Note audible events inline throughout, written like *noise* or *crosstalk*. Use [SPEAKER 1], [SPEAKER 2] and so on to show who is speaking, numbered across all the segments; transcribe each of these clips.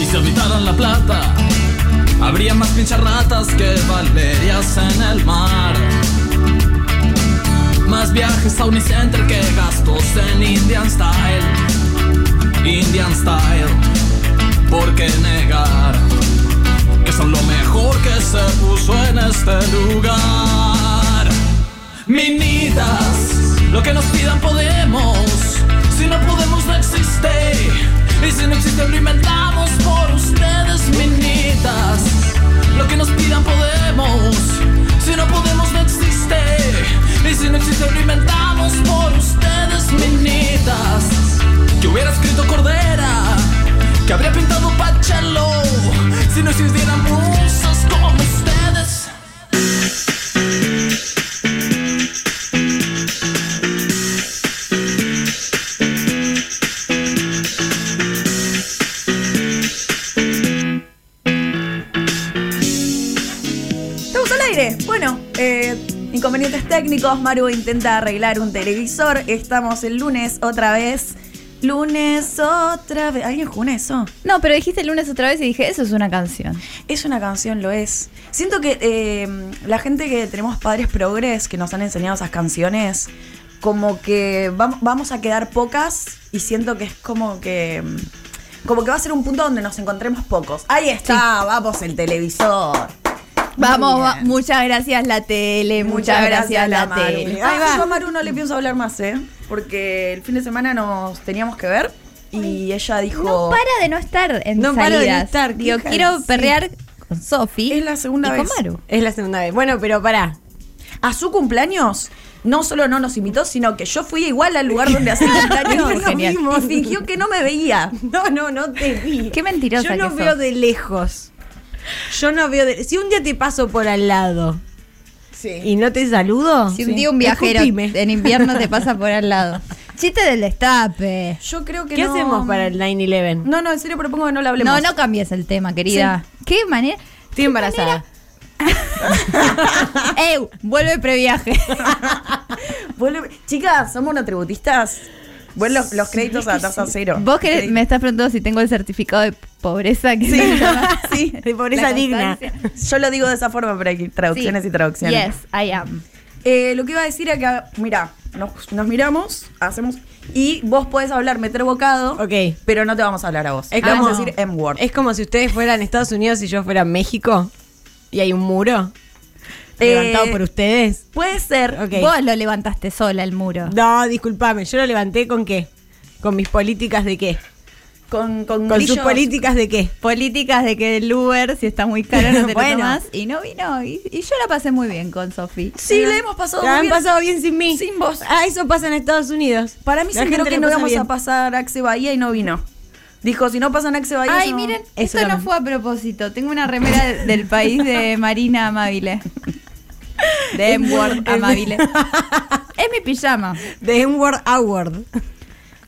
[SPEAKER 1] Y si habitaran la plata, habría más pincharratas que valerias en el mar. Más viajes a Unicenter que gastos en Indian Style. Indian Style, ¿por qué negar que son lo mejor que se puso en este lugar? Minitas, lo que nos pidan podemos. Si no podemos, no existe. Y si no existe, lo inventamos por ustedes, minitas. Lo que nos pidan podemos. Si no podemos, no existe. Y si no existe, lo inventamos por ustedes, minitas. Que hubiera escrito Cordera, que habría pintado Pachalo. Si no existieran musas como ustedes.
[SPEAKER 2] Estamos al aire. Bueno, eh, inconvenientes técnicos. Maru intenta arreglar un televisor. Estamos el lunes otra vez. Lunes otra vez. ¿Alguien jugó eso?
[SPEAKER 3] No, pero dijiste el lunes otra vez y dije, eso es una canción.
[SPEAKER 2] Es una canción, lo es. Siento que eh, la gente que tenemos padres progres que nos han enseñado esas canciones, como que vam- vamos a quedar pocas y siento que es como que. Como que va a ser un punto donde nos encontremos pocos. Ahí está, vamos el televisor.
[SPEAKER 3] Vamos,
[SPEAKER 2] Muy
[SPEAKER 3] va-
[SPEAKER 2] bien.
[SPEAKER 3] muchas gracias la tele, muchas, gracias, la
[SPEAKER 2] Maru.
[SPEAKER 3] tele.
[SPEAKER 2] Ah,
[SPEAKER 3] Ahí va.
[SPEAKER 2] Yo a Maru no le pienso hablar más, ¿eh? Porque el fin de semana nos teníamos que ver y ella dijo.
[SPEAKER 3] No para de no estar en
[SPEAKER 4] No para de no
[SPEAKER 3] salidas.
[SPEAKER 4] estar,
[SPEAKER 3] Digo,
[SPEAKER 4] hija,
[SPEAKER 3] quiero
[SPEAKER 4] sí.
[SPEAKER 3] perrear con Sofi.
[SPEAKER 2] Es la segunda
[SPEAKER 3] y
[SPEAKER 2] vez.
[SPEAKER 3] con Maru.
[SPEAKER 4] Es la segunda vez. Bueno, pero pará.
[SPEAKER 2] A su cumpleaños no solo no nos invitó, sino que yo fui igual al lugar donde hacía
[SPEAKER 3] *laughs*
[SPEAKER 2] el
[SPEAKER 4] *laughs*
[SPEAKER 2] cumpleaños.
[SPEAKER 3] No,
[SPEAKER 2] Nos
[SPEAKER 3] genial.
[SPEAKER 2] vimos y fingió que no me veía.
[SPEAKER 4] No, no, no te vi.
[SPEAKER 3] Qué mentirosa
[SPEAKER 4] Yo no
[SPEAKER 3] que
[SPEAKER 4] veo
[SPEAKER 3] sos.
[SPEAKER 4] de lejos. Yo no veo de Si un día te paso por al lado y no te saludo.
[SPEAKER 3] Si un día un viajero
[SPEAKER 4] escupime.
[SPEAKER 3] en invierno te pasa por al lado. Chiste del destape.
[SPEAKER 2] Yo creo que
[SPEAKER 4] ¿Qué
[SPEAKER 2] no-
[SPEAKER 4] hacemos para el 9-11?
[SPEAKER 2] No, no, en serio propongo que no lo hablemos.
[SPEAKER 3] No, no cambies el tema, querida. ¿Qué manera?
[SPEAKER 4] Estoy embarazada.
[SPEAKER 3] *laughs* ¡Ew! Vuelve previaje.
[SPEAKER 2] Vuelve- Chicas, somos monotributistas. Bueno, los, los créditos a tasa cero.
[SPEAKER 3] Vos querés-
[SPEAKER 2] Crédito.
[SPEAKER 3] me estás preguntando si tengo el certificado de pobreza *laughs* que
[SPEAKER 4] Sí,
[SPEAKER 3] no-
[SPEAKER 4] sí, de pobreza
[SPEAKER 3] La
[SPEAKER 4] digna.
[SPEAKER 3] constancia.
[SPEAKER 2] Yo lo digo de esa forma, pero aquí traducciones
[SPEAKER 3] Sí.
[SPEAKER 2] y traducciones.
[SPEAKER 3] Yes, I am.
[SPEAKER 2] Eh, lo que iba a decir era que, mira, nos, nos miramos, hacemos. Y vos podés hablar, meter bocado.
[SPEAKER 4] Ok.
[SPEAKER 2] Pero no te vamos a hablar a vos. Te
[SPEAKER 4] Es
[SPEAKER 2] vamos
[SPEAKER 4] como-
[SPEAKER 2] a decir M-word.
[SPEAKER 4] Es como si ustedes fueran Estados Unidos y yo fuera México y hay un muro levantado
[SPEAKER 2] Eh,
[SPEAKER 4] por ustedes.
[SPEAKER 2] Puede ser.
[SPEAKER 4] Ok.
[SPEAKER 3] Vos lo levantaste sola el muro.
[SPEAKER 4] No, discúlpame, yo lo levanté con qué? Con mis políticas de qué?
[SPEAKER 2] Con, con,
[SPEAKER 4] Con sus
[SPEAKER 2] grillos.
[SPEAKER 4] políticas de qué?
[SPEAKER 3] Políticas de que el Uber, si está muy caro, no te
[SPEAKER 4] Bueno.
[SPEAKER 3] lo tomás. Y no vino. Y, y yo la pasé muy bien con Sofi.
[SPEAKER 2] Sí, la hemos pasado
[SPEAKER 4] La
[SPEAKER 2] muy
[SPEAKER 4] han
[SPEAKER 2] bien.
[SPEAKER 4] pasado bien sin mí.
[SPEAKER 2] Sin vos.
[SPEAKER 4] Ah, eso pasa en Estados Unidos.
[SPEAKER 2] Para mí
[SPEAKER 4] La
[SPEAKER 2] se enteró que
[SPEAKER 4] gente la
[SPEAKER 2] no
[SPEAKER 4] pasa
[SPEAKER 2] íbamos
[SPEAKER 4] bien.
[SPEAKER 2] a pasar Axe Bahía y no vino. Dijo, si no pasan Axe Bahía...
[SPEAKER 3] Ay,
[SPEAKER 2] yo no-
[SPEAKER 3] miren, esto
[SPEAKER 4] Eso
[SPEAKER 3] no
[SPEAKER 4] también.
[SPEAKER 3] fue a propósito. Tengo una remera de- del país *laughs* de Marina Amabile. De M-Word Amabile. *laughs* Es mi pijama.
[SPEAKER 4] The N-Word Award.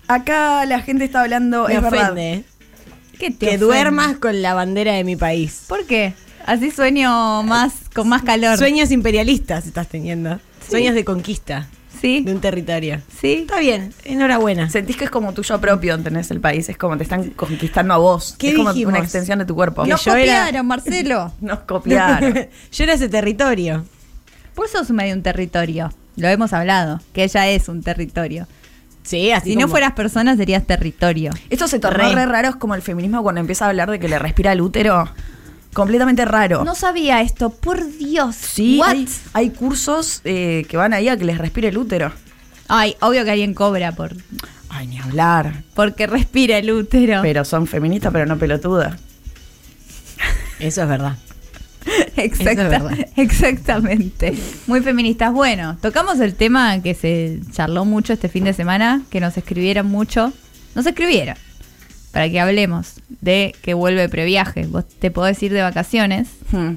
[SPEAKER 2] Acá la gente está hablando...
[SPEAKER 4] Me
[SPEAKER 2] es verdad.
[SPEAKER 4] ofende. eh.
[SPEAKER 3] ¿Qué te
[SPEAKER 4] Que
[SPEAKER 3] ofende?
[SPEAKER 4] duermas con la bandera de mi país.
[SPEAKER 3] ¿Por qué? Así sueño más con más calor.
[SPEAKER 4] Sueños imperialistas estás teniendo. Sueños de conquista
[SPEAKER 3] Sí,
[SPEAKER 4] de un territorio.
[SPEAKER 3] sí.
[SPEAKER 4] Está bien, *laughs* enhorabuena.
[SPEAKER 2] Sentís que es como tuyo propio, ¿entendés? El país es como te están conquistando a vos.
[SPEAKER 4] ¿Qué
[SPEAKER 2] es como
[SPEAKER 4] dijimos?
[SPEAKER 2] una extensión de tu cuerpo.
[SPEAKER 4] Que
[SPEAKER 3] Nos
[SPEAKER 4] yo era-
[SPEAKER 3] copiaron, Marcelo.
[SPEAKER 2] Nos
[SPEAKER 4] *laughs*
[SPEAKER 2] copiaron.
[SPEAKER 4] Yo era ese territorio.
[SPEAKER 3] Vos sos medio un territorio. Lo hemos hablado, que ella es un territorio.
[SPEAKER 4] Sí, así
[SPEAKER 3] Si no
[SPEAKER 4] como-
[SPEAKER 3] fueras persona, serías territorio.
[SPEAKER 2] Esto se tornó
[SPEAKER 4] Re.
[SPEAKER 2] re raro, es como el feminismo cuando empieza a hablar de que le respira el útero. Completamente raro.
[SPEAKER 3] No sabía esto, por Dios.
[SPEAKER 2] sí,
[SPEAKER 3] What?
[SPEAKER 2] hay, hay cursos eh, que van ahí a que les respire el útero.
[SPEAKER 3] Ay, obvio que alguien cobra por
[SPEAKER 2] Ay, ni hablar.
[SPEAKER 3] porque respira el útero.
[SPEAKER 2] Pero son feministas, pero no pelotudas.
[SPEAKER 4] Eso es verdad. Eso es
[SPEAKER 3] *laughs* Exacta-
[SPEAKER 4] verdad.
[SPEAKER 3] exactamente. Muy feministas. Bueno, tocamos el tema que se charló mucho este fin de semana, que nos escribieron mucho. Nos escribieron para que hablemos de que vuelve previaje. Vos te podés ir de vacaciones
[SPEAKER 2] Hmm.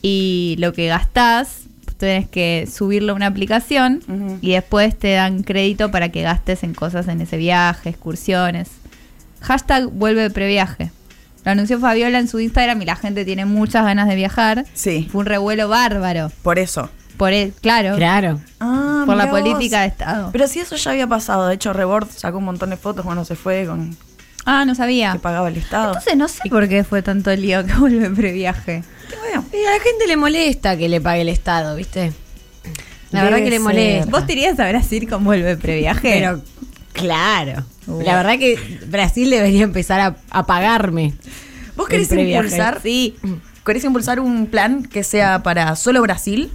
[SPEAKER 3] y lo que gastás, tenés que subirlo a una aplicación
[SPEAKER 2] Ujú.
[SPEAKER 3] y después te dan crédito para que gastes en cosas en ese viaje, excursiones. Hashtag vuelve previaje. Lo anunció Fabiola en su Instagram y la gente tiene muchas ganas de viajar.
[SPEAKER 2] Sí,
[SPEAKER 3] Fue un revuelo bárbaro.
[SPEAKER 2] por eso.
[SPEAKER 3] Por el, claro,
[SPEAKER 4] Claro.
[SPEAKER 2] Ah,
[SPEAKER 3] por la
[SPEAKER 2] mirá vos.
[SPEAKER 3] política de Estado.
[SPEAKER 2] Pero si eso ya había pasado, de hecho Rebord sacó un montón de fotos cuando se fue con
[SPEAKER 3] Ah, no sabía.
[SPEAKER 2] que pagaba el Estado.
[SPEAKER 3] Entonces no sé por qué fue tanto lío que *laughs* vuelve previaje.
[SPEAKER 2] Bueno,
[SPEAKER 4] Y a la gente le molesta que le pague el Estado, ¿viste? La verdad
[SPEAKER 2] Debe
[SPEAKER 4] que le
[SPEAKER 2] ser.
[SPEAKER 4] molesta.
[SPEAKER 3] ¿Vos te irías a Brasil con vuelve previaje?
[SPEAKER 4] Pero, claro.
[SPEAKER 3] Uh.
[SPEAKER 4] La verdad que Brasil debería empezar a, a pagarme.
[SPEAKER 2] ¿Vos querés
[SPEAKER 4] El previaje.
[SPEAKER 2] impulsar?
[SPEAKER 3] Sí.
[SPEAKER 2] ¿Querés impulsar un plan que sea para solo Brasil?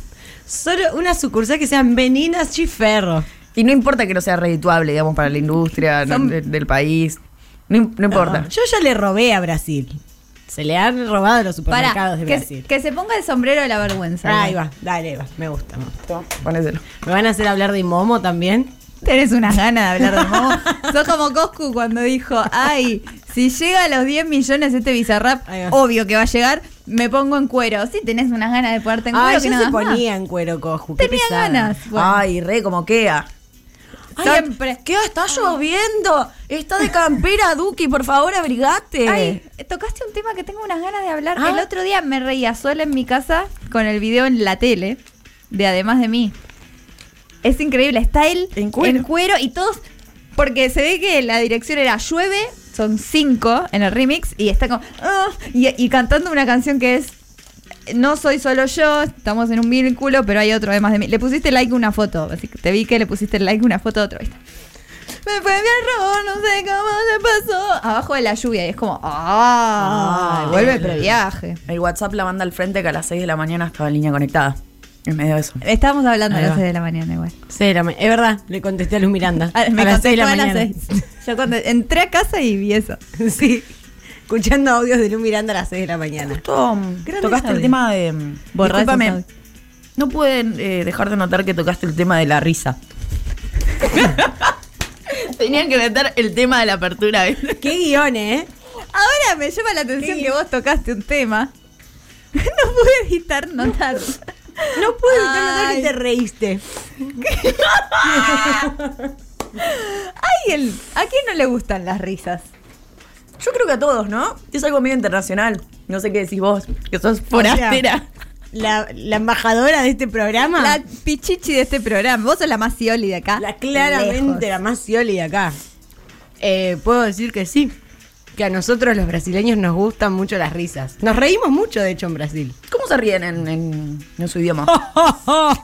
[SPEAKER 4] Solo una sucursal que sean Beninas Chiferro.
[SPEAKER 2] Y no importa que no sea redituable, digamos, para la industria no,
[SPEAKER 3] Son-
[SPEAKER 2] de- del país. No, im- no importa.
[SPEAKER 4] Yo ya le robé a Brasil. Se le han robado los
[SPEAKER 3] Pará,
[SPEAKER 4] supermercados de
[SPEAKER 3] que,
[SPEAKER 4] Brasil.
[SPEAKER 3] que se ponga el sombrero de la vergüenza.
[SPEAKER 4] Ahí va, dale, va. Me gusta, me gusta.
[SPEAKER 2] Toma, Ponételo.
[SPEAKER 4] ¿Me van a hacer hablar de Momo también?
[SPEAKER 3] Tenés unas ganas de hablar de *laughs* Momo. Sos como Coscu cuando dijo, ay, si llega a los 10 millones este Bizarrap,
[SPEAKER 4] Ahí va.
[SPEAKER 3] obvio que va a llegar, me pongo en cuero. Sí, tenés unas ganas de ponerte en cuero.
[SPEAKER 4] Ay,
[SPEAKER 3] que
[SPEAKER 4] yo
[SPEAKER 3] nada
[SPEAKER 4] se
[SPEAKER 3] más.
[SPEAKER 4] ponía en cuero cojo.
[SPEAKER 3] Tenía ganas. Bueno.
[SPEAKER 2] Ay, re como queda.
[SPEAKER 3] Siempre.
[SPEAKER 2] ¿Qué? Está lloviendo. Está de campera, Duki. Por favor, abrigate.
[SPEAKER 3] Ay, tocaste un tema que tengo unas ganas de hablar.
[SPEAKER 4] Ah.
[SPEAKER 3] El otro día me reía sola en mi casa con el video en la tele de Además de mí. Es increíble, está él
[SPEAKER 2] En cuero.
[SPEAKER 3] y todos... Porque se ve que la dirección era llueve, son cinco en el remix y está como... "Ah", y, y cantando una canción que es... No soy solo yo, estamos en un vínculo, pero hay otro además de mí. Le pusiste like a una foto, así que te vi que le pusiste like a una foto de otro. ¿viste? Me fue mi error, no sé cómo se pasó. Abajo de la lluvia y es como, ¡ah!
[SPEAKER 2] Ay,
[SPEAKER 3] vuelve
[SPEAKER 2] ay,
[SPEAKER 3] el viaje.
[SPEAKER 2] El WhatsApp la manda al frente que a las 6 de la mañana estaba en línea conectada. En medio de eso.
[SPEAKER 3] Estábamos hablando a
[SPEAKER 4] Ahí
[SPEAKER 3] las
[SPEAKER 4] va.
[SPEAKER 3] 6 de la mañana igual.
[SPEAKER 4] Sí, la ma- es verdad, le contesté a Luz Miranda.
[SPEAKER 3] Ah,
[SPEAKER 4] a las
[SPEAKER 3] contestó
[SPEAKER 4] 6 de la
[SPEAKER 3] a las
[SPEAKER 4] mañana. *laughs*
[SPEAKER 3] seis. Yo cuando entré a casa y vi eso.
[SPEAKER 4] sí, escuchando audios de Luz Miranda a las 6 de la mañana.
[SPEAKER 2] Justo mm,
[SPEAKER 3] Grandes
[SPEAKER 2] tocaste
[SPEAKER 3] audios.
[SPEAKER 2] el tema de. mm,
[SPEAKER 3] Borrá esos
[SPEAKER 2] Discúlpame.
[SPEAKER 3] audios.
[SPEAKER 2] No pueden eh, dejar de notar que tocaste el tema de la risa. *laughs* Tenían que meter el tema de la apertura.
[SPEAKER 4] Qué guión, ¿eh?
[SPEAKER 3] Ahora me llama la atención que vos tocaste un tema. *laughs* No pude evitar notar.
[SPEAKER 4] *laughs* No pude evitar notar que
[SPEAKER 3] Ay.
[SPEAKER 4] te reíste.
[SPEAKER 3] Ay, el, ¿a quién no le gustan las risas?
[SPEAKER 2] Yo creo que a todos, ¿no? Es algo medio internacional. No sé qué decís vos, que sos forastera.
[SPEAKER 4] La, la embajadora de este programa.
[SPEAKER 3] La pichichi de este programa. Vos sos la más sioli de acá.
[SPEAKER 4] La claramente
[SPEAKER 3] Lejos.
[SPEAKER 4] la más Scioli de acá. Eh, puedo decir que sí. Que a nosotros los brasileños nos gustan mucho las risas. Nos reímos mucho, de hecho, en Brasil.
[SPEAKER 2] ¿Cómo se ríen en, en- en su *laughs* idioma?
[SPEAKER 3] Claro,
[SPEAKER 4] *laughs*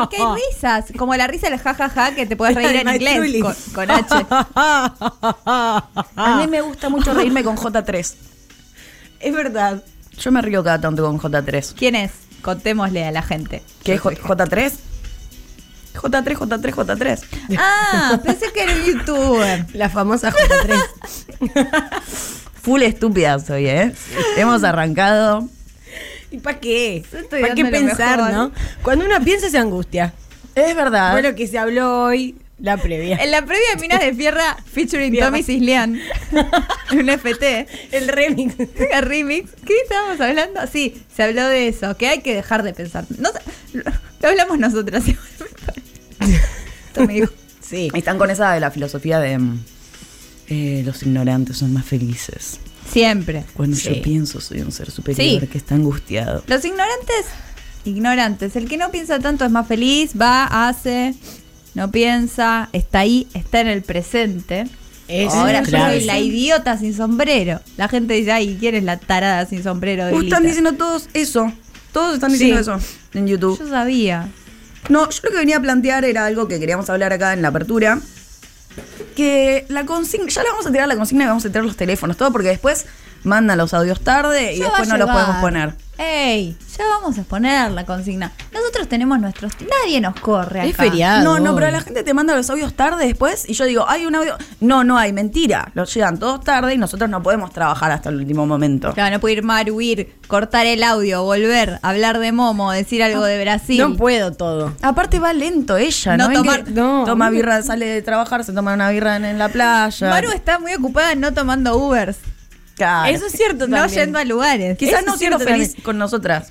[SPEAKER 3] porque hay risas. Como la risa del jajaja que te puedes reír en inglés con, con H.
[SPEAKER 2] A mí me gusta mucho reírme con J3.
[SPEAKER 4] *laughs* Es verdad.
[SPEAKER 2] Yo me río cada tanto con J3.
[SPEAKER 3] ¿Quién es? Contémosle a la gente.
[SPEAKER 2] ¿Qué es J- J3? J3, J3, J3.
[SPEAKER 3] Ah, pensé que era un youtuber.
[SPEAKER 4] La famosa
[SPEAKER 3] *laughs*
[SPEAKER 4] J3.
[SPEAKER 2] Full estúpida soy, ¿eh? Hemos arrancado.
[SPEAKER 4] ¿Y para qué?
[SPEAKER 3] Yo estoy
[SPEAKER 4] ¿Para qué
[SPEAKER 3] dando lo
[SPEAKER 4] pensar,
[SPEAKER 3] mejor. Ah.
[SPEAKER 4] no? Cuando uno piensa se angustia.
[SPEAKER 2] Es verdad.
[SPEAKER 4] Fue lo que se habló hoy, la previa.
[SPEAKER 3] En la previa de Minas de Fierra, featuring
[SPEAKER 4] Fierra.
[SPEAKER 3] Tommy Cislian, un FT,
[SPEAKER 4] El remix.
[SPEAKER 3] el remix. ¿Qué estábamos hablando? Sí, se habló de eso, que hay que dejar de pensar. No, sé, lo, lo hablamos nosotras. igual, me parece. Esto me dijo.
[SPEAKER 4] *laughs* Sí.
[SPEAKER 2] Están con esa de la filosofía de mm, eh, los ignorantes son más felices.
[SPEAKER 3] Siempre.
[SPEAKER 2] Cuando
[SPEAKER 4] Sí.
[SPEAKER 2] yo pienso soy un ser superior
[SPEAKER 3] Sí.
[SPEAKER 2] que está angustiado.
[SPEAKER 3] Los ignorantes, ignorantes. El que no piensa tanto es más feliz, va, hace, no piensa, está ahí, está en el presente.
[SPEAKER 4] Eso
[SPEAKER 3] Ahora
[SPEAKER 4] es
[SPEAKER 3] yo
[SPEAKER 4] clave.
[SPEAKER 3] soy la idiota sin sombrero. La gente dice, ay, ¿quién es la tarada sin sombrero? de
[SPEAKER 2] Uy,
[SPEAKER 3] Lita?"
[SPEAKER 2] están diciendo todos eso. Todos están
[SPEAKER 4] Sí.
[SPEAKER 2] diciendo eso en YouTube.
[SPEAKER 3] Yo sabía.
[SPEAKER 2] No, yo lo que venía a plantear era algo que queríamos hablar acá en la apertura. Que la consigna, ya le vamos a tirar la consigna y vamos a tirar los teléfonos, todo, porque después manda los audios tarde y
[SPEAKER 3] Ya
[SPEAKER 2] después
[SPEAKER 3] va
[SPEAKER 2] no
[SPEAKER 3] a
[SPEAKER 2] los
[SPEAKER 3] llegar.
[SPEAKER 2] podemos poner.
[SPEAKER 3] Ey, ya vamos a exponer la consigna. Nosotros tenemos nuestros... Nadie nos corre acá.
[SPEAKER 4] Es feriado.
[SPEAKER 2] No, no, pero
[SPEAKER 4] hoy.
[SPEAKER 2] la gente te manda los audios tarde después y yo digo, hay un audio. No, no hay, mentira. Los llegan todos tarde y nosotros no podemos trabajar hasta el último momento.
[SPEAKER 3] Claro, no puedo ir mar, huir, cortar el audio, volver, hablar de Momo, decir algo de Brasil.
[SPEAKER 4] No puedo todo.
[SPEAKER 2] Aparte va lento ¿eh? ella,
[SPEAKER 3] No
[SPEAKER 2] ¿no? ¿Ven
[SPEAKER 3] tomar-
[SPEAKER 2] que
[SPEAKER 4] no.
[SPEAKER 2] Toma birra, sale de trabajar, se toma una birra en, en la playa.
[SPEAKER 3] Maru está muy ocupada no tomando Ubers,
[SPEAKER 2] Claro.
[SPEAKER 4] Eso es cierto
[SPEAKER 3] no
[SPEAKER 4] también.
[SPEAKER 3] yendo a lugares.
[SPEAKER 2] Quizás
[SPEAKER 4] eso
[SPEAKER 2] no
[SPEAKER 4] es
[SPEAKER 2] siendo
[SPEAKER 4] cierto
[SPEAKER 2] feliz con nosotras.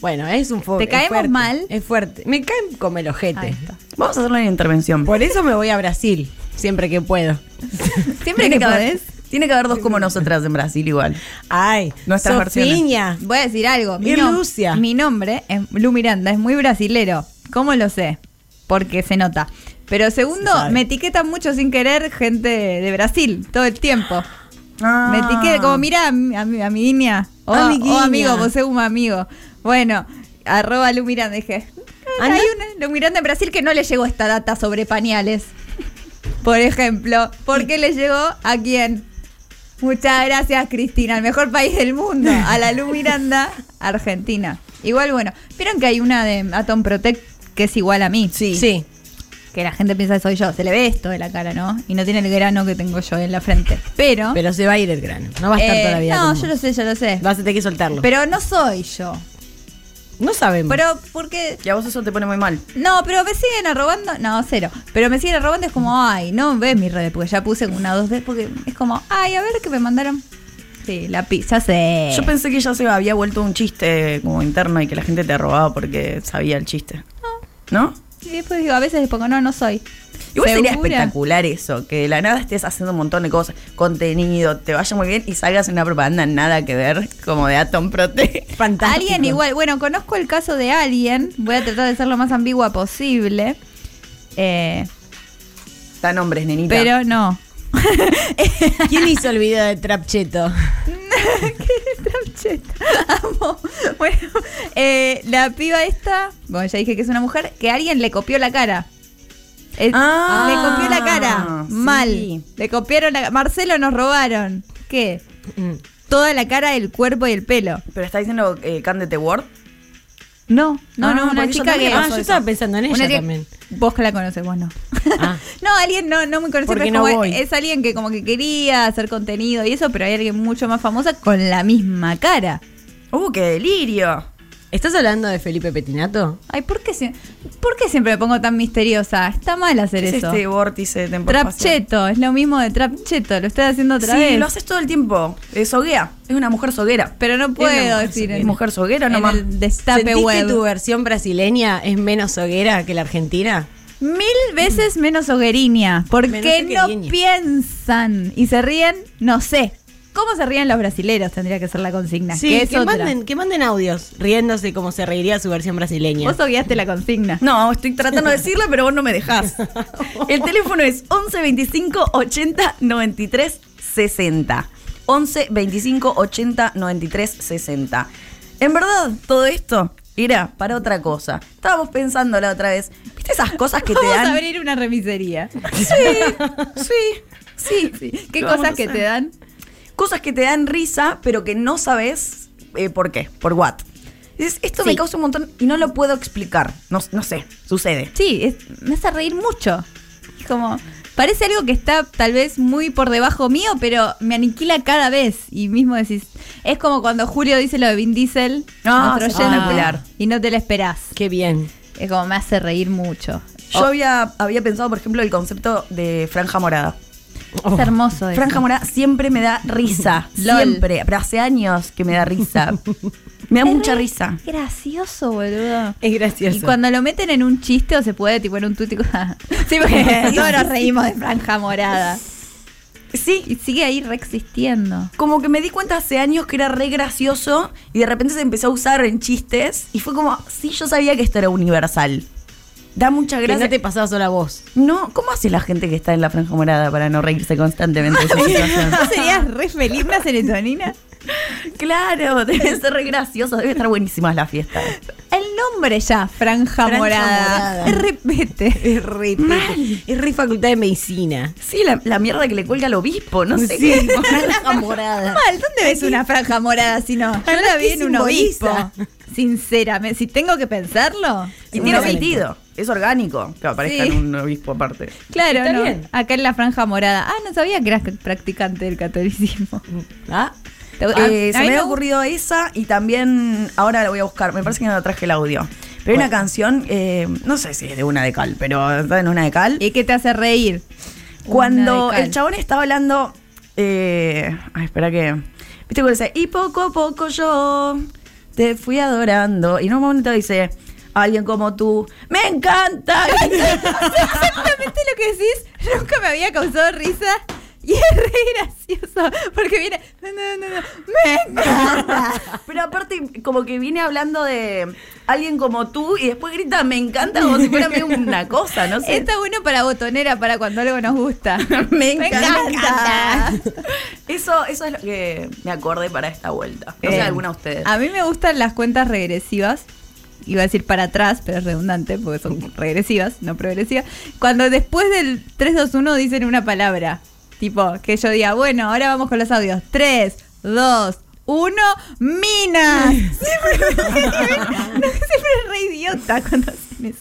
[SPEAKER 4] Bueno, es un fuerte.
[SPEAKER 3] ¿Te caemos mal?
[SPEAKER 4] Es fuerte. Me caen como el ojete.
[SPEAKER 3] Ahí está.
[SPEAKER 2] Vamos a hacerle una intervención.
[SPEAKER 4] Por eso me voy a Brasil, siempre que puedo. *laughs*
[SPEAKER 3] Siempre que
[SPEAKER 2] haber,
[SPEAKER 3] podés,
[SPEAKER 2] tiene que haber dos como nosotras en Brasil igual.
[SPEAKER 4] Ay,
[SPEAKER 2] Nuestras
[SPEAKER 4] Sofiña.
[SPEAKER 3] voy a decir algo. Mi,
[SPEAKER 4] Ir
[SPEAKER 3] nom-
[SPEAKER 4] Lucia.
[SPEAKER 3] mi nombre es Lu Miranda, es muy brasilero. ¿Cómo lo sé? Porque se nota. Pero segundo,
[SPEAKER 4] Se sabe.
[SPEAKER 3] me etiquetan mucho sin querer gente de Brasil todo el tiempo.
[SPEAKER 4] Ah.
[SPEAKER 3] Me etiqueta como, mira a, mi- a mi- a mi niña. O,
[SPEAKER 4] A Ah, mi
[SPEAKER 3] o
[SPEAKER 4] guiña.
[SPEAKER 3] amigo, vos sos un amigo. Bueno, arroba Lu Miranda. Dije, "Ah,
[SPEAKER 4] Anda.
[SPEAKER 3] hay una Lu Miranda en Brasil que no le llegó esta data sobre pañales. Por ejemplo, ¿por qué le llegó a quién? Muchas gracias, Cristina, el mejor país del mundo. A la Lu Miranda, Argentina. Igual, bueno, vieron que hay una de Atom Protect que es igual a mí.
[SPEAKER 4] Sí.
[SPEAKER 3] Que la gente piensa que soy yo. Se le ve esto de la cara, ¿no? Y no tiene el grano que tengo yo en la frente. Pero.
[SPEAKER 4] Pero se va a ir el grano. No va a estar
[SPEAKER 3] Eh,
[SPEAKER 4] toda la vida.
[SPEAKER 3] No,
[SPEAKER 4] con
[SPEAKER 3] yo
[SPEAKER 4] vos.
[SPEAKER 3] lo sé, yo lo sé.
[SPEAKER 4] Vas a tener que soltarlo.
[SPEAKER 3] Pero no soy yo.
[SPEAKER 4] no
[SPEAKER 2] Mm.
[SPEAKER 4] sabemos.
[SPEAKER 3] Pero porque.
[SPEAKER 2] Y a vos eso te pone muy mal.
[SPEAKER 3] No, pero me siguen arrobando. No, cero. Pero me siguen arrobando, es como, ay, no ves mis redes, porque ya puse una dos veces, porque es como, ay, a ver qué me mandaron. Sí, la pizza,
[SPEAKER 4] Eh.
[SPEAKER 3] sé.
[SPEAKER 2] Yo pensé que ya se había vuelto un chiste como interno y que la gente te robaba porque sabía el chiste. ¿No?
[SPEAKER 3] Y después digo, a veces les pongo, no, no soy.
[SPEAKER 2] Igual sería
[SPEAKER 3] ¿Segura?
[SPEAKER 2] espectacular eso, que de la nada estés haciendo un montón de cosas, contenido, te vaya muy bien y salgas en una propaganda nada que ver, como de Atom Prote. *laughs*
[SPEAKER 4] Fantástico.
[SPEAKER 3] Alguien *laughs* igual, bueno, conozco el caso de alguien, voy a tratar de ser lo más ambigua posible. Eh,
[SPEAKER 2] Tan hombres, nenita.
[SPEAKER 3] pero no.
[SPEAKER 4] ¿Quién hizo el video de Trapcheto?
[SPEAKER 3] Cheta. Amo. *laughs* Bueno, eh, la piba esta, bueno, ya dije que es una mujer, que alguien le copió la cara. Eh,
[SPEAKER 2] Ah,
[SPEAKER 3] le copió la cara.
[SPEAKER 2] sí.
[SPEAKER 3] Mal. Le copiaron la Marcelo nos robaron. ¿Qué? Toda la cara, el cuerpo y el pelo.
[SPEAKER 2] Pero está diciendo eh, Candete Word.
[SPEAKER 3] No, no,
[SPEAKER 2] Ah,
[SPEAKER 3] no, una
[SPEAKER 2] porque yo
[SPEAKER 3] chica
[SPEAKER 2] también
[SPEAKER 3] que.
[SPEAKER 2] le pasó
[SPEAKER 4] Ah, yo estaba pensando en
[SPEAKER 3] Una
[SPEAKER 4] ella
[SPEAKER 3] chica-
[SPEAKER 4] también.
[SPEAKER 3] Vos que la conoces, vos no.
[SPEAKER 4] Ah.
[SPEAKER 3] *laughs* no, alguien no, no muy conocido,
[SPEAKER 4] Porque
[SPEAKER 3] pero es,
[SPEAKER 4] no
[SPEAKER 3] como-
[SPEAKER 4] voy.
[SPEAKER 3] es alguien que como que quería hacer contenido y eso, pero hay alguien mucho más famosa con la misma cara.
[SPEAKER 2] ¡Uh, qué delirio!
[SPEAKER 4] ¿Estás hablando de Felipe Petinato?
[SPEAKER 3] Ay, ¿por qué, sie- por qué siempre me pongo tan misteriosa? Está mal hacer
[SPEAKER 2] ¿Qué es
[SPEAKER 3] eso.
[SPEAKER 2] este vórtice de temporada?
[SPEAKER 3] Trapcheto, es lo mismo de Trapcheto, lo estoy haciendo otra
[SPEAKER 2] sí,
[SPEAKER 3] vez.
[SPEAKER 2] lo haces todo el tiempo. Es hoguea. Es una mujer soguera.
[SPEAKER 3] Pero no
[SPEAKER 4] Es
[SPEAKER 3] puedo
[SPEAKER 4] la mujer
[SPEAKER 3] decir.
[SPEAKER 4] soguera.
[SPEAKER 3] en-
[SPEAKER 2] Mujer soguera
[SPEAKER 3] en
[SPEAKER 2] nomás.
[SPEAKER 3] el destape
[SPEAKER 4] ¿Sentís
[SPEAKER 3] web.
[SPEAKER 4] que tu versión brasileña es menos hoguera que la argentina?
[SPEAKER 3] Mil veces menos hogueriña. ¿Por
[SPEAKER 4] Menos
[SPEAKER 3] qué no
[SPEAKER 4] hogueriña.
[SPEAKER 3] piensan y se ríen? No sé. ¿Cómo se ríen los brasileros? Tendría que ser la consigna. que
[SPEAKER 4] Sí,
[SPEAKER 3] es
[SPEAKER 4] que
[SPEAKER 3] otra.
[SPEAKER 4] manden, que manden audios riéndose como se reiría su versión brasileña.
[SPEAKER 3] Vos obviaste la consigna.
[SPEAKER 2] No, estoy tratando de decirla, pero vos no me dejás. El teléfono es 11 25 80 93 60. 11 25 80 93 60. En verdad, todo esto era para otra cosa. Estábamos pensando la otra vez. ¿Viste esas cosas que te
[SPEAKER 3] Vamos a
[SPEAKER 2] *laughs* dan?
[SPEAKER 3] abrir una remisería.
[SPEAKER 2] Sí, sí, sí.
[SPEAKER 3] ¿Qué
[SPEAKER 2] Lo vamos
[SPEAKER 3] cosas
[SPEAKER 2] a
[SPEAKER 3] que
[SPEAKER 2] hacer.
[SPEAKER 3] te dan?
[SPEAKER 2] Cosas que te dan risa, pero que no sabes eh, por qué, por what. Dices, esto me
[SPEAKER 4] Sí.
[SPEAKER 2] causa un montón y no lo puedo explicar. No, no sé, sucede.
[SPEAKER 3] Sí, es- me hace reír mucho. Es como, parece algo que está tal vez muy por debajo mío, pero me aniquila cada vez. Y mismo decís, es como cuando Julio dice lo de Vin Diesel,
[SPEAKER 2] Ah,
[SPEAKER 3] nuestro
[SPEAKER 2] sí,
[SPEAKER 3] oyente,
[SPEAKER 2] espectacular.
[SPEAKER 3] y no te lo esperás.
[SPEAKER 4] Qué bien.
[SPEAKER 3] Es como me hace reír mucho.
[SPEAKER 2] Yo había, había pensado, por ejemplo, el concepto de franja morada.
[SPEAKER 4] Oh.
[SPEAKER 3] Es hermoso eso.
[SPEAKER 2] Franja morada siempre me da *laughs* risa.
[SPEAKER 3] Lol.
[SPEAKER 2] Siempre. Pero hace años que me da risa. Me da
[SPEAKER 3] Es
[SPEAKER 2] mucha
[SPEAKER 3] re
[SPEAKER 2] risa.
[SPEAKER 3] Gracioso, boludo.
[SPEAKER 4] Es gracioso.
[SPEAKER 3] Y cuando lo meten en un chiste o se puede, tipo en un tuit, tipo, *laughs* sí, porque todos nos reímos de franja morada.
[SPEAKER 2] Sí,
[SPEAKER 3] Y sigue ahí reexistiendo.
[SPEAKER 2] como que me di cuenta hace años que era re gracioso y de repente se empezó a usar en chistes y fue como, sí, yo sabía que esto era universal. Da mucha
[SPEAKER 4] Que
[SPEAKER 2] gracia.
[SPEAKER 4] no te pasaba sola vos.
[SPEAKER 2] No, ¿cómo hace la gente que está en la franja morada para no reírse constantemente de *laughs* su situación?
[SPEAKER 3] ¿No serías re feliz una serotonina?
[SPEAKER 2] claro, debe ser re gracioso, debe estar buenísimas las fiestas.
[SPEAKER 3] El nombre ya, Franja,
[SPEAKER 4] Franja
[SPEAKER 3] Morada.
[SPEAKER 4] Morada.
[SPEAKER 3] Es Repete.
[SPEAKER 4] *laughs* Es re, es re facultad de medicina.
[SPEAKER 2] Sí, la, la mierda que le cuelga al obispo, no sé
[SPEAKER 4] *laughs* Sí,
[SPEAKER 2] qué.
[SPEAKER 4] franja
[SPEAKER 3] *laughs*
[SPEAKER 4] morada.
[SPEAKER 3] Mal, ¿dónde ves una franja morada si no? Yo la
[SPEAKER 4] Además,
[SPEAKER 3] vi
[SPEAKER 4] ¿qué
[SPEAKER 3] en un obispo.
[SPEAKER 4] simboliza?
[SPEAKER 3] Sinceramente, si tengo que pensarlo.
[SPEAKER 2] Y tiene
[SPEAKER 4] Seguramente.
[SPEAKER 2] sentido, es orgánico que aparezca
[SPEAKER 3] Sí.
[SPEAKER 2] en un obispo aparte.
[SPEAKER 3] Claro,
[SPEAKER 4] Está
[SPEAKER 3] no.
[SPEAKER 4] bien.
[SPEAKER 3] Acá en la franja morada. Ah, no sabía que eras practicante del catolicismo.
[SPEAKER 4] Ah,
[SPEAKER 3] Te- a-
[SPEAKER 2] Eh,
[SPEAKER 3] a
[SPEAKER 2] se
[SPEAKER 3] mí
[SPEAKER 2] me había
[SPEAKER 3] no-
[SPEAKER 2] ocurrido esa y también ahora la voy a buscar. Me parece que no traje el audio. Pero hay una canción, eh, no sé si es de una de cal, pero está en una de cal.
[SPEAKER 3] ¿Y qué te hace reír?
[SPEAKER 2] Cuando
[SPEAKER 3] Una de
[SPEAKER 2] el chabón estaba hablando. Eh, ay, espera que. ¿Viste cuando dice? Y poco a poco yo te fui adorando. Y en un momento dice. Alguien como tú, me
[SPEAKER 3] *laughs*
[SPEAKER 2] encanta.
[SPEAKER 3] Exactamente lo que decís nunca me había causado risa. Y es re gracioso. Porque viene. No, no, no, no. Me encanta.
[SPEAKER 2] Pero aparte, como que viene hablando de alguien como tú y después grita, me encanta, como si fuera medio una cosa, no sé.
[SPEAKER 3] Está bueno para botonera, para cuando algo nos gusta.
[SPEAKER 2] *laughs* Me
[SPEAKER 3] encanta.
[SPEAKER 2] Eso, eso es lo que me acordé para esta vuelta. No sé,
[SPEAKER 3] Eh,
[SPEAKER 2] alguna de ustedes.
[SPEAKER 3] A mí me gustan las cuentas regresivas. Iba a decir para atrás, pero es redundante porque
[SPEAKER 2] *laughs*
[SPEAKER 3] son regresivas, no progresivas. Cuando después del 3-2-1 dicen una palabra. Tipo, que yo diga, bueno, ahora vamos con los audios. 3, 2, 1,
[SPEAKER 2] *laughs*
[SPEAKER 3] minas. Siempre, no, siempre es re idiota cuando hacen eso.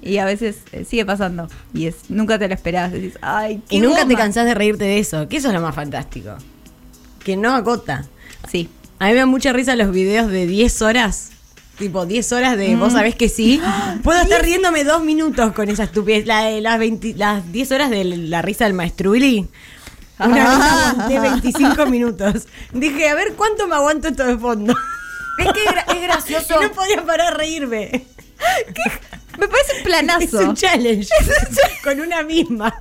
[SPEAKER 3] Y a veces eh, sigue pasando. Y es, nunca te lo esperabas. Decís, "Ah, ay, qué
[SPEAKER 4] y nunca te
[SPEAKER 3] goma".
[SPEAKER 4] cansás de reírte de eso, que eso es lo más fantástico. Que no acota.
[SPEAKER 3] Sí.
[SPEAKER 4] A mí me dan mucha risa los videos de 10 horas. Tipo, 10 horas de
[SPEAKER 2] Mm.
[SPEAKER 4] vos sabés
[SPEAKER 2] *gasps*
[SPEAKER 4] que sí.
[SPEAKER 2] Ah,
[SPEAKER 4] Puedo estar riéndome dos minutos con esa estupidez. La de las, 20 las 10 horas de la risa del maestruli.
[SPEAKER 2] Ah.
[SPEAKER 4] Una vez de
[SPEAKER 2] *laughs*
[SPEAKER 4] 25 minutos. Dije, a ver cuánto me aguanto esto de fondo.
[SPEAKER 2] Es que es gra- es gracioso.
[SPEAKER 3] *laughs*
[SPEAKER 4] *laughs* Y no podía parar de reírme.
[SPEAKER 3] Me parece un planazo.
[SPEAKER 4] Es un challenge. *laughs* con una misma.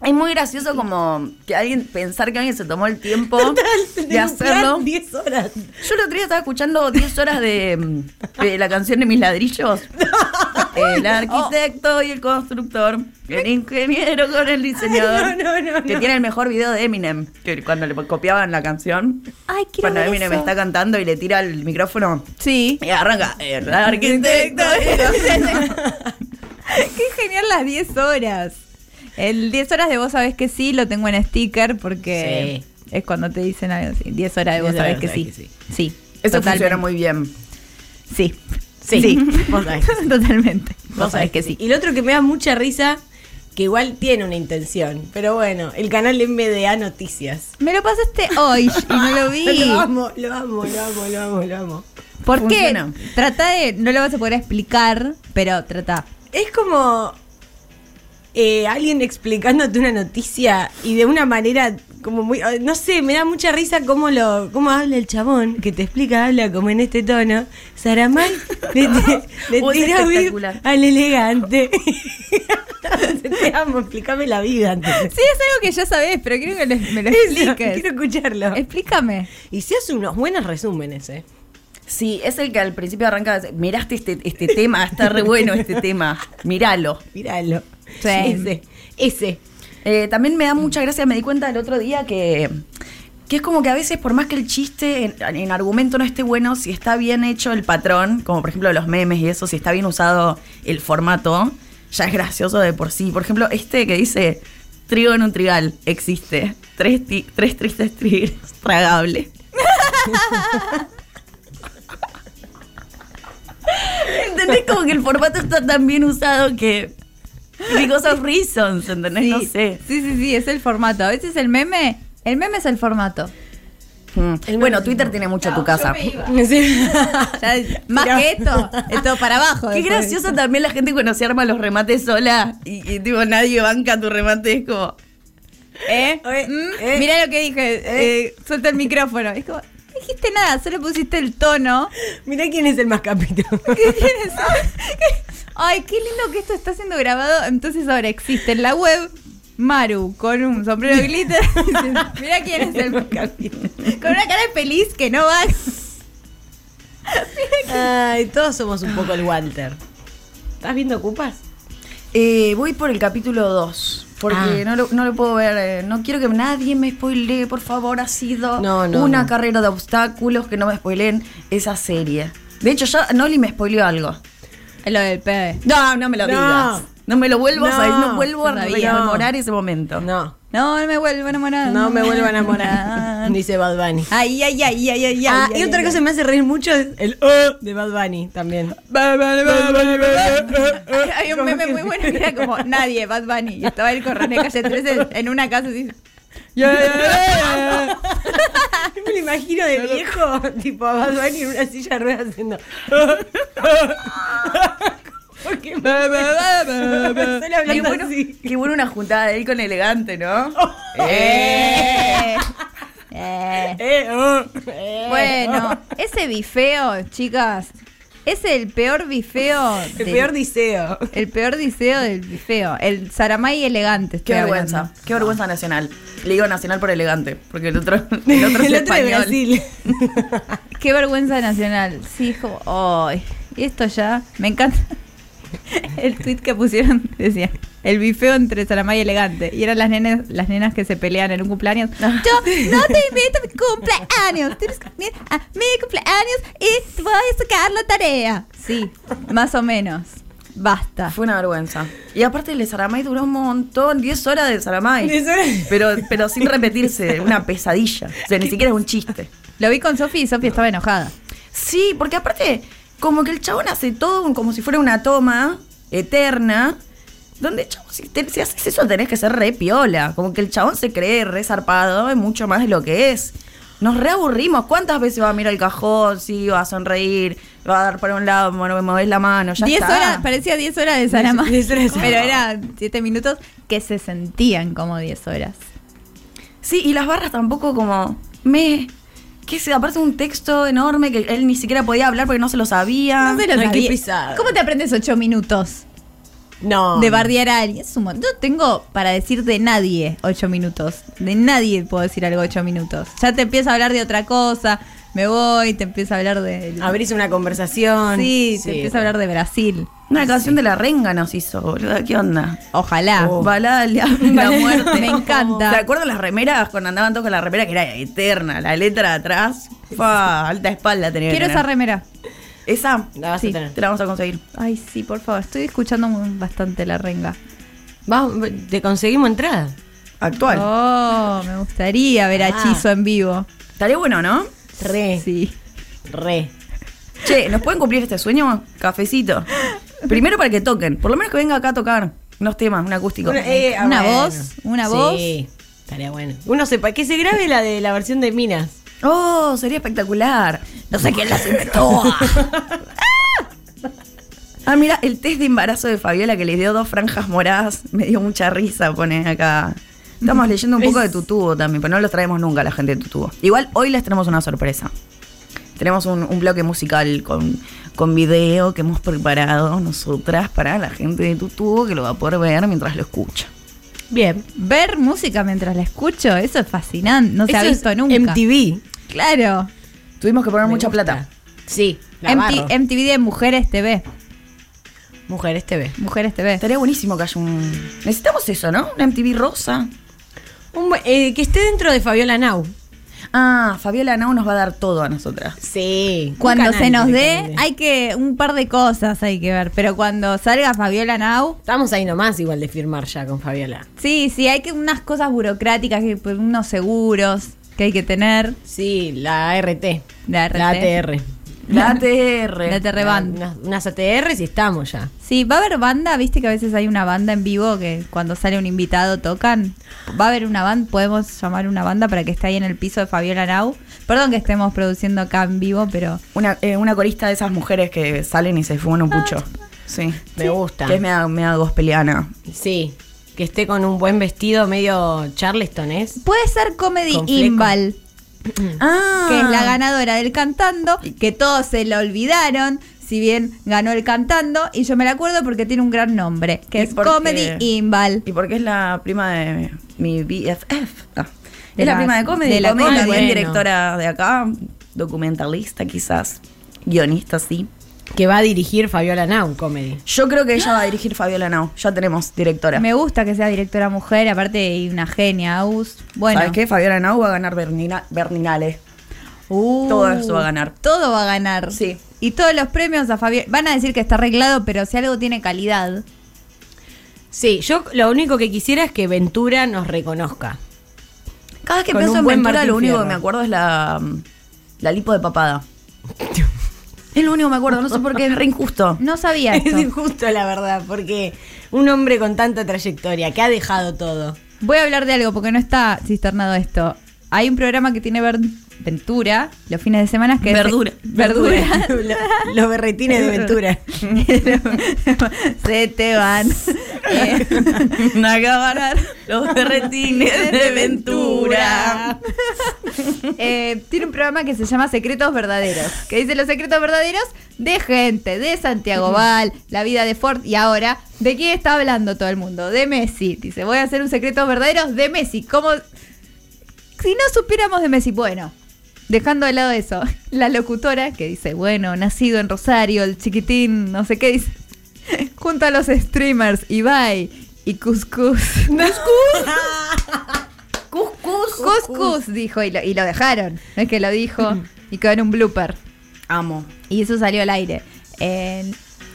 [SPEAKER 2] Es muy gracioso como que alguien pensar que alguien se tomó el tiempo de
[SPEAKER 4] Tenía un plan
[SPEAKER 2] hacerlo.
[SPEAKER 4] 10 horas.
[SPEAKER 2] Yo el otro día estaba escuchando 10 horas de, mm, de la canción de mis *laughs* ladrillos. El arquitecto y el constructor. El ingeniero con el diseñador.
[SPEAKER 4] Ay, no, no, no,
[SPEAKER 2] que
[SPEAKER 4] no.
[SPEAKER 2] tiene el mejor video de Eminem. Que cuando le copiaban la canción.
[SPEAKER 3] Ay, quiero
[SPEAKER 2] Cuando
[SPEAKER 3] ver
[SPEAKER 2] Eminem
[SPEAKER 3] eso.
[SPEAKER 2] está cantando y le tira el micrófono.
[SPEAKER 4] *laughs*
[SPEAKER 3] Sí.
[SPEAKER 2] Y arranca. El arquitecto.
[SPEAKER 3] Qué genial las 10 horas. El 10 horas de vos sabés que sí lo tengo en sticker porque es cuando te dicen algo así. 10 horas de vos
[SPEAKER 4] 10 horas
[SPEAKER 3] sabés que, sí.
[SPEAKER 4] sabés
[SPEAKER 3] Sí.
[SPEAKER 2] Eso
[SPEAKER 3] totalmente.
[SPEAKER 2] funciona muy bien.
[SPEAKER 3] Sí.
[SPEAKER 4] Sí. Vos sabés que
[SPEAKER 3] *laughs* totalmente.
[SPEAKER 4] Vos sabés que sí. Y el otro que me da mucha risa, que igual tiene una intención, pero bueno, el canal MDA Noticias.
[SPEAKER 3] Me lo pasaste hoy y no
[SPEAKER 4] *laughs*
[SPEAKER 3] lo vi.
[SPEAKER 4] Lo amo, lo amo, lo amo, lo amo, lo amo.
[SPEAKER 3] ¿Por
[SPEAKER 2] Funciona.
[SPEAKER 3] qué? Trata de. No lo vas a poder explicar, pero trata.
[SPEAKER 4] Es como eh, alguien explicándote una noticia y de una manera como muy... ay, No sé, me da mucha risa cómo, lo, cómo habla el chabón, que te explica, habla como en este tono. *laughs* Saramay le, le
[SPEAKER 2] Vos,
[SPEAKER 4] tira VIP
[SPEAKER 2] espectacular.
[SPEAKER 4] al elegante. *laughs* te amo, explícame la vida antes.
[SPEAKER 3] Sí, es algo que ya sabés, pero quiero que lo- me
[SPEAKER 4] *laughs*
[SPEAKER 3] lo
[SPEAKER 4] Eso,
[SPEAKER 3] expliques.
[SPEAKER 4] Quiero escucharlo.
[SPEAKER 3] Explícame.
[SPEAKER 4] Y se hace unos buenos resúmenes, ¿eh?
[SPEAKER 2] Sí, es el que al principio arranca. Miraste este, este tema. Está re bueno este tema. Míralo.
[SPEAKER 4] Míralo.
[SPEAKER 3] Sí.
[SPEAKER 4] Ese. Ese.
[SPEAKER 2] Eh, también me da mucha gracia, me di cuenta el otro día que, que es como que a veces, por más que el chiste en, en argumento no esté bueno, si está bien hecho el patrón, como por ejemplo los memes y eso, si está bien usado el formato, ya es gracioso de por sí. Por ejemplo, este que dice, trigo en un trigal, existe. Tres, ti- tres tristes trigos, *laughs* tragable. ¿Entendés? Como que el formato está tan bien usado que... Because of reasons, ¿entendés?
[SPEAKER 3] Sí,
[SPEAKER 2] no sé.
[SPEAKER 3] Sí, sí, sí, es el formato. A veces el meme, el meme es el formato.
[SPEAKER 2] Mm. Bueno, Twitter tiene mucho tu casa.
[SPEAKER 4] Sí.
[SPEAKER 3] *laughs* Ya es- más
[SPEAKER 4] Pero-
[SPEAKER 3] que esto, es todo para abajo.
[SPEAKER 2] Qué
[SPEAKER 3] después.
[SPEAKER 2] graciosa también la gente cuando se arma los remates sola y, y, tipo nadie banca tu remate, es como...
[SPEAKER 3] ¿Eh?
[SPEAKER 4] Oye,
[SPEAKER 3] ¿Mm?
[SPEAKER 4] eh.
[SPEAKER 3] Mirá lo que dije, eh, suelta el micrófono. Es como, no dijiste nada, solo pusiste el tono.
[SPEAKER 4] *laughs*
[SPEAKER 3] *laughs*
[SPEAKER 4] Mirá quién es el más capito.
[SPEAKER 3] ¿Qué tienes? Ay, qué lindo que esto está siendo grabado. Entonces ahora existe en la web Maru con un sombrero de glitter. *laughs* Mirá quién es
[SPEAKER 4] *laughs*
[SPEAKER 3] el más capito. Con una cara de feliz que no va.
[SPEAKER 4] Ay, todos somos un poco el Walter. ¿Estás viendo Cupas?
[SPEAKER 2] Eh, voy por el capítulo 2. Porque
[SPEAKER 4] Ah.
[SPEAKER 2] no, lo, no lo puedo ver, eh, no quiero que nadie me spoilee, por favor, ha sido
[SPEAKER 4] No, no,
[SPEAKER 2] una
[SPEAKER 4] no.
[SPEAKER 2] carrera de obstáculos que no me spoileen esa serie. De hecho, ya Noli me spoileó algo.
[SPEAKER 3] Lo del PB.
[SPEAKER 2] No, no me lo
[SPEAKER 4] No.
[SPEAKER 2] digas. No me lo vuelvo a
[SPEAKER 4] No.
[SPEAKER 2] decir, no vuelvo a
[SPEAKER 4] Sabía.
[SPEAKER 2] rememorar ese momento.
[SPEAKER 4] No,
[SPEAKER 3] No, no me vuelvo a enamorar.
[SPEAKER 4] no me vuelvo
[SPEAKER 3] *laughs*
[SPEAKER 4] a enamorar. Dice Bad Bunny.
[SPEAKER 3] Ay, ay, ay, ay, ay,
[SPEAKER 4] Ah,
[SPEAKER 3] ay.
[SPEAKER 4] y
[SPEAKER 3] ay,
[SPEAKER 4] otra
[SPEAKER 3] ay,
[SPEAKER 4] cosa que me hace reír mucho es el "Eh", de Bad Bunny también.
[SPEAKER 3] Hay- Hay un meme muy bueno que era como nadie, Bad Bunny. Y estaba el corrón de calle 13 en- en una casa así.
[SPEAKER 4] Yo me lo imagino de viejo, *laughs* tipo a Bad Bunny en una silla de ruedas haciendo. *laughs* Porque *laughs* suele
[SPEAKER 2] Qué
[SPEAKER 4] hablando
[SPEAKER 2] bueno,
[SPEAKER 4] así.
[SPEAKER 2] qué bueno una juntada de él con elegante, ¿no?
[SPEAKER 3] *laughs* Eh. Eh.
[SPEAKER 4] Eh, oh, eh,
[SPEAKER 3] Bueno,
[SPEAKER 4] oh.
[SPEAKER 3] ese bifeo, chicas, es el peor bifeo.
[SPEAKER 4] El
[SPEAKER 3] del-
[SPEAKER 4] peor diseo.
[SPEAKER 3] El peor diseo del bifeo. El Saramay elegante. estoy
[SPEAKER 2] Qué vergüenza,
[SPEAKER 3] hablando.
[SPEAKER 2] qué vergüenza nacional. Le digo nacional por elegante, porque el *laughs* otro, el otro es
[SPEAKER 4] El otro de
[SPEAKER 2] español.
[SPEAKER 3] *laughs*
[SPEAKER 4] Brasil.
[SPEAKER 3] Qué vergüenza nacional. Sí, hijo. Ay. Y esto ya. Me encanta. *laughs* El tweet que pusieron decía el bifeo entre Saramay y elegante. Y eran las nenas, las nenas que se pelean en un cumpleaños. Yo
[SPEAKER 2] Ah.
[SPEAKER 3] no te invito a mi cumpleaños. Tienes que venir a mi cumpleaños y te voy a sacar la tarea. Sí, más o menos. Basta.
[SPEAKER 2] Fue una vergüenza. Y aparte el de Saramay duró un montón, 10 horas de Saramay.
[SPEAKER 4] 10 horas.
[SPEAKER 2] Pero, pero sin repetirse, una pesadilla. O sea, ni siquiera es un chiste.
[SPEAKER 3] Lo vi con Sofi y Sofi estaba enojada.
[SPEAKER 2] Sí, porque aparte, como que el chabón hace todo un- como si fuera una toma eterna. Donde, chabón, si, te- si haces eso tenés que ser re piola. Como que el chabón se cree re zarpado, es mucho más de lo que es. Nos reaburrimos. ¿Cuántas veces va a mirar el cajón? Sí, va a sonreír, va a dar para un lado, bueno, me movés la mano, ya
[SPEAKER 3] 10
[SPEAKER 2] está.
[SPEAKER 3] horas, parecía 10 horas de Saramay.
[SPEAKER 4] 10 horas de
[SPEAKER 3] *laughs*
[SPEAKER 4] Saramay.
[SPEAKER 3] Pero eran 7 minutos que se sentían como 10 horas.
[SPEAKER 2] Sí, y las barras tampoco como me que se aparte un texto enorme que él ni siquiera podía hablar porque no se lo sabía.
[SPEAKER 3] Ah, No se lo
[SPEAKER 4] Ay, qué
[SPEAKER 3] sabía.
[SPEAKER 4] pesado.
[SPEAKER 3] ¿Cómo te aprendes 8 minutos
[SPEAKER 4] No.
[SPEAKER 3] de bardear a alguien? Es un montón. Yo tengo para decir de nadie 8 minutos. De nadie puedo decir algo 8 minutos. Ya te empieza a hablar de otra cosa, me voy, te empieza a hablar de.
[SPEAKER 4] Abrís una conversación.
[SPEAKER 3] Ah, Sí, te empieza a hablar de Brasil.
[SPEAKER 2] Una canción de la renga nos hizo, boludo. ¿Qué onda?
[SPEAKER 3] Ojalá.
[SPEAKER 2] Balada de la,
[SPEAKER 3] *laughs*
[SPEAKER 2] de la
[SPEAKER 3] Balada-
[SPEAKER 2] muerte.
[SPEAKER 3] Me encanta.
[SPEAKER 2] ¿Se acuerdan las remeras? Cuando andaban todos con la remera que era eterna, la letra de atrás. Fa, alta espalda tenía. que
[SPEAKER 3] Quiero
[SPEAKER 2] tener.
[SPEAKER 3] esa remera.
[SPEAKER 2] Esa
[SPEAKER 4] La vas
[SPEAKER 3] Sí.
[SPEAKER 4] a tener.
[SPEAKER 2] te la vamos a conseguir.
[SPEAKER 3] Ay, sí, por favor. Estoy escuchando bastante la renga.
[SPEAKER 4] Vamos, te conseguimos entrada.
[SPEAKER 2] Actual.
[SPEAKER 3] Oh, me gustaría ver a
[SPEAKER 4] Ah.
[SPEAKER 3] Chizo en vivo.
[SPEAKER 2] Estaría bueno, ¿no?
[SPEAKER 4] Re,
[SPEAKER 3] Sí.
[SPEAKER 4] re.
[SPEAKER 2] Che, ¿nos pueden cumplir este sueño? Cafecito. Primero para que toquen. Por lo menos que venga acá a tocar unos temas, un acústico.
[SPEAKER 3] Una voz, una voz.
[SPEAKER 4] eh, Sí, estaría bueno. Uno sepa que se grabe la de la versión de Minas.
[SPEAKER 2] Oh, sería espectacular. No sé quién las
[SPEAKER 4] *laughs*
[SPEAKER 2] inventó. Ah, mira, el test de embarazo de Fabiola que le dio dos franjas moradas me dio mucha risa, pone acá. Estamos leyendo un poco de tu tubo también, pero no los traemos nunca a la gente de tu tubo. Igual hoy les tenemos una sorpresa. Tenemos un, un bloque musical con, con video que hemos preparado nosotras para la gente de tu tubo que lo va a poder ver mientras lo escucha.
[SPEAKER 4] Bien.
[SPEAKER 3] Ver música mientras la escucho, eso es fascinante. No se ha
[SPEAKER 4] Eso
[SPEAKER 3] visto
[SPEAKER 4] es
[SPEAKER 3] nunca.
[SPEAKER 4] MTV.
[SPEAKER 3] Claro.
[SPEAKER 2] Tuvimos que poner
[SPEAKER 4] Me
[SPEAKER 2] mucha
[SPEAKER 4] gusta.
[SPEAKER 2] plata.
[SPEAKER 4] Sí, la barro.
[SPEAKER 3] MT- MTV de Mujeres TV.
[SPEAKER 4] Mujeres TV.
[SPEAKER 3] Mujeres TV.
[SPEAKER 2] Estaría buenísimo que haya un... Necesitamos eso, ¿no? Una MTV rosa.
[SPEAKER 4] Un bu- eh, que esté dentro de Fabiola Now.
[SPEAKER 2] Ah, Fabiola Nau nos va a dar todo a nosotras.
[SPEAKER 4] Sí.
[SPEAKER 3] Cuando se nos dé, hay que. Un par de cosas hay que ver. Pero cuando salga Fabiola Nau.
[SPEAKER 4] Estamos ahí nomás igual de firmar ya con Fabiola.
[SPEAKER 3] Sí, sí, hay que unas cosas burocráticas, que, pues, unos seguros que hay que tener.
[SPEAKER 4] Sí, la RT.
[SPEAKER 3] La RT.
[SPEAKER 4] La ATR.
[SPEAKER 2] La ATR.
[SPEAKER 3] La ATR banda.
[SPEAKER 4] Unas, unas ATRs y estamos ya.
[SPEAKER 3] Sí, va a haber banda, viste que a veces hay una banda en vivo que cuando sale un invitado tocan. Va a haber una banda, podemos llamar una banda para que esté ahí en el piso de Fabiola Arau. Perdón que estemos produciendo acá en vivo, pero
[SPEAKER 2] Una, eh, una corista de esas mujeres que salen y se fuman un pucho. Sí.
[SPEAKER 4] Me gusta.
[SPEAKER 2] Que es mea, mea gospeliana.
[SPEAKER 4] Sí. Que esté con un buen vestido medio Charleston, ¿es?
[SPEAKER 3] puede ser Comedy
[SPEAKER 4] Con fleco.
[SPEAKER 3] Inval,
[SPEAKER 2] Ah.
[SPEAKER 3] que es la ganadora del cantando, que todos se la olvidaron. Si bien ganó el cantando, y yo me la acuerdo porque tiene un gran nombre, que
[SPEAKER 2] Y
[SPEAKER 3] es
[SPEAKER 2] porque-
[SPEAKER 3] Comedy Inval.
[SPEAKER 2] Y porque es la prima de mi BFF. Ah.
[SPEAKER 3] De
[SPEAKER 2] Es la,
[SPEAKER 3] la-
[SPEAKER 2] prima de Comedy.
[SPEAKER 3] de la
[SPEAKER 2] Comedy
[SPEAKER 4] Comedy.
[SPEAKER 2] también
[SPEAKER 4] Bueno.
[SPEAKER 2] directora de acá. Documentalista quizás. Guionista, sí.
[SPEAKER 4] Que va a dirigir Fabiola Now Comedy.
[SPEAKER 2] Yo creo que ella va a dirigir Fabiola Nau. Ya tenemos directora.
[SPEAKER 3] Me gusta que sea directora mujer, aparte y una genia, Aus. Bueno,
[SPEAKER 2] ¿Sabes qué? Fabiola Nau va a ganar Bernina, Berninale.
[SPEAKER 3] Uh,
[SPEAKER 2] Todo eso va a ganar.
[SPEAKER 3] Todo va a ganar.
[SPEAKER 2] Sí.
[SPEAKER 3] Y todos los premios a Fabián. Van a decir que está arreglado, pero si algo tiene calidad.
[SPEAKER 4] Sí, yo lo único que quisiera es que Ventura nos reconozca.
[SPEAKER 2] Cada vez que
[SPEAKER 4] Con
[SPEAKER 2] pienso
[SPEAKER 4] un
[SPEAKER 2] en
[SPEAKER 4] buen
[SPEAKER 2] Ventura,
[SPEAKER 4] Martín
[SPEAKER 2] lo único
[SPEAKER 4] Fierro.
[SPEAKER 2] que me acuerdo es la, mm, la lipo de papada. Es lo único que me acuerdo, no sé por qué, es re injusto.
[SPEAKER 3] No sabía
[SPEAKER 4] *laughs* Es
[SPEAKER 3] esto.
[SPEAKER 4] injusto, la verdad, porque un hombre con tanta trayectoria, que ha
[SPEAKER 2] *laughs*
[SPEAKER 4] dejado todo.
[SPEAKER 3] Voy a hablar de algo porque no está cisternado esto. Hay un programa que tiene ver- Ventura los fines de semana que es-
[SPEAKER 2] Verdura.
[SPEAKER 3] Verdura.
[SPEAKER 4] Lo- los berretines de Ventura.
[SPEAKER 3] *laughs* Se te van. Eh, *laughs*
[SPEAKER 2] Acabarán los *laughs* derretines de Ventura.
[SPEAKER 3] eh, tiene un programa que se llama Secretos Verdaderos, que dice los secretos verdaderos de gente, de Santiago Val, la vida de Ford y ahora, ¿de quién está hablando todo el mundo? De Messi. Dice, voy a hacer un secreto verdadero de Messi. ¿Cómo? Si no supiéramos de Messi, bueno. Dejando de lado eso, la locutora que dice, bueno, nacido en Rosario, el chiquitín, no sé qué dice, *laughs* junto a los streamers Ibai y Cuscus. *laughs*
[SPEAKER 4] Cuscus.
[SPEAKER 3] Cuscus dijo y lo, y lo dejaron. No es que lo dijo y quedó en un blooper.
[SPEAKER 2] Amo.
[SPEAKER 3] Y eso salió al aire. Eh,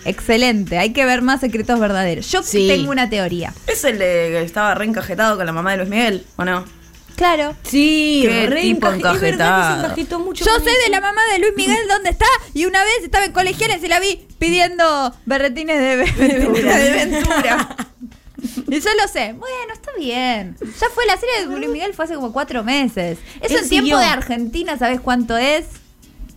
[SPEAKER 3] excelente. Hay que ver más secretos verdaderos. Yo
[SPEAKER 4] Sí.
[SPEAKER 3] tengo una teoría.
[SPEAKER 2] ¿Es el de que estaba re encajetado con la mamá de Luis Miguel? ¿O no?
[SPEAKER 3] Claro.
[SPEAKER 4] Sí,
[SPEAKER 2] Qué
[SPEAKER 4] re
[SPEAKER 2] tipo
[SPEAKER 4] encaje- es verdad que se
[SPEAKER 2] encajetado.
[SPEAKER 4] encajetó mucho
[SPEAKER 3] Yo
[SPEAKER 4] con
[SPEAKER 3] sé
[SPEAKER 4] eso.
[SPEAKER 3] de la mamá de Luis Miguel dónde está y una vez estaba en colegiales y la vi pidiendo berretines de Ventura. De Ventura. Y yo lo sé. Bueno, está bien. Ya fue la serie de Luis Miguel fue hace como cuatro meses. Eso
[SPEAKER 4] Él
[SPEAKER 3] en tiempo
[SPEAKER 4] siguió.
[SPEAKER 3] de Argentina, ¿sabes cuánto es?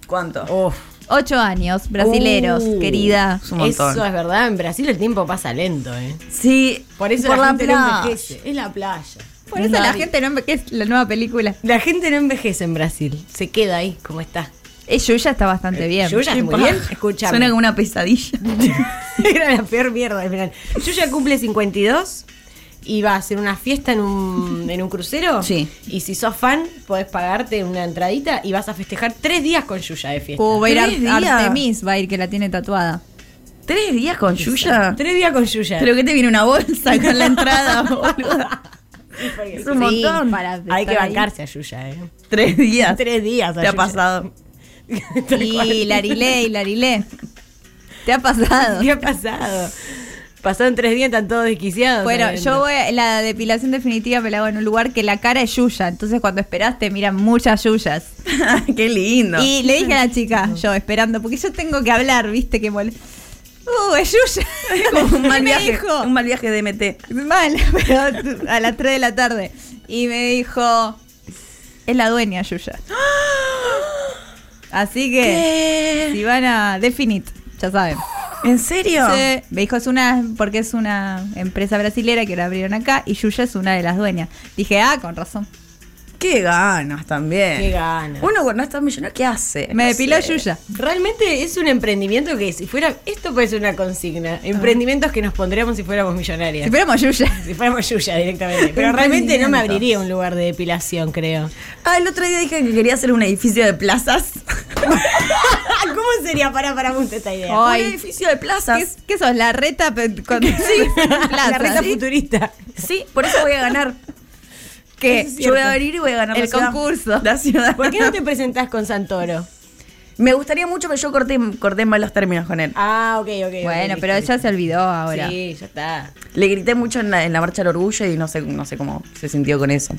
[SPEAKER 2] ¿Cuánto?
[SPEAKER 4] Uf.
[SPEAKER 3] Ocho años, brasileros,
[SPEAKER 4] Uh,
[SPEAKER 3] querida.
[SPEAKER 2] Es un montón.
[SPEAKER 4] Eso es verdad, en Brasil el tiempo pasa lento, ¿eh?
[SPEAKER 2] Sí,
[SPEAKER 4] Por eso
[SPEAKER 2] por
[SPEAKER 4] la,
[SPEAKER 2] la
[SPEAKER 4] gente no
[SPEAKER 2] playa.
[SPEAKER 4] envejece. Es la playa.
[SPEAKER 3] Por eso la gente no envejece la nueva película.
[SPEAKER 4] La gente no envejece en Brasil. Se queda ahí como está.
[SPEAKER 3] Eh, Yuya está bastante bien.
[SPEAKER 4] Yuya está muy bien. Escuchame.
[SPEAKER 2] Suena como una pesadilla.
[SPEAKER 4] *laughs* Era la peor mierda del verano. Yuya cumple 52 y va a hacer una fiesta en un, en un crucero.
[SPEAKER 2] Sí.
[SPEAKER 4] Y si sos fan, podés pagarte una entradita y vas a festejar tres días con Yuya de fiesta.
[SPEAKER 3] O va a ir
[SPEAKER 2] Tres
[SPEAKER 3] Ar-
[SPEAKER 2] días.
[SPEAKER 3] Artemis, va a ir que la tiene tatuada.
[SPEAKER 2] ¿Tres días con Yuya?
[SPEAKER 4] Tres días con Yuya.
[SPEAKER 2] Pero que te viene una bolsa con la *laughs* entrada,
[SPEAKER 3] *laughs*
[SPEAKER 2] boluda. Es un
[SPEAKER 3] Sí,
[SPEAKER 2] montón.
[SPEAKER 3] para
[SPEAKER 4] Hay
[SPEAKER 3] estar
[SPEAKER 4] que
[SPEAKER 3] ahí.
[SPEAKER 4] bancarse a Yuya, ¿eh?
[SPEAKER 2] Tres días.
[SPEAKER 4] Tres días. a
[SPEAKER 2] Te ha
[SPEAKER 4] Yuya.
[SPEAKER 2] pasado.
[SPEAKER 4] *laughs* Tal
[SPEAKER 3] Y
[SPEAKER 4] cual. *laughs*
[SPEAKER 3] Larilé, y Larilé. Te ha pasado.
[SPEAKER 4] ¿Qué ha pasado? Pasaron tres días, están todos desquiciados.
[SPEAKER 3] Bueno,
[SPEAKER 4] adentro.
[SPEAKER 3] yo voy a- la depilación definitiva me la hago en un lugar que la cara es Yuya. Entonces cuando esperas te miran muchas Yuyas.
[SPEAKER 2] *laughs* Qué lindo.
[SPEAKER 3] Y le dije a la chica, yo esperando, porque yo tengo que hablar, viste, que mol... Uh, es Yuya.
[SPEAKER 2] como un
[SPEAKER 3] *laughs* Y
[SPEAKER 2] mal
[SPEAKER 3] me
[SPEAKER 2] viaje.
[SPEAKER 3] dijo,
[SPEAKER 2] Un mal viaje de MT.
[SPEAKER 3] Mal, *laughs* pero a las 3 de la tarde. Y me dijo, es la dueña Yuya. Así que, si van a Definite, ya saben.
[SPEAKER 2] ¿En serio?
[SPEAKER 3] Sí, me dijo, es una, porque es una empresa brasilera que la abrieron acá y Yuya es una de las dueñas. Dije, ah, con razón.
[SPEAKER 2] Qué ganas también.
[SPEAKER 4] Qué ganas.
[SPEAKER 2] Uno cuando está millonario, ¿qué hace?
[SPEAKER 3] Me
[SPEAKER 2] No
[SPEAKER 3] depiló
[SPEAKER 2] sé.
[SPEAKER 3] Yuya.
[SPEAKER 4] Realmente es un emprendimiento que si fuera... Esto puede ser una consigna. Emprendimientos que nos pondríamos si fuéramos millonarias.
[SPEAKER 3] Si fuéramos Yuya.
[SPEAKER 4] Si fuéramos Yuya *laughs* directamente. Pero realmente no me abriría un lugar de depilación, creo.
[SPEAKER 2] Ah, el otro día dije que quería hacer un edificio de
[SPEAKER 3] *laughs*
[SPEAKER 2] plazas.
[SPEAKER 4] Ah, ¿Cómo sería? Para, para, me gusta esta idea.
[SPEAKER 3] Ay.
[SPEAKER 2] un edificio de plazas.
[SPEAKER 3] ¿Qué, qué sos? ¿La reta pe-
[SPEAKER 2] *laughs*
[SPEAKER 3] con *laughs* sí,
[SPEAKER 4] *laughs* La reta futurista.
[SPEAKER 2] Sí, por eso voy a ganar.
[SPEAKER 3] Que
[SPEAKER 2] Yo voy a venir y voy a ganar
[SPEAKER 3] El
[SPEAKER 2] la ciudad.
[SPEAKER 3] concurso.
[SPEAKER 2] La *laughs* ciudad.
[SPEAKER 4] ¿Por qué no te presentás con Santoro?
[SPEAKER 2] Me gustaría mucho, pero yo corté, corté en malos términos con él.
[SPEAKER 4] Ah, ok, ok. ok,
[SPEAKER 3] Bueno,
[SPEAKER 4] listo,
[SPEAKER 3] pero
[SPEAKER 4] listo.
[SPEAKER 3] ya se olvidó ahora.
[SPEAKER 4] Sí, ya está.
[SPEAKER 2] Le grité mucho en la, en la marcha del orgullo y no sé, no sé cómo se sintió con eso.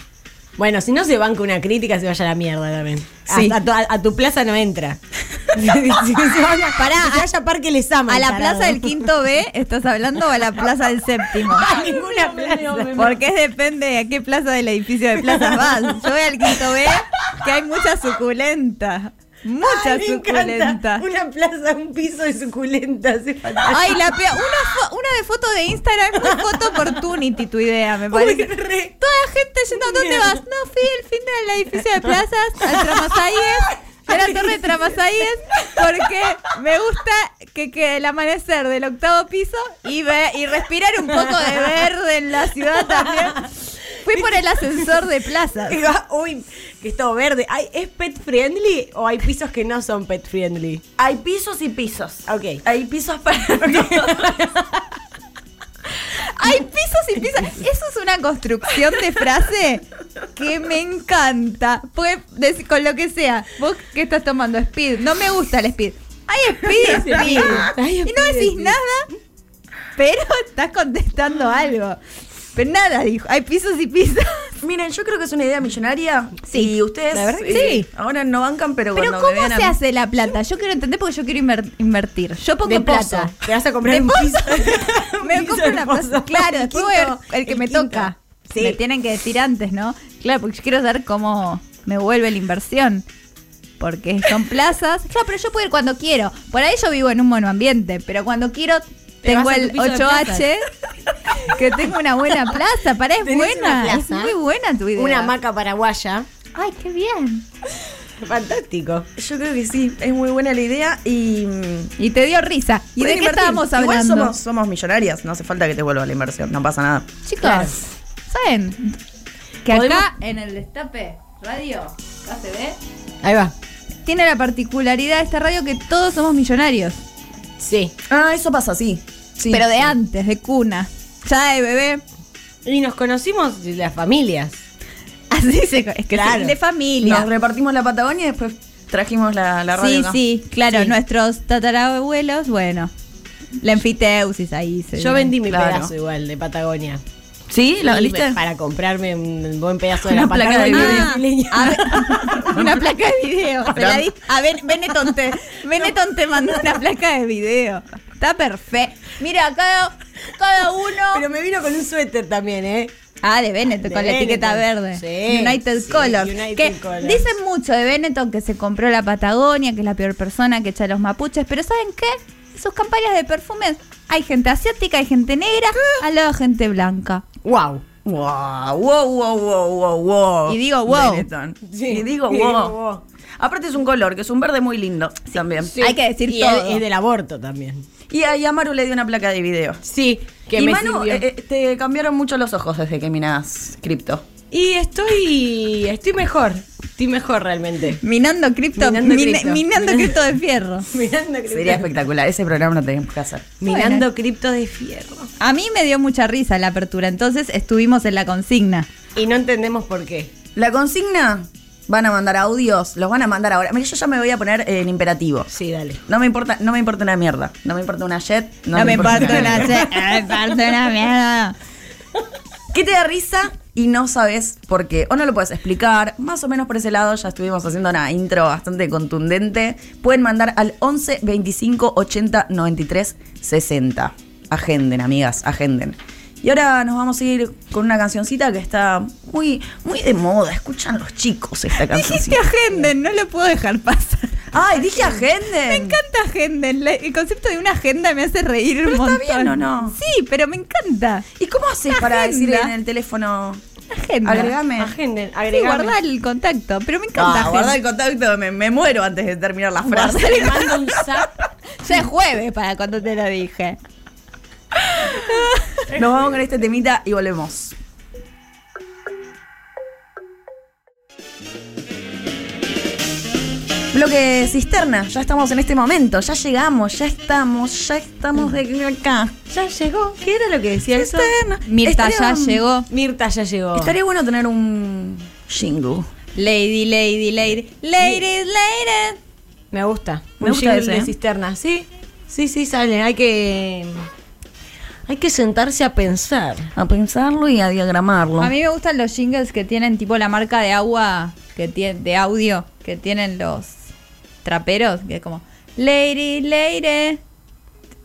[SPEAKER 4] Bueno, si no se banca una crítica, se vaya a la mierda también.
[SPEAKER 2] Sí.
[SPEAKER 4] A, a tu, a- a tu plaza no *laughs* entra. Si- si se vaya,
[SPEAKER 3] Pará,
[SPEAKER 4] que se vaya a Parque les ama.
[SPEAKER 3] ¿A la plaza del quinto B estás hablando o a la plaza del séptimo?
[SPEAKER 4] *laughs* A ninguna plaza.
[SPEAKER 3] Porque depende de a qué plaza del edificio de plazas
[SPEAKER 4] *laughs*
[SPEAKER 3] vas. Yo voy al quinto B, que hay muchas suculentas. Muchas
[SPEAKER 4] Ay, me encanta.
[SPEAKER 3] suculentas.
[SPEAKER 4] Una plaza, un piso de suculenta. hace falta.
[SPEAKER 3] Ay, la peor. Una, fo- una de foto de Instagram es muy foto opportunity tu idea, me
[SPEAKER 4] Uy,
[SPEAKER 3] parece.
[SPEAKER 4] Oh re.
[SPEAKER 3] Toda la gente yendo, ¿a dónde vas? No, fui el fin del edificio de plazas, al Tramasaíes, a la torre de Tramasaíes, porque me gusta que quede el amanecer del octavo piso y, ve- y respirar un poco de verde en la ciudad también. Fui por el ascensor de plazas.
[SPEAKER 4] Y va, Uy, que es todo verde. Ay, ¿Es pet friendly o hay pisos que no son pet friendly?
[SPEAKER 2] Hay pisos y pisos.
[SPEAKER 4] Ok.
[SPEAKER 2] Hay pisos
[SPEAKER 4] *laughs*
[SPEAKER 2] para todos.
[SPEAKER 3] Hay pisos y pisos. Eso es una construcción de frase que me encanta. Puede decir con lo que sea. Vos qué estás tomando speed. No me gusta el speed. Hay speed.
[SPEAKER 4] Hay
[SPEAKER 3] y no decís
[SPEAKER 4] speed.
[SPEAKER 3] nada, pero *laughs* estás contestando algo. Pero nada, dijo. Hay pisos y pisos.
[SPEAKER 2] Miren, yo creo que es una idea millonaria.
[SPEAKER 3] Sí.
[SPEAKER 2] Y ustedes
[SPEAKER 3] La verdad que
[SPEAKER 2] eh,
[SPEAKER 3] sí.
[SPEAKER 2] ahora no bancan, pero,
[SPEAKER 3] Pero
[SPEAKER 2] cuando me
[SPEAKER 3] ¿cómo
[SPEAKER 2] vean
[SPEAKER 3] se
[SPEAKER 2] a-
[SPEAKER 3] hace la plata? Yo quiero entender porque yo quiero inver- invertir. Yo pongo
[SPEAKER 4] De
[SPEAKER 3] plata.
[SPEAKER 4] pozo. Te vas a comprar
[SPEAKER 3] De
[SPEAKER 4] un piso.
[SPEAKER 3] *laughs* Me
[SPEAKER 4] Un piso
[SPEAKER 3] compro
[SPEAKER 4] de
[SPEAKER 3] la plaza.
[SPEAKER 4] pozo.
[SPEAKER 3] Claro,
[SPEAKER 4] El
[SPEAKER 3] después voy a ver
[SPEAKER 4] quinto,
[SPEAKER 3] el que
[SPEAKER 4] el
[SPEAKER 3] me
[SPEAKER 4] quinto.
[SPEAKER 3] toca.
[SPEAKER 4] Sí.
[SPEAKER 3] Me tienen que decir antes, ¿no? Claro, porque yo quiero saber cómo me vuelve la inversión. Porque son plazas. Claro, pero yo puedo ir cuando quiero. Por ahí yo vivo en un monoambiente, pero cuando quiero
[SPEAKER 4] Te
[SPEAKER 3] tengo
[SPEAKER 4] vas a tu
[SPEAKER 3] el
[SPEAKER 4] piso de
[SPEAKER 3] 8H, *laughs* que tengo una buena plaza. Para, es
[SPEAKER 4] Tenés una
[SPEAKER 3] buena. Es
[SPEAKER 4] plaza.
[SPEAKER 3] muy buena tu idea.
[SPEAKER 4] *laughs* Una hamaca paraguaya.
[SPEAKER 3] Ay, qué bien.
[SPEAKER 4] Fantástico.
[SPEAKER 2] Yo creo que sí, es muy buena la idea y... mm,
[SPEAKER 3] Y te dio risa. ¿Y de
[SPEAKER 2] pueden
[SPEAKER 3] qué
[SPEAKER 2] invertir.
[SPEAKER 3] estábamos hablando?
[SPEAKER 2] Igual somos, somos millonarias, no hace falta que te vuelva la inversión, no pasa nada.
[SPEAKER 3] Chicos,
[SPEAKER 4] Claro.
[SPEAKER 3] ¿saben? Que
[SPEAKER 4] Podemos-
[SPEAKER 3] acá en el destape radio, acá se ve,
[SPEAKER 4] Ahí va.
[SPEAKER 3] tiene la particularidad esta radio que todos somos millonarios.
[SPEAKER 4] Sí.
[SPEAKER 2] Ah, eso pasa, sí. Sí.
[SPEAKER 3] pero de antes, de cuna. Ya de bebé.
[SPEAKER 4] Y nos conocimos de las familias.
[SPEAKER 3] *laughs* Así se es que
[SPEAKER 4] Claro.
[SPEAKER 3] de familia.
[SPEAKER 2] Nos repartimos la Patagonia y después trajimos la, la radio
[SPEAKER 3] sí,
[SPEAKER 2] acá.
[SPEAKER 3] sí, claro,
[SPEAKER 4] Sí.
[SPEAKER 3] nuestros tatarabuelos, bueno. La enfiteusis ahí se
[SPEAKER 4] Yo vendí mi
[SPEAKER 2] Claro.
[SPEAKER 4] pedazo igual de Patagonia.
[SPEAKER 2] ¿Sí? ¿La
[SPEAKER 4] Y
[SPEAKER 2] lista?
[SPEAKER 4] Para comprarme un buen pedazo de
[SPEAKER 2] Una
[SPEAKER 4] la
[SPEAKER 2] placa de
[SPEAKER 4] Patagonia.
[SPEAKER 2] video.
[SPEAKER 3] Ah,
[SPEAKER 4] *laughs* brasileña.
[SPEAKER 3] a ver- *laughs* una placa de video. Se la di- a ver, Benetton te, Benetton te mandó una placa de video. Está perfecto. Mira, cada, cada uno.
[SPEAKER 4] Pero me vino con un suéter también, ¿eh?
[SPEAKER 3] Ah, de Benetton,
[SPEAKER 4] De
[SPEAKER 3] con la etiqueta
[SPEAKER 4] Benetton.
[SPEAKER 3] verde.
[SPEAKER 4] Sí,
[SPEAKER 3] United
[SPEAKER 4] sí,
[SPEAKER 3] Colors.
[SPEAKER 4] United
[SPEAKER 3] que
[SPEAKER 4] Colors.
[SPEAKER 3] dicen mucho de Benetton que se compró la Patagonia, que es la peor persona, que echa a los mapuches, pero ¿saben qué? En Sus campañas de perfumes hay gente asiática, hay gente negra, al lado gente blanca.
[SPEAKER 4] ¡Wow!
[SPEAKER 2] Wow, wow, wow, wow, wow, wow.
[SPEAKER 3] Y digo, wow.
[SPEAKER 2] Benetton.
[SPEAKER 4] Sí,
[SPEAKER 2] Y digo,
[SPEAKER 4] y
[SPEAKER 2] wow.
[SPEAKER 4] digo, wow.
[SPEAKER 2] Aparte es un color, que es un verde muy lindo también.
[SPEAKER 3] Hay que decir
[SPEAKER 4] y
[SPEAKER 3] todo.
[SPEAKER 4] el- y del aborto también.
[SPEAKER 2] Y a, y a Maru le dio una placa de video.
[SPEAKER 4] Sí, que
[SPEAKER 2] y
[SPEAKER 4] me
[SPEAKER 2] Manu,
[SPEAKER 4] sirvió.
[SPEAKER 2] eh, eh, te cambiaron mucho los ojos desde que miras cripto.
[SPEAKER 4] Y estoy. Estoy mejor. Estoy mejor realmente. *laughs*
[SPEAKER 3] Minando cripto,
[SPEAKER 4] Minando
[SPEAKER 3] min-
[SPEAKER 4] cripto.
[SPEAKER 3] minando cripto de *laughs* fierro.
[SPEAKER 4] Mirando cripto.
[SPEAKER 2] Sería espectacular, ese programa lo tenemos que hacer.
[SPEAKER 4] Mirando
[SPEAKER 3] Bueno.
[SPEAKER 4] cripto de fierro.
[SPEAKER 3] A mí me dio mucha risa la apertura, entonces estuvimos en la consigna.
[SPEAKER 4] Y no entendemos por qué.
[SPEAKER 2] La consigna, van a mandar audios, los van a mandar ahora. Mira, yo ya me voy a poner en imperativo.
[SPEAKER 4] Sí, dale.
[SPEAKER 2] No me importa, no me importa una mierda. No me importa una jet.
[SPEAKER 3] No, me parto
[SPEAKER 2] *laughs*
[SPEAKER 3] la
[SPEAKER 2] mierda.
[SPEAKER 3] se- me parto la mierda.
[SPEAKER 2] ¿Qué te da risa y no sabes por qué? O no lo puedes explicar. Más o menos por ese lado ya estuvimos haciendo una intro bastante contundente. Pueden mandar al 11 25 80 93 60. Agenden, amigas, agenden. Y ahora nos vamos a ir con una cancioncita que está muy, muy de moda. Escuchan los chicos esta
[SPEAKER 3] Dijiste
[SPEAKER 2] cancioncita.
[SPEAKER 3] agenden, no lo puedo dejar pasar.
[SPEAKER 2] ¡Ay, dije agenden!
[SPEAKER 3] Me encanta agenden, la- el concepto de una agenda me hace reír un
[SPEAKER 2] Pero está
[SPEAKER 3] montón.
[SPEAKER 2] bien, ¿o no?
[SPEAKER 3] Sí, pero me encanta.
[SPEAKER 2] ¿Y cómo haces
[SPEAKER 3] Una
[SPEAKER 2] para
[SPEAKER 3] agenda.
[SPEAKER 2] decir en el teléfono?
[SPEAKER 3] Agenda.
[SPEAKER 2] Agregame.
[SPEAKER 4] Agenden,
[SPEAKER 3] Sí,
[SPEAKER 4] agregame.
[SPEAKER 3] guardar el contacto, pero me encanta
[SPEAKER 2] Ah, guarda el
[SPEAKER 3] agenda.
[SPEAKER 2] contacto, me, me muero antes de terminar la frase.
[SPEAKER 3] Guardar el-
[SPEAKER 4] Te
[SPEAKER 2] *laughs*
[SPEAKER 4] mando un zap.
[SPEAKER 3] Ya es jueves para cuando te lo dije.
[SPEAKER 2] Nos vamos con este temita y volvemos. Bloque cisterna, ya estamos en este momento, ya llegamos, ya estamos, ya estamos de acá.
[SPEAKER 4] Ya llegó. ¿Qué era lo que decía eso?
[SPEAKER 2] Cisterna.
[SPEAKER 3] Mirta
[SPEAKER 2] Estaría-
[SPEAKER 3] ya llegó.
[SPEAKER 4] Mirta ya llegó.
[SPEAKER 2] Estaría bueno tener un jingle.
[SPEAKER 3] Lady, lady, lady. Ladies, ladies.
[SPEAKER 4] Me gusta.
[SPEAKER 2] Me
[SPEAKER 4] un
[SPEAKER 2] gusta
[SPEAKER 4] jingle
[SPEAKER 2] ese,
[SPEAKER 4] de
[SPEAKER 2] ¿eh?
[SPEAKER 4] cisterna. Sí, sí, sí, sale. Hay que. Hay que sentarse a pensar.
[SPEAKER 2] A pensarlo y a diagramarlo.
[SPEAKER 3] A mí me gustan los jingles que tienen tipo la marca de agua que tiene de audio que tienen los traperos, que es como Lady Lady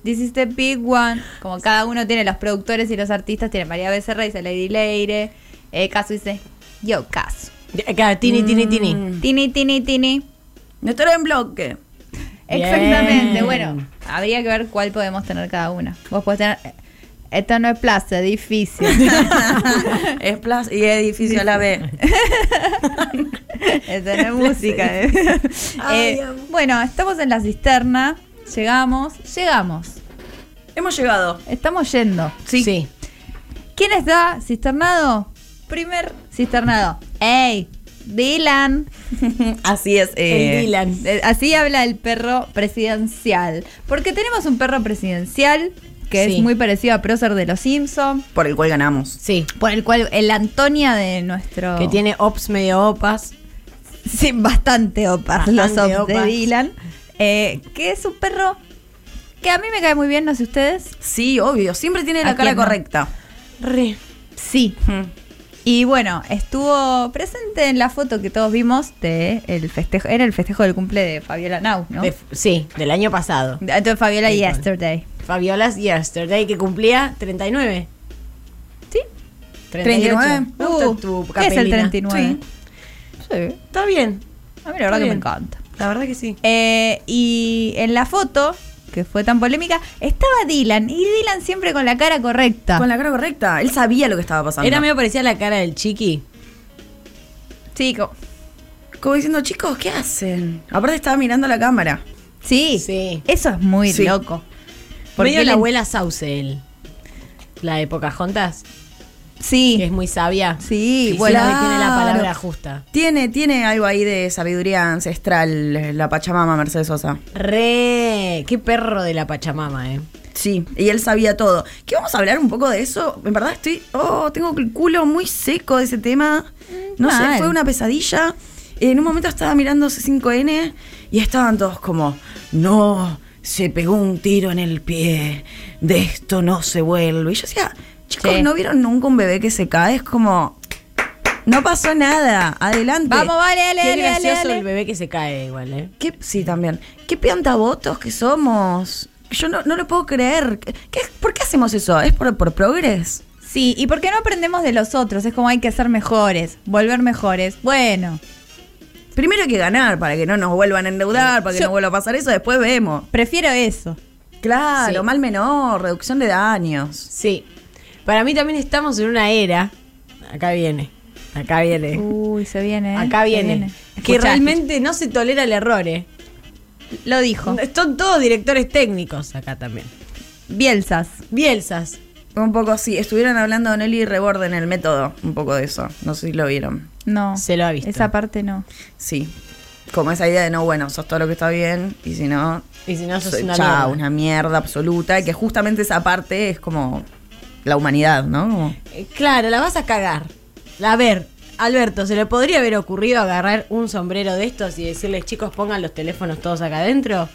[SPEAKER 3] This is the big one. Como cada uno tiene los productores y los artistas, tiene María Becerra dice Lady Lady, eh, Casu dice Yo Casu.
[SPEAKER 4] Acá, tini, tini, tini.
[SPEAKER 3] Tini tini tini.
[SPEAKER 2] Nuestro en
[SPEAKER 3] *laughs*
[SPEAKER 2] bloque.
[SPEAKER 4] Bien.
[SPEAKER 3] Exactamente, bueno, habría que ver cuál podemos tener cada una. Vos podés tener eh, esto no es plaza, es difícil.
[SPEAKER 2] es plus y edificio a la vez.
[SPEAKER 3] *laughs* Esa no es música. eh.
[SPEAKER 4] *laughs* Ay,
[SPEAKER 3] Eh,
[SPEAKER 4] amor.
[SPEAKER 3] bueno, estamos en la cisterna. Llegamos, llegamos.
[SPEAKER 2] Hemos llegado.
[SPEAKER 3] Estamos yendo.
[SPEAKER 4] Sí.
[SPEAKER 3] ¿Quién está cisternado? Primer cisternado. ¡Ey! Dylan.
[SPEAKER 2] Así es. eh,
[SPEAKER 4] El Dylan.
[SPEAKER 3] Eh, Así habla el perro presidencial. Porque tenemos un perro presidencial que
[SPEAKER 4] Sí.
[SPEAKER 3] es muy parecido a Prócer de los Simpson.
[SPEAKER 2] Por el cual ganamos.
[SPEAKER 4] Sí.
[SPEAKER 3] Por el cual el Antonia de nuestro.
[SPEAKER 4] Que tiene ops medio opas.
[SPEAKER 3] Sí, bastante opas
[SPEAKER 4] Bastante
[SPEAKER 3] los ops de
[SPEAKER 4] opas.
[SPEAKER 3] Dylan. eh, que es un perro que a mí me cae muy bien, no sé ustedes.
[SPEAKER 2] Sí, obvio. Siempre tiene
[SPEAKER 3] ¿A
[SPEAKER 2] la cara
[SPEAKER 3] quién no?
[SPEAKER 2] correcta.
[SPEAKER 4] Re.
[SPEAKER 3] Sí.
[SPEAKER 2] Hmm.
[SPEAKER 3] Y bueno, estuvo presente en la foto que todos vimos de el festejo, era el festejo del cumple de Fabiola Nau, ¿no?
[SPEAKER 4] De- sí, del año pasado.
[SPEAKER 3] Entonces Fabiola
[SPEAKER 4] Ahí está.
[SPEAKER 3] Yesterday.
[SPEAKER 4] Fabiola's Yesterday, que cumplía 39.
[SPEAKER 3] ¿Sí?
[SPEAKER 4] 39. Me gusta
[SPEAKER 3] Uh,
[SPEAKER 4] tu
[SPEAKER 3] ¿Qué es el
[SPEAKER 4] capelina.
[SPEAKER 3] 39? Sí.
[SPEAKER 4] Sí, está bien.
[SPEAKER 3] A mí la verdad que me
[SPEAKER 4] bien.
[SPEAKER 3] encanta.
[SPEAKER 4] La verdad que sí.
[SPEAKER 3] Eh, y en la foto, que fue tan polémica, estaba Dylan. Y Dylan siempre con la cara correcta.
[SPEAKER 2] Ah. Con la cara correcta. Él sabía lo que estaba pasando.
[SPEAKER 4] Era medio parecía la cara del chiqui.
[SPEAKER 3] Sí, co-
[SPEAKER 2] como diciendo, chicos, ¿qué hacen? Aparte estaba mirando la cámara.
[SPEAKER 3] sí.
[SPEAKER 4] Sí.
[SPEAKER 3] Eso es muy
[SPEAKER 2] Sí.
[SPEAKER 3] loco.
[SPEAKER 4] Medio la
[SPEAKER 3] él-
[SPEAKER 4] abuela Sauce, él. La de Pocahontas, que
[SPEAKER 3] Sí.
[SPEAKER 4] es muy sabia.
[SPEAKER 3] Sí,
[SPEAKER 4] Y
[SPEAKER 3] bueno.
[SPEAKER 4] siempre tiene la
[SPEAKER 2] claro.
[SPEAKER 4] palabra justa.
[SPEAKER 2] Tiene, tiene algo ahí de sabiduría ancestral eh, la Pachamama Mercedes Sosa.
[SPEAKER 4] Re. Qué perro de la Pachamama, eh.
[SPEAKER 2] Sí, y él sabía todo. ¿Qué vamos a hablar un poco de eso? En verdad estoy, oh, tengo el culo muy seco de ese tema. No
[SPEAKER 3] mal.
[SPEAKER 2] sé, fue una pesadilla. En un momento estaba mirando C5N y estaban todos como, no, se pegó un tiro en el pie, de esto no se vuelve. Y yo decía, chicos,
[SPEAKER 3] Sí.
[SPEAKER 2] ¿no vieron nunca un bebé que se cae? Es como, no pasó nada, adelante.
[SPEAKER 3] Vamos, vale, dale,
[SPEAKER 4] Qué
[SPEAKER 3] dale, dale,
[SPEAKER 4] gracioso
[SPEAKER 3] dale.
[SPEAKER 4] el bebé que se cae igual, eh.
[SPEAKER 2] ¿Qué- sí, también. ¿Qué piantabotos que somos? Yo no, no lo puedo creer. ¿Qué- ¿Por qué hacemos eso? ¿Es por, por progres?
[SPEAKER 3] Sí, ¿y por qué no aprendemos de los otros? Es como hay que ser mejores, volver mejores. Bueno,
[SPEAKER 2] Primero hay que ganar para que no nos vuelvan a endeudar, para que
[SPEAKER 3] Yo-
[SPEAKER 2] no vuelva a pasar eso, después vemos.
[SPEAKER 3] prefiero eso.
[SPEAKER 2] Claro,
[SPEAKER 4] Sí.
[SPEAKER 2] mal menor, reducción de daños.
[SPEAKER 4] Sí. Para mí también estamos en una era. Acá viene. Acá viene.
[SPEAKER 3] Uy, se viene. ¿eh?
[SPEAKER 4] acá
[SPEAKER 3] Se
[SPEAKER 4] viene. Que
[SPEAKER 3] Escuchá,
[SPEAKER 4] realmente no se tolera el error, eh.
[SPEAKER 3] Lo dijo.
[SPEAKER 4] Son todos directores técnicos acá también.
[SPEAKER 3] Bielsas.
[SPEAKER 4] Bielsas.
[SPEAKER 2] Un poco así. Estuvieron hablando de Nelly Rebord en el método, un poco de eso. No sé si lo vieron.
[SPEAKER 3] No.
[SPEAKER 4] Se lo ha visto.
[SPEAKER 3] Esa parte no.
[SPEAKER 2] Sí. Como esa idea de no, bueno, sos todo lo que está bien, y si no,
[SPEAKER 4] Y si no, sos
[SPEAKER 2] soy-
[SPEAKER 4] una
[SPEAKER 2] chao,
[SPEAKER 4] mierda.
[SPEAKER 2] una mierda absoluta. Y que justamente esa parte es como la humanidad, ¿no? Como-
[SPEAKER 4] Eh, Claro, la vas a cagar. A ver, Alberto, ¿se le podría haber ocurrido agarrar un sombrero de estos y decirles, chicos, pongan los teléfonos todos acá adentro?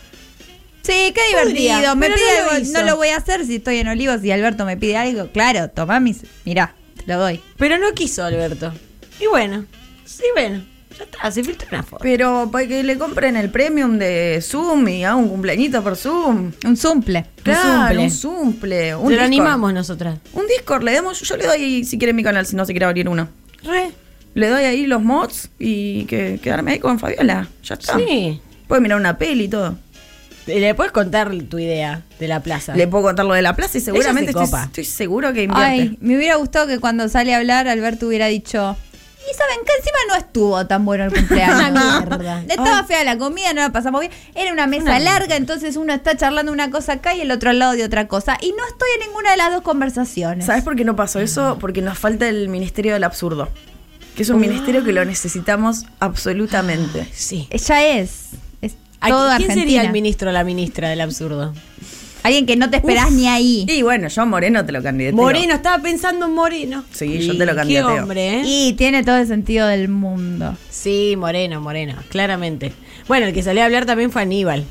[SPEAKER 3] Sí, qué
[SPEAKER 4] Podría,
[SPEAKER 3] divertido. me
[SPEAKER 4] pero
[SPEAKER 3] pide
[SPEAKER 4] no lo
[SPEAKER 3] algo.
[SPEAKER 4] hizo.
[SPEAKER 3] No lo voy a hacer si estoy en Olivos y Alberto me pide algo. Claro, tomá mis. Mirá, te lo doy.
[SPEAKER 4] Pero no quiso Alberto. Y bueno, sí, bueno, ya está, se filtró una foto.
[SPEAKER 2] Pero para que le compren el premium de Zoom y haga un cumpleañito por Zoom.
[SPEAKER 3] Un zumple.
[SPEAKER 2] Claro,
[SPEAKER 4] zumple.
[SPEAKER 2] un Zumple. Un
[SPEAKER 4] Te lo
[SPEAKER 2] Discord.
[SPEAKER 4] animamos nosotras.
[SPEAKER 2] Un Discord, le damos, yo le doy, si quiere mi canal, si no se quiere abrir uno.
[SPEAKER 4] Re.
[SPEAKER 2] Le doy ahí los mods y que quedarme ahí con Fabiola. Ya está.
[SPEAKER 4] Sí.
[SPEAKER 2] Puede mirar una peli y todo.
[SPEAKER 4] Le puedes contar tu idea de la plaza.
[SPEAKER 2] Le puedo contar lo de la plaza y seguramente
[SPEAKER 4] se
[SPEAKER 2] estoy,
[SPEAKER 4] copa.
[SPEAKER 2] estoy seguro que invierte.
[SPEAKER 3] Ay, me hubiera gustado que cuando sale a hablar Alberto hubiera dicho. Y saben que encima no estuvo tan bueno el cumpleaños.
[SPEAKER 4] *laughs* Una mierda.
[SPEAKER 3] *laughs* Estaba fea la comida, no la pasamos bien. Era una mesa larga, entonces uno está charlando una cosa acá y el otro al lado de otra cosa. Y no estoy en ninguna de las dos conversaciones.
[SPEAKER 2] ¿Sabes por qué no pasó eso? Porque nos falta el Ministerio del Absurdo. Que es un ministerio que lo necesitamos absolutamente.
[SPEAKER 4] Sí.
[SPEAKER 3] Ella Eh, es. Es
[SPEAKER 4] ¿A
[SPEAKER 3] todo
[SPEAKER 4] ¿Quién
[SPEAKER 3] Argentina.
[SPEAKER 4] sería el ministro o la ministra del absurdo?
[SPEAKER 3] Alguien que no te esperás ni ahí.
[SPEAKER 2] Y bueno, yo a Moreno te lo candidateo.
[SPEAKER 4] Moreno, estaba pensando en Moreno.
[SPEAKER 2] Sí, yo te lo
[SPEAKER 4] Qué
[SPEAKER 2] candidateo.
[SPEAKER 4] hombre, ¿eh?
[SPEAKER 3] Y tiene todo el sentido del mundo.
[SPEAKER 4] Sí, Moreno, Moreno, claramente. Bueno, el que salió a hablar también fue Aníbal.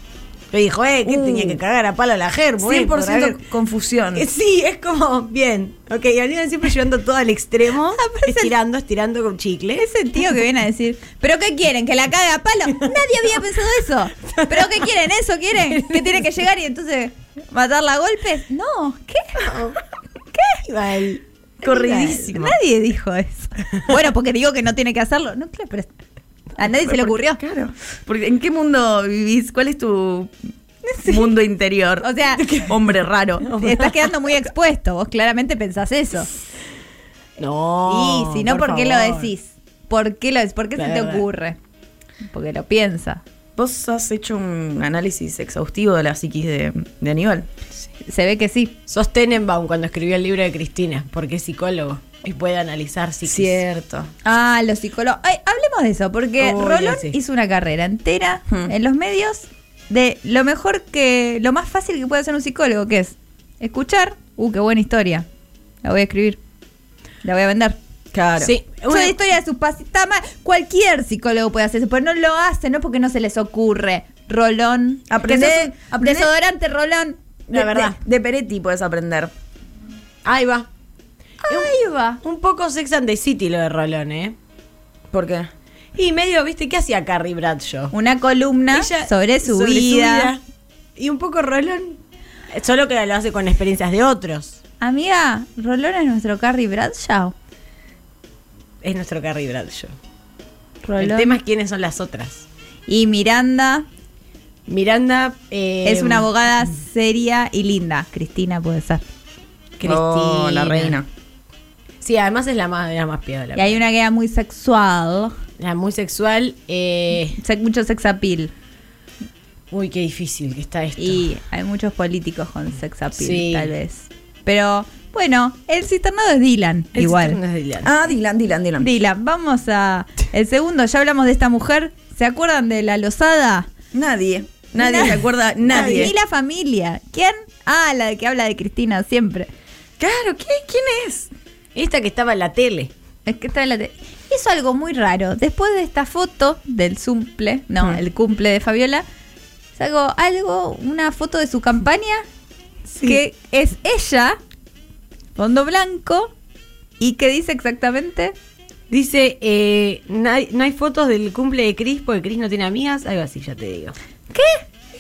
[SPEAKER 4] Le dijo, eh, que
[SPEAKER 2] Uh.
[SPEAKER 4] tenía que cagar a palo a la Ger, por ahí, por
[SPEAKER 2] 100%
[SPEAKER 4] haber-
[SPEAKER 2] confusión.
[SPEAKER 4] Eh, Sí, es como, bien. Ok, y Aníbal siempre llevando todo al extremo, estirando, estirando con chicle.
[SPEAKER 3] Ese tío que viene a decir, ¿pero qué quieren? ¿Que la cague a palo? Nadie había pensado eso. ¿Pero qué quieren? ¿Eso quieren? ¿Que tiene que llegar y entonces matarla a golpes? No, ¿qué?
[SPEAKER 4] Aníbal.
[SPEAKER 2] Corridísimo.
[SPEAKER 3] Nadie dijo eso. Bueno, porque digo que no tiene que hacerlo. No, claro, pero a nadie se le ocurrió.
[SPEAKER 2] Claro. Porque ¿en qué mundo vivís? ¿Cuál es tu mundo interior? *laughs*
[SPEAKER 3] O sea,
[SPEAKER 2] hombre raro.
[SPEAKER 3] te estás quedando muy expuesto. Vos claramente pensás eso.
[SPEAKER 4] No.
[SPEAKER 3] y si no, ¿por, qué lo
[SPEAKER 4] favor.
[SPEAKER 3] decís? ¿Por qué lo decís? ¿Por qué
[SPEAKER 4] La
[SPEAKER 3] se te
[SPEAKER 4] verdad.
[SPEAKER 3] ocurre? Porque lo piensa.
[SPEAKER 2] Vos has hecho un análisis exhaustivo de la psiquis de, de Aníbal.
[SPEAKER 3] Se ve que sí.
[SPEAKER 4] Sos Tenenbaum cuando escribió el libro de Cristina, porque es psicólogo y puede analizar si
[SPEAKER 2] Cierto.
[SPEAKER 3] Ah, los psicólogos. Ay, hablemos de eso, porque
[SPEAKER 4] Uy,
[SPEAKER 3] Rolón
[SPEAKER 4] sí.
[SPEAKER 3] hizo una carrera entera
[SPEAKER 2] Hmm.
[SPEAKER 3] en los medios de lo mejor que, lo más fácil que puede hacer un psicólogo, que es escuchar. Uh, qué buena historia. La voy a escribir. La voy a vender.
[SPEAKER 2] Claro.
[SPEAKER 4] Sí.
[SPEAKER 3] Soy
[SPEAKER 4] Una-
[SPEAKER 3] de historia de sus pasitas. Cualquier psicólogo puede hacer eso, pero no lo hace, no porque no se les ocurre. Rolón.
[SPEAKER 2] Aprendé-
[SPEAKER 3] Que sos un
[SPEAKER 2] aprendé-
[SPEAKER 3] Desodorante, rolón.
[SPEAKER 2] De,
[SPEAKER 4] La verdad.
[SPEAKER 2] De, de Peretti puedes aprender.
[SPEAKER 4] Ahí va.
[SPEAKER 3] Ahí va.
[SPEAKER 4] Un poco Sex and the City lo de Rolón, ¿eh?
[SPEAKER 2] ¿Por qué?
[SPEAKER 4] Y medio, ¿viste? ¿Qué hacía Carrie Bradshaw?
[SPEAKER 3] Una columna
[SPEAKER 4] Ella-
[SPEAKER 3] sobre, su, vida.
[SPEAKER 4] Y un poco Rolón. Solo que lo hace con experiencias de otros.
[SPEAKER 3] Amiga, Rolón es nuestro Carrie Bradshaw.
[SPEAKER 4] Es nuestro Carrie Bradshaw.
[SPEAKER 3] Rolón.
[SPEAKER 4] El tema es quiénes son las otras.
[SPEAKER 3] Y Miranda
[SPEAKER 4] Miranda eh,
[SPEAKER 3] es una abogada seria y linda. Cristina puede ser.
[SPEAKER 4] Cristina.
[SPEAKER 2] Oh, la reina.
[SPEAKER 4] Sí, además es la más, la más piola.
[SPEAKER 3] Y hay una que era muy sexual.
[SPEAKER 4] La muy sexual. eh,
[SPEAKER 3] Se- Mucho sex appeal.
[SPEAKER 4] Uy, qué difícil que está esto.
[SPEAKER 3] Y hay muchos políticos con sex appeal,
[SPEAKER 4] Sí.
[SPEAKER 3] tal vez. Pero bueno, el cisternado es Dylan,
[SPEAKER 4] El
[SPEAKER 3] igual.
[SPEAKER 4] sistema de Dylan.
[SPEAKER 2] Ah, Dylan, Dylan, Dylan.
[SPEAKER 3] Dylan, vamos a. El segundo, ya hablamos de esta mujer. ¿Se acuerdan de la losada?
[SPEAKER 2] Nadie. Nadie
[SPEAKER 3] Na-
[SPEAKER 2] se acuerda. Nadie.
[SPEAKER 3] Ni la familia. ¿Quién? Ah, la que habla de Cristina siempre.
[SPEAKER 2] Claro, ¿qué- ¿quién es?
[SPEAKER 4] Esta que estaba en la tele.
[SPEAKER 3] Es que está en la te- Hizo algo muy raro. Después de esta foto del cumple, no,
[SPEAKER 4] Mm.
[SPEAKER 3] el cumple de Fabiola, sacó algo, una foto de su campaña, que es ella, fondo blanco, y que dice exactamente,
[SPEAKER 4] Dice, eh, no, hay, no hay fotos del cumple de Chris porque Chris no tiene amigas. Algo así, ya te digo.
[SPEAKER 3] ¿qué?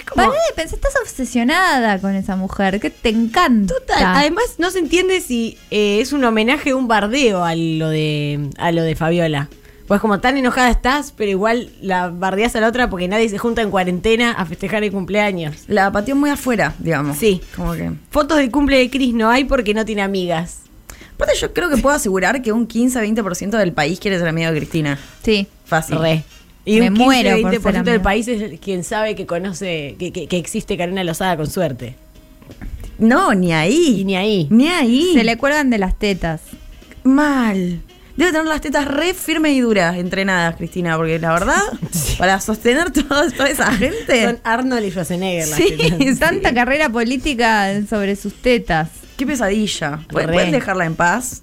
[SPEAKER 4] como-
[SPEAKER 3] Pará de pensar, estás obsesionada con esa mujer, que te encanta.
[SPEAKER 4] Total. Además, no se entiende si eh, es un homenaje o un bardeo a lo de, a lo de Fabiola. Pues como tan enojada estás, pero igual la bardeás a la otra porque nadie se junta en cuarentena a festejar el cumpleaños.
[SPEAKER 2] La pateó muy afuera, digamos.
[SPEAKER 4] Sí.
[SPEAKER 2] Como que.
[SPEAKER 4] Fotos del cumple de Chris no hay porque no tiene amigas.
[SPEAKER 2] Aparte, yo creo que puedo asegurar que un 15-20% del país quiere ser amigo de Cristina.
[SPEAKER 3] Sí.
[SPEAKER 2] Fácil.
[SPEAKER 4] Re. Y
[SPEAKER 3] Me
[SPEAKER 4] un
[SPEAKER 3] muero por
[SPEAKER 4] 15, 20%
[SPEAKER 3] ser
[SPEAKER 4] del
[SPEAKER 3] amiga.
[SPEAKER 4] país es quien sabe que conoce, que, que- que existe Karina Lozada con suerte.
[SPEAKER 2] No, ni ahí.
[SPEAKER 4] Y ni ahí.
[SPEAKER 2] Ni ahí.
[SPEAKER 3] Se le cuelgan de las tetas.
[SPEAKER 2] Mal. Debe tener las tetas re firmes y duras, entrenadas, Cristina, porque la
[SPEAKER 4] *laughs*
[SPEAKER 2] verdad, para sostener *laughs* todo, toda esa
[SPEAKER 4] Son
[SPEAKER 2] gente.
[SPEAKER 4] Arnold y Schwarzenegger. las
[SPEAKER 2] Sí.
[SPEAKER 3] *laughs*
[SPEAKER 4] tetas.
[SPEAKER 3] Tanta carrera política sobre sus tetas.
[SPEAKER 2] Qué pesadilla. ¿Pueden,
[SPEAKER 4] Re.
[SPEAKER 2] pueden dejarla en paz?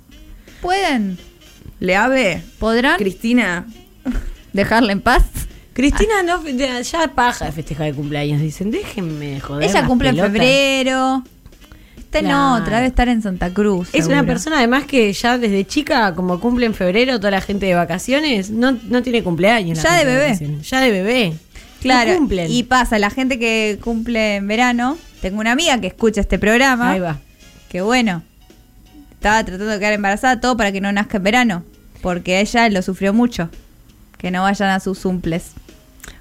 [SPEAKER 3] ¿Pueden?
[SPEAKER 2] ¿Le ave?
[SPEAKER 3] ¿Podrán
[SPEAKER 2] Cristina.
[SPEAKER 3] dejarla en paz?
[SPEAKER 4] Cristina no, ya ya paja de festejar el cumpleaños. Dicen, déjenme de joder.
[SPEAKER 3] Ella
[SPEAKER 4] las
[SPEAKER 3] cumple
[SPEAKER 4] pelotas".
[SPEAKER 3] en febrero. Este no,
[SPEAKER 4] Claro.
[SPEAKER 3] otra vez estar en Santa Cruz.
[SPEAKER 4] Es una
[SPEAKER 3] seguro.
[SPEAKER 4] persona además que ya desde chica, como cumple en febrero toda la gente de vacaciones, no, no tiene cumpleaños. la
[SPEAKER 3] Ya de
[SPEAKER 4] gente
[SPEAKER 3] bebé.
[SPEAKER 4] vacaciones. Ya de bebé.
[SPEAKER 3] Claro.
[SPEAKER 4] No cumplen.
[SPEAKER 3] Y pasa, la gente que cumple en verano. Tengo una amiga que escucha este programa.
[SPEAKER 4] Ahí va.
[SPEAKER 3] Que bueno. Estaba tratando de quedar embarazada todo para que no nazca en verano. Porque ella lo sufrió mucho. Que no vayan a sus cumples.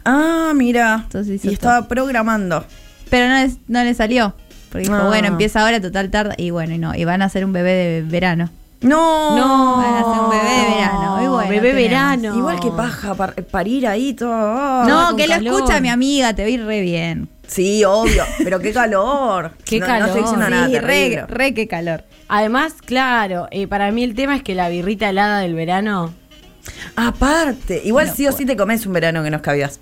[SPEAKER 2] Ah, mira.
[SPEAKER 3] Entonces hizo
[SPEAKER 2] y estaba programando.
[SPEAKER 3] Pero no, les- no le salió. Porque dijo,
[SPEAKER 2] Ah.
[SPEAKER 3] bueno, empieza ahora, total tarde. Y bueno, y no. Y van a ser un bebé de verano.
[SPEAKER 2] No.
[SPEAKER 4] No.
[SPEAKER 3] Van a ser un bebé de verano. Y bueno,
[SPEAKER 4] Bebé
[SPEAKER 3] tenemos.
[SPEAKER 4] verano.
[SPEAKER 2] Igual que paja par- parir ahí todo.
[SPEAKER 3] No,
[SPEAKER 4] con
[SPEAKER 3] que lo
[SPEAKER 4] calor.
[SPEAKER 3] escucha mi amiga, te vi re bien.
[SPEAKER 2] Sí, obvio. Pero qué calor.
[SPEAKER 4] *laughs* Qué
[SPEAKER 2] no, No
[SPEAKER 4] calor.
[SPEAKER 2] estoy diciendo nada.
[SPEAKER 3] sí,
[SPEAKER 2] terrible.
[SPEAKER 3] re, re que calor.
[SPEAKER 4] Además, claro, eh, para mí el tema es que la birrita helada del verano.
[SPEAKER 2] Aparte, igual
[SPEAKER 3] No
[SPEAKER 2] sí o sí te comes un verano que no escabías.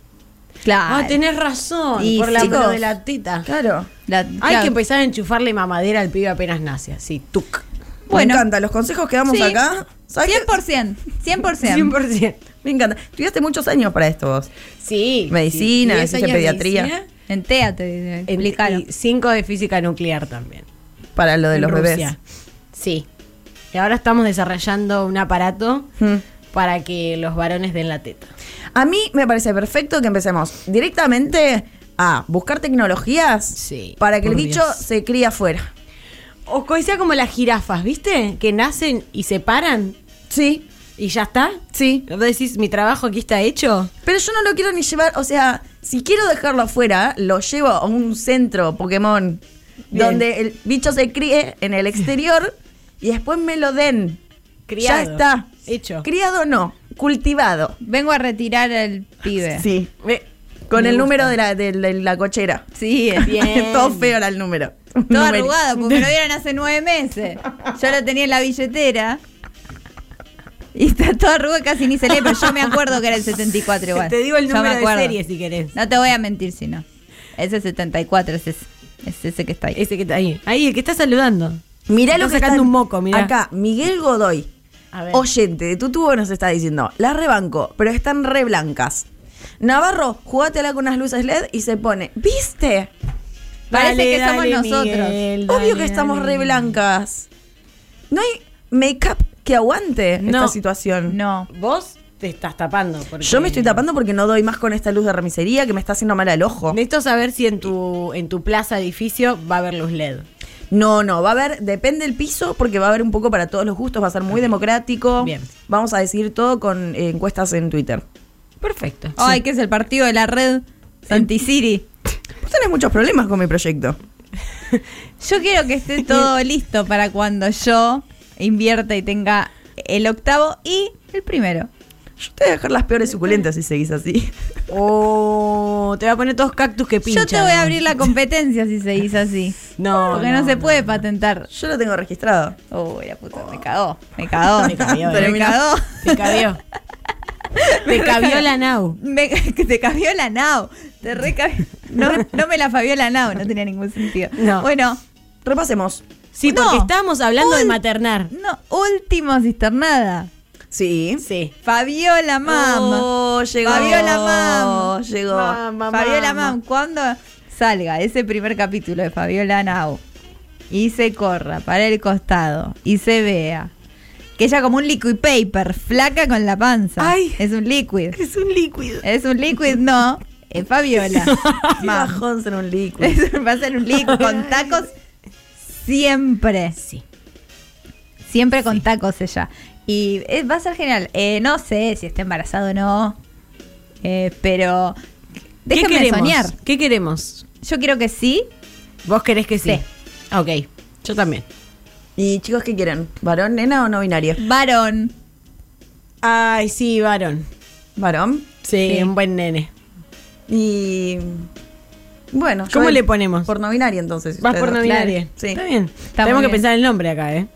[SPEAKER 4] Ah,
[SPEAKER 3] Claro.
[SPEAKER 4] razón.
[SPEAKER 3] Y,
[SPEAKER 4] por la
[SPEAKER 2] chicos,
[SPEAKER 4] por lo de la teta.
[SPEAKER 2] Claro.
[SPEAKER 3] La-
[SPEAKER 4] Hay
[SPEAKER 3] claro.
[SPEAKER 4] que empezar a enchufarle mamadera al pibe apenas nace, así, tuc.
[SPEAKER 3] Bueno.
[SPEAKER 2] Me encanta. Los consejos que damos
[SPEAKER 3] Sí.
[SPEAKER 2] acá. ¿sabes qué?
[SPEAKER 3] 100%, 100%.
[SPEAKER 4] 100%.
[SPEAKER 2] Me encanta. Estudiaste muchos años para esto vos.
[SPEAKER 4] Sí.
[SPEAKER 2] Medicina,
[SPEAKER 4] diez
[SPEAKER 2] hiciste
[SPEAKER 4] años de
[SPEAKER 2] pediatría.
[SPEAKER 4] medicina,
[SPEAKER 3] En TEA te
[SPEAKER 4] en-
[SPEAKER 3] explicaron.
[SPEAKER 4] y cinco de física nuclear también.
[SPEAKER 2] Para lo de
[SPEAKER 4] en
[SPEAKER 2] los
[SPEAKER 4] Rusia. Sí. Y ahora estamos desarrollando un aparato
[SPEAKER 2] bebés. Mm.
[SPEAKER 4] para que los varones den la teta.
[SPEAKER 2] A mí me parece perfecto que empecemos directamente a buscar tecnologías
[SPEAKER 4] Sí,
[SPEAKER 2] para que el
[SPEAKER 4] por
[SPEAKER 2] bicho
[SPEAKER 4] Dios.
[SPEAKER 2] se cría afuera.
[SPEAKER 4] O co- sea como las jirafas, ¿viste? Que nacen y se paran
[SPEAKER 2] Sí,
[SPEAKER 4] y ya está.
[SPEAKER 2] sí.
[SPEAKER 4] ¿Vos decís, mi trabajo aquí está hecho?
[SPEAKER 2] Pero yo no lo quiero ni llevar, o sea, si quiero dejarlo afuera, lo llevo a un centro Pokémon
[SPEAKER 4] Bien.
[SPEAKER 2] donde el bicho se críe en el exterior y después me lo den.
[SPEAKER 4] Criado.
[SPEAKER 2] Ya está.
[SPEAKER 4] Hecho.
[SPEAKER 2] Criado no, cultivado.
[SPEAKER 3] Vengo a retirar al pibe.
[SPEAKER 2] Sí.
[SPEAKER 4] Eh,
[SPEAKER 2] Con
[SPEAKER 4] me
[SPEAKER 2] el
[SPEAKER 4] gusta.
[SPEAKER 2] número de la, de, de la cochera.
[SPEAKER 3] Sí,
[SPEAKER 4] *laughs*
[SPEAKER 2] *laughs*
[SPEAKER 4] Bien.
[SPEAKER 2] Todo feo era el número. *laughs*
[SPEAKER 3] todo
[SPEAKER 2] Numerito.
[SPEAKER 3] arrugado, porque me lo vieron hace nueve meses. Yo lo tenía en la billetera. Y está todo arrugado, casi ni se lee, pero yo me acuerdo que era el 74 igual.
[SPEAKER 4] Te digo el
[SPEAKER 3] Yo me
[SPEAKER 4] número de
[SPEAKER 3] acuerdo.
[SPEAKER 4] serie si querés.
[SPEAKER 3] No te voy a mentir si no. Ese 74 es ese, es ese que está ahí.
[SPEAKER 4] Ese que está ahí. Ahí, el que está saludando.
[SPEAKER 2] Mirá
[SPEAKER 4] Está
[SPEAKER 2] lo que
[SPEAKER 4] sacando
[SPEAKER 2] están-
[SPEAKER 4] un moco, mirá.
[SPEAKER 2] Acá, Miguel Godoy,
[SPEAKER 4] A ver.
[SPEAKER 2] Oyente de tu tubo nos está diciendo, las rebanco, pero están re blancas. Navarro, jugátela con unas luces LED y se pone, ¿viste?
[SPEAKER 3] Parece que somos
[SPEAKER 4] dale,
[SPEAKER 3] nosotros.
[SPEAKER 4] Miguel,
[SPEAKER 2] Obvio
[SPEAKER 4] dale,
[SPEAKER 2] que estamos
[SPEAKER 4] dale.
[SPEAKER 2] re blancas. No hay make-up que aguante esta
[SPEAKER 4] No.
[SPEAKER 2] situación.
[SPEAKER 3] No.
[SPEAKER 4] Vos te estás tapando. porque-
[SPEAKER 2] Yo me estoy tapando porque no doy más con esta luz de remisería que me está haciendo mal al ojo.
[SPEAKER 4] Necesito saber si en tu, en tu plaza edificio va a haber luz LED.
[SPEAKER 2] No, no, va a haber, depende del piso, porque va a haber un poco para todos los gustos, va a ser muy democrático.
[SPEAKER 4] Bien.
[SPEAKER 2] Vamos a decidir todo con eh, encuestas en Twitter.
[SPEAKER 4] Perfecto.
[SPEAKER 3] Ay, que es el partido de la red Santisiri.
[SPEAKER 2] Vos tenés muchos problemas con mi proyecto.
[SPEAKER 3] Yo quiero que esté *laughs* todo listo para cuando yo invierta y tenga el octavo y el primero.
[SPEAKER 2] Yo te voy a dejar las peores suculentas si seguís así. *laughs*
[SPEAKER 4] O oh, te va a poner todos cactus que pinchan.
[SPEAKER 3] Yo te voy a abrir la competencia si se dice así.
[SPEAKER 4] No,
[SPEAKER 3] Porque *laughs* no, se puede patentar.
[SPEAKER 2] Yo lo tengo registrado.
[SPEAKER 3] Uy, la puta, me cagó. *laughs* Me cagó.
[SPEAKER 4] *laughs* Te cabió,
[SPEAKER 3] me
[SPEAKER 4] eh.
[SPEAKER 3] cagó. *laughs*
[SPEAKER 4] Te cabió. Te cabió la nau.
[SPEAKER 3] Me, que te cambió la nao. Te recabió. *laughs* No, no me la fabió la nao, no tenía ningún sentido.
[SPEAKER 4] No.
[SPEAKER 3] Bueno,
[SPEAKER 2] Repasemos.
[SPEAKER 4] Sí,
[SPEAKER 3] No.
[SPEAKER 4] porque estábamos hablando de maternar.
[SPEAKER 3] no, último cisternada.
[SPEAKER 2] Sí.
[SPEAKER 4] Sí.
[SPEAKER 3] Fabiola Mam.
[SPEAKER 2] Oh, llegó.
[SPEAKER 3] Fabiola Mam.
[SPEAKER 2] Llegó.
[SPEAKER 4] Mamá,
[SPEAKER 3] Fabiola
[SPEAKER 4] mamá.
[SPEAKER 3] Mam, cuando salga ese primer capítulo de Fabiola Nao y se corra para el costado y se vea que ella como un liquid paper, flaca con la panza.
[SPEAKER 4] Ay.
[SPEAKER 3] Es un liquid.
[SPEAKER 4] Es un líquido.
[SPEAKER 3] Es un liquid, no. Es
[SPEAKER 4] *laughs*
[SPEAKER 3] Fabiola. *laughs* Mam.
[SPEAKER 2] Bajón ser un líquido.
[SPEAKER 3] Eso va a ser un lick con tacos siempre.
[SPEAKER 4] Sí.
[SPEAKER 3] Siempre con tacos ella. Y eh, va a ser genial. Eh, no sé si está embarazado o no. eh, pero
[SPEAKER 4] ¿Qué
[SPEAKER 3] déjenme
[SPEAKER 4] queremos?
[SPEAKER 3] soñar.
[SPEAKER 4] ¿Qué queremos?
[SPEAKER 3] Yo quiero que sí.
[SPEAKER 4] ¿Vos querés que sí?
[SPEAKER 3] Sí.
[SPEAKER 4] Ok. Yo también.
[SPEAKER 2] ¿Y chicos qué quieren? ¿Varón, nena o no binario?
[SPEAKER 3] Varón.
[SPEAKER 4] Ay, sí, varón.
[SPEAKER 2] ¿Varón?
[SPEAKER 4] Sí,
[SPEAKER 3] Sí.
[SPEAKER 4] un buen nene.
[SPEAKER 2] Y. Bueno. yo
[SPEAKER 4] ¿Cómo
[SPEAKER 2] voy
[SPEAKER 4] le ponemos?
[SPEAKER 2] Por no binario entonces. si
[SPEAKER 4] Vas
[SPEAKER 2] ustedes
[SPEAKER 4] por
[SPEAKER 2] no-
[SPEAKER 4] nominaria.
[SPEAKER 2] Sí.
[SPEAKER 4] Está bien.
[SPEAKER 3] Está muy
[SPEAKER 4] Tenemos que
[SPEAKER 3] bien.
[SPEAKER 4] pensar el nombre acá, *laughs* ¿eh?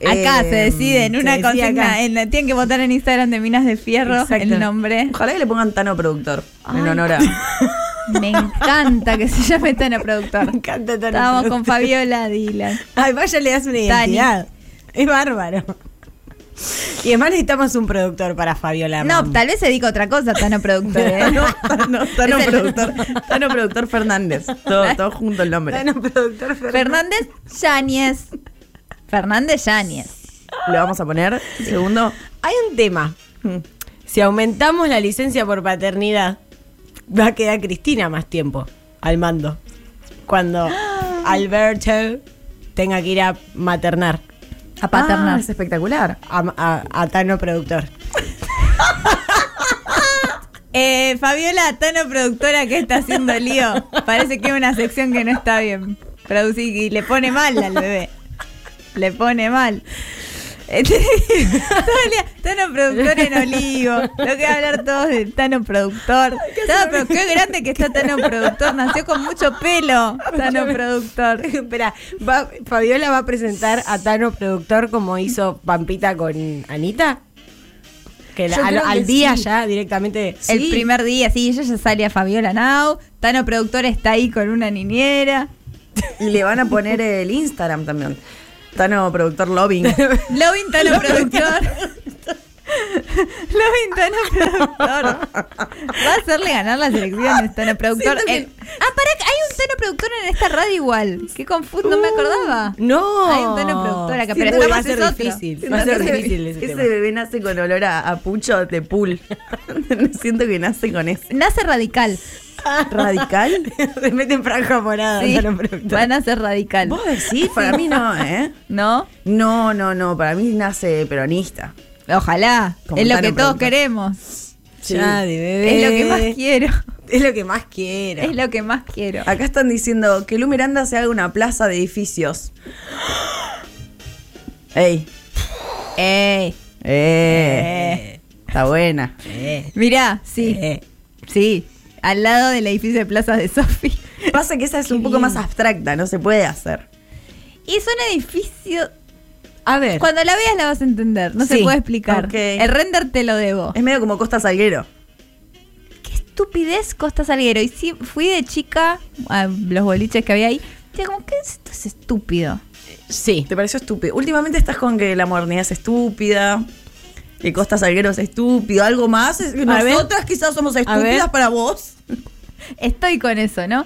[SPEAKER 3] Acá
[SPEAKER 2] Eh,
[SPEAKER 3] se decide en
[SPEAKER 4] Em, se
[SPEAKER 3] una
[SPEAKER 4] decide acá.
[SPEAKER 3] consigna. en la- tienen que votar en Instagram de Minas de Fierro
[SPEAKER 4] Exacto.
[SPEAKER 3] el
[SPEAKER 4] *laughs*
[SPEAKER 3] nombre.
[SPEAKER 2] Ojalá que le pongan Tano Productor. En
[SPEAKER 3] Ay.
[SPEAKER 2] honor
[SPEAKER 3] *laughs*
[SPEAKER 2] a. ¿eh?
[SPEAKER 3] Me encanta que se llame Tana
[SPEAKER 4] *laughs*
[SPEAKER 3] Productor.
[SPEAKER 4] encanta Tano
[SPEAKER 3] Estábamos
[SPEAKER 4] Productor. *laughs*
[SPEAKER 3] con Fabiola Dylan.
[SPEAKER 4] Ay, vaya, le das una identidad. Es bárbaro. Y además necesitamos un productor para Fabiola.
[SPEAKER 3] No,
[SPEAKER 4] Mam.
[SPEAKER 3] tal vez se dedica a otra cosa, Tano
[SPEAKER 4] *laughs*
[SPEAKER 3] Productor. ¿eh?
[SPEAKER 2] Tano, Tano, Tano
[SPEAKER 3] Es el-
[SPEAKER 2] Productor. Tano Productor Fernández. Todo, todo junto el nombre.
[SPEAKER 4] Bueno, productor Fer-
[SPEAKER 3] Fernández Yáñez. Fernández Yáñez.
[SPEAKER 2] Lo vamos a poner. Segundo.
[SPEAKER 4] Hay un tema.
[SPEAKER 2] Mm.
[SPEAKER 4] Si aumentamos la licencia por paternidad, va a quedar Cristina más tiempo al mando. *gasps* Cuando Alberto tenga que ir a maternar
[SPEAKER 3] A paternar.
[SPEAKER 2] Ah, es espectacular.
[SPEAKER 4] a, a- a Tano Productor.
[SPEAKER 3] Eh, Fabiola Tano, productora, que está haciendo lío. Parece que es una sección que no está bien. Producí y le pone mal al bebé. Le pone mal. Eh, *laughs* Tano productor en olivo. Lo que va a hablar todos de Tano productor. Tano, pero qué grande que está Tano productor. Nació con mucho pelo. Tano productor.
[SPEAKER 4] *laughs* Espera, va- Fabiola va a presentar a Tano Productor como hizo Pampita con Anita. Que la-
[SPEAKER 2] Yo
[SPEAKER 4] al,
[SPEAKER 2] creo que
[SPEAKER 4] al día
[SPEAKER 2] sí.
[SPEAKER 4] ya directamente.
[SPEAKER 3] El primer día, sí, ella ya sale a Fabiola Now. Tano Productor está ahí con una niñera.
[SPEAKER 2] Y le van a poner el Instagram también. Tano Productor Loving.
[SPEAKER 3] Lovin Tano Productor. Lovin Tano Productor. Va a hacerle ganar las elecciones, Tano Productor.
[SPEAKER 2] Siento que-
[SPEAKER 3] En- Ah, pará, que hay un Tano Productor en esta radio igual. Qué confuso, no me acordaba.
[SPEAKER 4] No.
[SPEAKER 3] Hay un Tano Productor acá, pero
[SPEAKER 4] Siento que
[SPEAKER 3] estamos
[SPEAKER 4] va a ser
[SPEAKER 3] es otro.
[SPEAKER 4] difícil.
[SPEAKER 2] Siento
[SPEAKER 4] Va a ser
[SPEAKER 2] que ese-
[SPEAKER 4] *laughs* difícil ese,
[SPEAKER 2] ese
[SPEAKER 4] tema.
[SPEAKER 2] bebé nace con olor a, a pucho de pool. *laughs* Siento que nace con ese.
[SPEAKER 3] Nace radical.
[SPEAKER 2] ¿Radical?
[SPEAKER 4] Se mete en franja morada
[SPEAKER 3] Sí,
[SPEAKER 4] Tano Productor.
[SPEAKER 3] Van a ser radical.
[SPEAKER 2] ¿Vos decís? Para mí no, ¿eh?
[SPEAKER 3] ¿No?
[SPEAKER 2] No, no, no. Para mí nace peronista.
[SPEAKER 3] Ojalá.
[SPEAKER 2] Como
[SPEAKER 3] Es lo
[SPEAKER 2] Tano
[SPEAKER 3] que todos
[SPEAKER 2] Productor.
[SPEAKER 3] queremos.
[SPEAKER 4] Ya, de bebé.
[SPEAKER 3] Es lo que más quiero.
[SPEAKER 4] Es lo que más quiera.
[SPEAKER 3] Es lo que más quiero.
[SPEAKER 2] Acá están diciendo que Lu Miranda se haga una plaza de edificios. *gasps* Ey.
[SPEAKER 3] Ey.
[SPEAKER 2] Eh. Está buena.
[SPEAKER 3] Mirá, sí. Sí. Al lado del edificio de plazas de Sofi. *laughs*
[SPEAKER 2] Pasa que esa es un poco más abstracta, no se puede hacer.
[SPEAKER 3] Y son edificios.
[SPEAKER 4] A ver.
[SPEAKER 3] Cuando la veas la vas a entender. No se
[SPEAKER 4] Sí,
[SPEAKER 3] puede explicar.
[SPEAKER 2] ok.
[SPEAKER 3] El render te lo
[SPEAKER 4] Oh.
[SPEAKER 3] debo.
[SPEAKER 2] Es medio como Costa Salguero.
[SPEAKER 3] Qué estupidez Costa Salguero. Y sí, fui de chica a los boliches que había ahí. Decía, como, ¿qué es esto? Es estúpido.
[SPEAKER 4] Sí.
[SPEAKER 2] ¿Te pareció estúpido? Últimamente estás con que la modernidad es estúpida, que Costa Salguero es estúpido, algo más. Es que
[SPEAKER 4] A ver.
[SPEAKER 2] nosotras quizás somos estúpidas
[SPEAKER 4] ver.
[SPEAKER 2] para vos.
[SPEAKER 3] Estoy con eso, ¿no?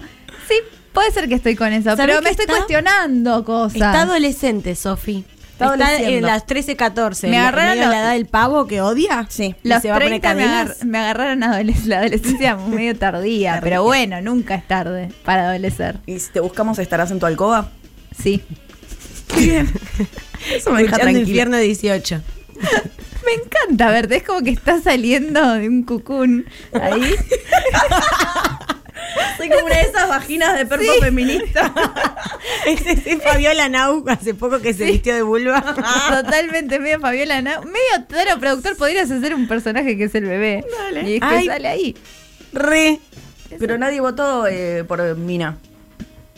[SPEAKER 3] Sí, puede ser que estoy con eso,
[SPEAKER 4] ¿Sabés
[SPEAKER 3] pero
[SPEAKER 4] que
[SPEAKER 3] me estoy
[SPEAKER 4] está?
[SPEAKER 3] cuestionando cosas.
[SPEAKER 4] Está adolescente, Sofi.
[SPEAKER 2] Está
[SPEAKER 4] Está,
[SPEAKER 2] adoleciendo.
[SPEAKER 4] en las 13, 14.
[SPEAKER 3] Me
[SPEAKER 4] Me
[SPEAKER 3] agarraron
[SPEAKER 4] agarraron la,
[SPEAKER 3] los-
[SPEAKER 4] edad del pavo que odia.
[SPEAKER 2] Sí.
[SPEAKER 4] Y
[SPEAKER 3] Los
[SPEAKER 4] se va a poner
[SPEAKER 3] 30 me,
[SPEAKER 4] cadenas. *laughs*
[SPEAKER 3] agar- me agarraron adoles- la adolescencia *laughs* medio tardía, pero bueno, nunca es tarde para adolecer.
[SPEAKER 2] Y si te buscamos, estarás en tu alcoba.
[SPEAKER 3] Sí.
[SPEAKER 2] Eso me deja
[SPEAKER 4] Escuchando
[SPEAKER 2] tranquila.
[SPEAKER 4] Infierno 18.
[SPEAKER 3] Me encanta verte, es como que estás saliendo de un cucún *laughs* ahí.
[SPEAKER 2] Soy como una de esas vaginas de perro
[SPEAKER 3] Sí.
[SPEAKER 4] *laughs*
[SPEAKER 2] feminista.
[SPEAKER 4] Ese *laughs* sí, Fabiola Nau hace poco que se vistió de vulva. *laughs*
[SPEAKER 3] Totalmente medio Fabiola Na- medio toro productor, podrías hacer un personaje que es el bebé.
[SPEAKER 2] Dale.
[SPEAKER 3] Y es que
[SPEAKER 4] Ay.
[SPEAKER 3] sale ahí.
[SPEAKER 4] Re.
[SPEAKER 2] Pero nadie votó eh, por Mina.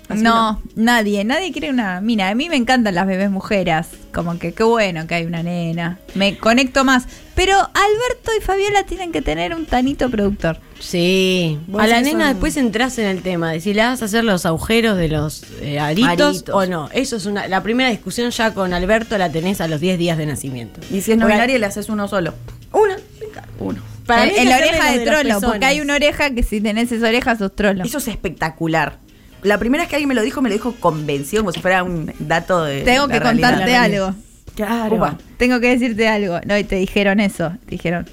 [SPEAKER 2] Así
[SPEAKER 3] No, nadie, nadie quiere una mina. A mí me encantan las bebés mujeras. Como que qué bueno que hay una nena. Me conecto más. Pero Alberto y Fabiola tienen que tener un tanito productor.
[SPEAKER 4] Sí.
[SPEAKER 2] Vos
[SPEAKER 4] A la
[SPEAKER 2] decís
[SPEAKER 4] nena
[SPEAKER 2] son-
[SPEAKER 4] después entras en el tema de si le vas a hacer los agujeros de los eh, aritos,
[SPEAKER 2] Aritos.
[SPEAKER 4] o no. Eso es una. La primera discusión ya con Alberto la tenés a los 10 días de nacimiento.
[SPEAKER 2] Y si es no
[SPEAKER 4] Porque-
[SPEAKER 2] binaria, le haces uno solo.
[SPEAKER 4] Una.
[SPEAKER 2] Uno.
[SPEAKER 4] Para
[SPEAKER 3] en,
[SPEAKER 4] mí hay
[SPEAKER 3] en
[SPEAKER 4] que
[SPEAKER 3] la
[SPEAKER 4] hacerle
[SPEAKER 3] oreja
[SPEAKER 4] lo
[SPEAKER 3] de,
[SPEAKER 4] de los
[SPEAKER 3] trolo, porque
[SPEAKER 4] pezones.
[SPEAKER 3] hay una oreja que si tenés esa oreja sos trolo.
[SPEAKER 2] Eso es espectacular. La primera vez que alguien me lo dijo, me lo dijo convencido, como si fuera un dato de.
[SPEAKER 3] Tengo
[SPEAKER 2] la
[SPEAKER 3] que
[SPEAKER 2] realidad.
[SPEAKER 3] contarte algo.
[SPEAKER 4] Claro.
[SPEAKER 2] Upa.
[SPEAKER 3] Tengo que decirte algo. No, y te dijeron eso. Te dijeron,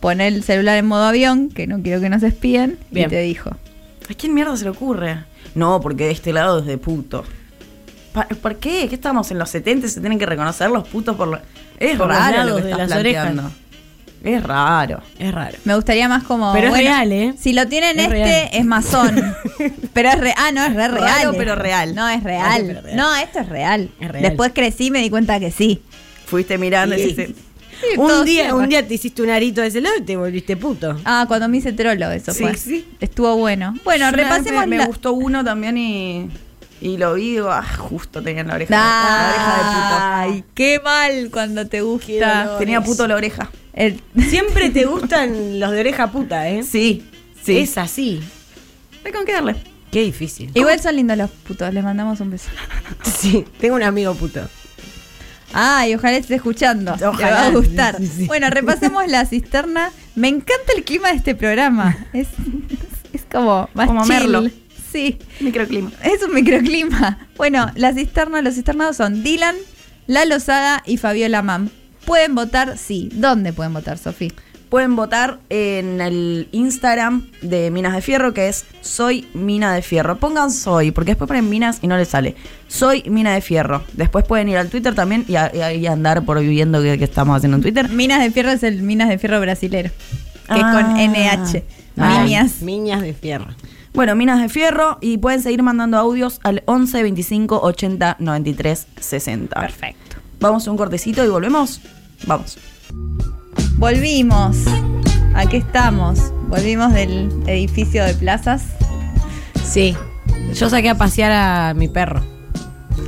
[SPEAKER 3] pon el celular en modo avión, que no quiero que nos espíen. Y
[SPEAKER 4] Bien.
[SPEAKER 3] te dijo.
[SPEAKER 2] ¿A quién mierda se le ocurre? No, porque de este lado es de puto. Pa- ¿Por qué? ¿Qué estamos en los 70? ¿Se tienen que reconocer los putos por lo- Es
[SPEAKER 4] Por los
[SPEAKER 2] raro lo
[SPEAKER 4] lados
[SPEAKER 2] que
[SPEAKER 4] de
[SPEAKER 2] estás
[SPEAKER 4] las
[SPEAKER 2] planteando. Es raro.
[SPEAKER 4] Es raro.
[SPEAKER 3] Me gustaría más como.
[SPEAKER 4] Pero es real, ¿eh?
[SPEAKER 3] Si lo tienen
[SPEAKER 4] Es
[SPEAKER 3] este,
[SPEAKER 4] real.
[SPEAKER 3] es masón. pero es real. Ah, no, es re
[SPEAKER 2] Raro,
[SPEAKER 3] real.
[SPEAKER 2] pero real.
[SPEAKER 3] No, es
[SPEAKER 4] Raro,
[SPEAKER 3] real.
[SPEAKER 4] pero real.
[SPEAKER 3] No, esto es real.
[SPEAKER 4] Es real.
[SPEAKER 3] Después crecí y me di cuenta que sí.
[SPEAKER 2] Fuiste mirando y
[SPEAKER 4] Sí.
[SPEAKER 2] dijiste,
[SPEAKER 3] Sí, todo
[SPEAKER 4] Un día,
[SPEAKER 3] cierra.
[SPEAKER 4] un día te hiciste un arito de ese lado y te volviste puto.
[SPEAKER 3] Ah, cuando me hice trolo, eso
[SPEAKER 2] Sí,
[SPEAKER 3] fue.
[SPEAKER 2] sí.
[SPEAKER 3] Estuvo bueno. Bueno,
[SPEAKER 2] Yo una vez
[SPEAKER 3] repasemos
[SPEAKER 2] me, me
[SPEAKER 3] la-
[SPEAKER 2] gustó uno también y, y lo vi y digo, ah, justo tenía la oreja. la oreja de
[SPEAKER 3] Ay, qué mal cuando te gusta.
[SPEAKER 2] puto. Tenía puto la oreja.
[SPEAKER 3] El- *laughs*
[SPEAKER 4] Siempre te gustan los de oreja puta, ¿eh?
[SPEAKER 2] Sí, sí.
[SPEAKER 4] Es así.
[SPEAKER 2] Hay con qué darle.
[SPEAKER 4] Qué difícil.
[SPEAKER 3] Igual son lindos los putos, les mandamos un beso.
[SPEAKER 4] Sí, tengo un amigo puto.
[SPEAKER 3] Ay, ojalá estés escuchando. Te
[SPEAKER 4] Ojalá.
[SPEAKER 3] va a gustar.
[SPEAKER 4] Sí, sí.
[SPEAKER 3] Bueno, repasemos la cisterna. Me encanta el clima de este programa. Es, es como más
[SPEAKER 2] Como
[SPEAKER 3] chill.
[SPEAKER 2] Merlo.
[SPEAKER 3] Sí,
[SPEAKER 2] Microclima.
[SPEAKER 3] es un microclima. Bueno, las cisternas, los cisternados son Dylan, La Lozada y Fabiola Mam. ¿Pueden votar? Sí. ¿Dónde pueden votar, Sofía?
[SPEAKER 2] Pueden votar en el Instagram de Minas de Fierro, que es Soy Mina de Fierro. Pongan Soy, porque después ponen Minas y no les sale. Soy Mina de Fierro. Después pueden ir al Twitter también y, a- y a- y andar por viviendo que, que estamos haciendo en Twitter.
[SPEAKER 3] Minas de Fierro es el Minas de Fierro brasilero. Que
[SPEAKER 2] Ah.
[SPEAKER 3] es con NH.
[SPEAKER 2] Ah.
[SPEAKER 3] Niñas.
[SPEAKER 4] Miñas de fierro.
[SPEAKER 2] Bueno, Minas de Fierro y pueden seguir mandando audios al 11 25 80 93 60.
[SPEAKER 3] Perfecto.
[SPEAKER 2] Vamos a un cortecito y volvemos. Vamos.
[SPEAKER 3] Volvimos. Aquí estamos. Volvimos del edificio de plazas.
[SPEAKER 4] Sí. Yo saqué a pasear a mi perro,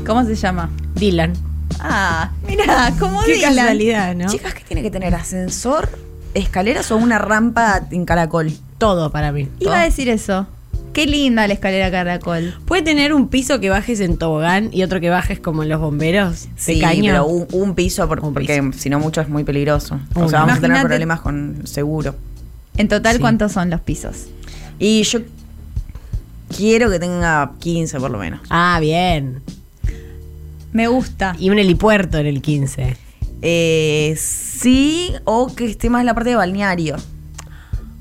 [SPEAKER 3] ¿Cómo se llama?
[SPEAKER 4] Dylan.
[SPEAKER 3] Ah, mira,
[SPEAKER 2] Oh,
[SPEAKER 3] como
[SPEAKER 4] Qué
[SPEAKER 3] Dylan.
[SPEAKER 4] casualidad, ¿no?
[SPEAKER 2] Chicas, ¿qué tiene que tener? ¿Ascensor, escaleras o una rampa en caracol?
[SPEAKER 4] Todo para mí.
[SPEAKER 3] Iba a decir eso. Qué linda la escalera caracol.
[SPEAKER 4] ¿Puede tener un piso que bajes en tobogán y otro que bajes como en los bomberos?
[SPEAKER 2] Sí,
[SPEAKER 4] Pequeño.
[SPEAKER 2] pero un, un piso, por-
[SPEAKER 4] Un
[SPEAKER 2] porque si no mucho es muy peligroso. O
[SPEAKER 4] Uno.
[SPEAKER 2] sea, vamos a tener
[SPEAKER 3] Imagínate-
[SPEAKER 2] problemas con seguro.
[SPEAKER 3] En total,
[SPEAKER 4] Sí.
[SPEAKER 3] ¿cuántos son los pisos?
[SPEAKER 2] Y yo quiero que tenga 15 por lo menos.
[SPEAKER 4] Ah, bien.
[SPEAKER 3] Me gusta.
[SPEAKER 4] Y un helipuerto en el 15.
[SPEAKER 2] Eh, sí, o que esté más la parte de balneario.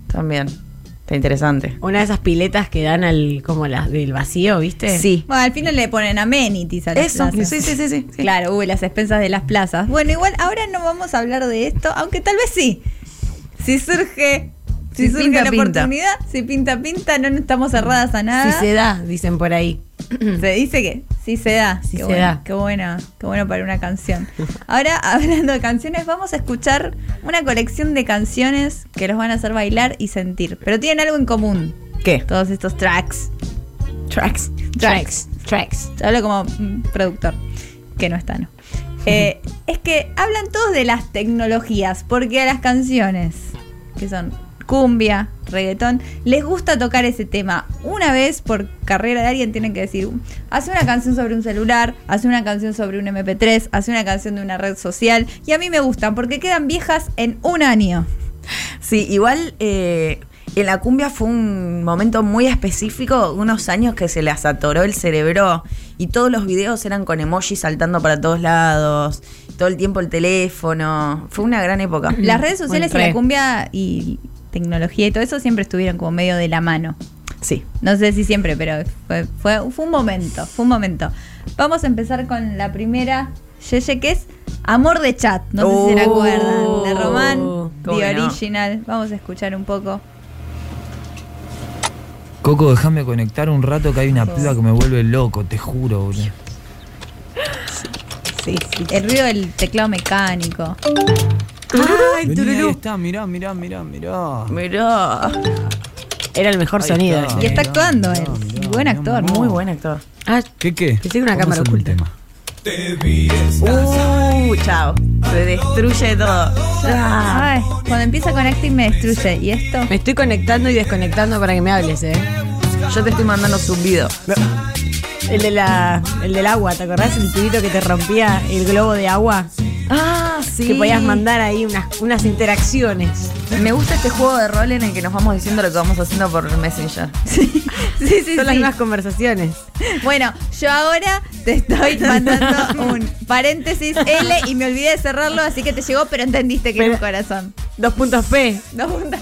[SPEAKER 2] También. Está interesante.
[SPEAKER 4] Una de esas piletas que dan al como las del vacío, ¿viste?
[SPEAKER 2] Sí.
[SPEAKER 3] Bueno, al final le ponen amenities a las
[SPEAKER 2] Eso, sí,
[SPEAKER 3] plazas.
[SPEAKER 2] sí, sí, sí. sí.
[SPEAKER 3] Claro, uy, las expensas de las plazas. Bueno, igual ahora no vamos a hablar de esto, aunque tal vez sí. Si surge, si
[SPEAKER 2] Si
[SPEAKER 3] surge
[SPEAKER 2] pinta,
[SPEAKER 3] la
[SPEAKER 2] pinta.
[SPEAKER 3] oportunidad, si pinta, pinta, no, no estamos cerradas a nada.
[SPEAKER 2] Ah.
[SPEAKER 4] Si se da, dicen por ahí.
[SPEAKER 3] Se dice que sí se da.
[SPEAKER 4] Mm.
[SPEAKER 3] qué
[SPEAKER 4] Sí se
[SPEAKER 3] bueno,
[SPEAKER 4] da.
[SPEAKER 3] Qué bueno, qué bueno para una canción. Ahora, *laughs* hablando de canciones, vamos a escuchar una colección de canciones que los van a hacer bailar y sentir. Pero tienen algo en común,
[SPEAKER 2] ¿Qué?
[SPEAKER 3] todos estos tracks.
[SPEAKER 2] Tracks.
[SPEAKER 4] Tracks. Tracks.
[SPEAKER 3] Yo hablo como mm, productor, que no está, ¿no? Eh, es que hablan todos de las tecnologías, porque a las canciones, que son cumbia, reggaetón, les gusta tocar ese tema. Una vez por carrera de alguien tienen que decir, hace una canción sobre un celular, hace una canción sobre un MP3, hace una canción de una red social. Y a mí me gustan porque quedan viejas en un año.
[SPEAKER 2] Sí, igual eh, en la cumbia fue un momento muy específico, unos años que se les atoró el cerebro y todos los videos eran con emojis saltando para todos lados, todo el tiempo el teléfono, fue una gran época.
[SPEAKER 3] Las redes sociales y
[SPEAKER 4] re.
[SPEAKER 3] la cumbia y tecnología y todo eso siempre estuvieron como medio de la mano.
[SPEAKER 2] Sí.
[SPEAKER 3] No sé si siempre, pero fue, fue, fue un momento, fue un momento. Vamos a empezar con la primera, Yeye, que es Amor de Chat. No sé si se la
[SPEAKER 2] Oh.
[SPEAKER 3] acuerdan. De Román,
[SPEAKER 2] ¿Cómo que
[SPEAKER 3] The
[SPEAKER 2] no?
[SPEAKER 3] Original. Vamos a escuchar un poco.
[SPEAKER 5] Coco, déjame conectar un rato que hay una piba que me vuelve loco, te juro, boludo.
[SPEAKER 3] El ruido del teclado mecánico.
[SPEAKER 4] Ay,
[SPEAKER 5] Vení, ahí
[SPEAKER 4] tururú.
[SPEAKER 5] está, mirá, mirá, mirá, mirá.
[SPEAKER 2] Mirá,
[SPEAKER 4] Era el mejor
[SPEAKER 5] Ahí
[SPEAKER 4] sonido.
[SPEAKER 5] está.
[SPEAKER 3] Y está
[SPEAKER 5] mirá,
[SPEAKER 3] actuando
[SPEAKER 5] mirá,
[SPEAKER 3] él.
[SPEAKER 5] mirá,
[SPEAKER 3] Buen
[SPEAKER 5] mirá,
[SPEAKER 3] actor,
[SPEAKER 5] mamá.
[SPEAKER 3] muy
[SPEAKER 2] muy buen actor.
[SPEAKER 4] Ah,
[SPEAKER 5] ¿Qué qué?
[SPEAKER 4] Pensé que una
[SPEAKER 5] ¿Cómo
[SPEAKER 4] cámara
[SPEAKER 5] sale el
[SPEAKER 4] oculta.
[SPEAKER 5] tema?
[SPEAKER 2] Uh, chao. Se destruye todo. Ah.
[SPEAKER 3] Ay, cuando empieza con acting me destruye. ¿Y esto?
[SPEAKER 4] Me estoy conectando y desconectando para que me hables, ¿eh?
[SPEAKER 2] Yo te estoy mandando zumbido.
[SPEAKER 4] El, de la, el del agua, ¿te acordás? El tubito que te rompía el globo de agua.
[SPEAKER 2] Ah, sí.
[SPEAKER 4] Que podías
[SPEAKER 2] *laughs*
[SPEAKER 4] mandar ahí unas, unas interacciones.
[SPEAKER 2] Me gusta este juego de rol en el que nos vamos diciendo lo que vamos haciendo por Messenger. *laughs*
[SPEAKER 3] Sí, sí, sí.
[SPEAKER 4] Son las
[SPEAKER 3] sí.
[SPEAKER 4] mismas conversaciones.
[SPEAKER 3] Bueno, yo ahora te estoy mandando un paréntesis L y me olvidé de cerrarlo, así que te llegó, pero entendiste que era un
[SPEAKER 4] Pero-
[SPEAKER 3] corazón.
[SPEAKER 4] Dos puntos P.
[SPEAKER 3] Dos puntas.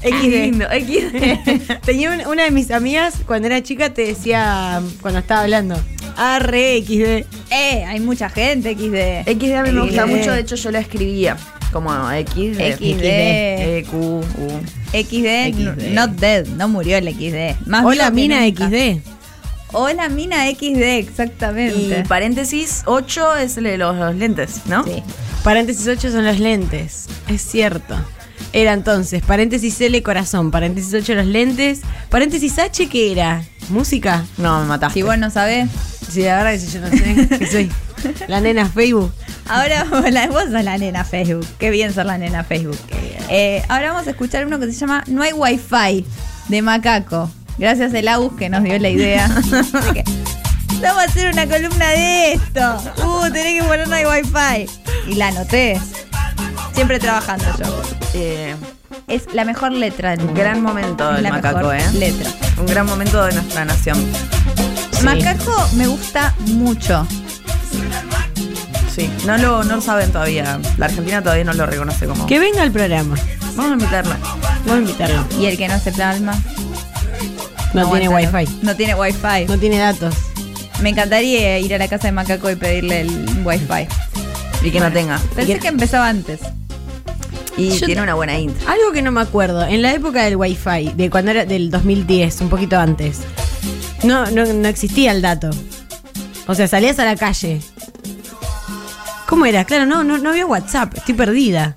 [SPEAKER 4] XD.
[SPEAKER 2] lindo, XD.
[SPEAKER 4] *laughs* Tenía un- una de mis amigas, cuando era chica, te decía, cuando estaba hablando, ARE XD.
[SPEAKER 3] *laughs* Eh, hay mucha gente, XD.
[SPEAKER 2] XD a mí me gusta
[SPEAKER 4] XD.
[SPEAKER 2] mucho, de hecho yo lo escribía como XD.
[SPEAKER 3] XD.
[SPEAKER 2] E, Q, U.
[SPEAKER 3] XD,
[SPEAKER 4] XD.
[SPEAKER 3] not dead, no murió el XD. Más
[SPEAKER 4] Hola,
[SPEAKER 3] vivo que
[SPEAKER 4] mina
[SPEAKER 3] nunca.
[SPEAKER 4] XD.
[SPEAKER 3] Hola, mina XD, exactamente.
[SPEAKER 2] Y paréntesis 8 es el de los, los lentes, ¿no?
[SPEAKER 3] Sí.
[SPEAKER 4] Paréntesis 8 son los lentes. Es cierto. Era entonces, paréntesis L corazón, paréntesis 8 los lentes, paréntesis H que era música.
[SPEAKER 2] No, me mataste.
[SPEAKER 3] Si vos no sabés,
[SPEAKER 4] Sí, la verdad que sí, yo no sé qué
[SPEAKER 3] *laughs*
[SPEAKER 4] soy. La nena Facebook.
[SPEAKER 3] ahora *laughs* hola, vos sos la nena Facebook. Qué bien ser la nena Facebook. Eh, ahora vamos a escuchar uno que se llama No hay Wi-Fi de Macaco. Gracias el Agus que nos dio la idea. Así que, Vamos a hacer una columna de esto. Uh, tenés que poner No hay Wi-Fi. Y la anoté. Siempre trabajando yo.
[SPEAKER 2] Eh,
[SPEAKER 3] Es la mejor letra del
[SPEAKER 2] un gran momento
[SPEAKER 3] Es
[SPEAKER 2] del
[SPEAKER 3] la
[SPEAKER 2] macaco,
[SPEAKER 3] mejor
[SPEAKER 2] ¿eh?
[SPEAKER 3] letra.
[SPEAKER 2] Un gran momento de nuestra nación.
[SPEAKER 3] Macaco me gusta mucho.
[SPEAKER 2] Sí. No lo, no lo saben todavía. La Argentina todavía no lo reconoce como.
[SPEAKER 4] Que venga al programa.
[SPEAKER 2] Vamos a invitarlo.
[SPEAKER 4] Vamos a invitarlo.
[SPEAKER 3] Y el que no se plasma.
[SPEAKER 4] No, tiene
[SPEAKER 3] aguanta,
[SPEAKER 4] wifi.
[SPEAKER 3] No, no tiene wifi.
[SPEAKER 4] No tiene datos.
[SPEAKER 3] Me encantaría ir a la casa de Macaco y pedirle el wifi.
[SPEAKER 2] Y que no tenga.
[SPEAKER 3] Pensé que empezaba antes.
[SPEAKER 2] Y
[SPEAKER 4] Yo
[SPEAKER 2] tiene
[SPEAKER 4] te-
[SPEAKER 2] una buena intro.
[SPEAKER 4] Algo que no me acuerdo, en la época del wifi, de cuando era del 2010, un poquito antes, no, no, no existía el dato. O sea, salías a la calle. ¿Cómo era? Claro, no, no, no había WhatsApp, estoy perdida.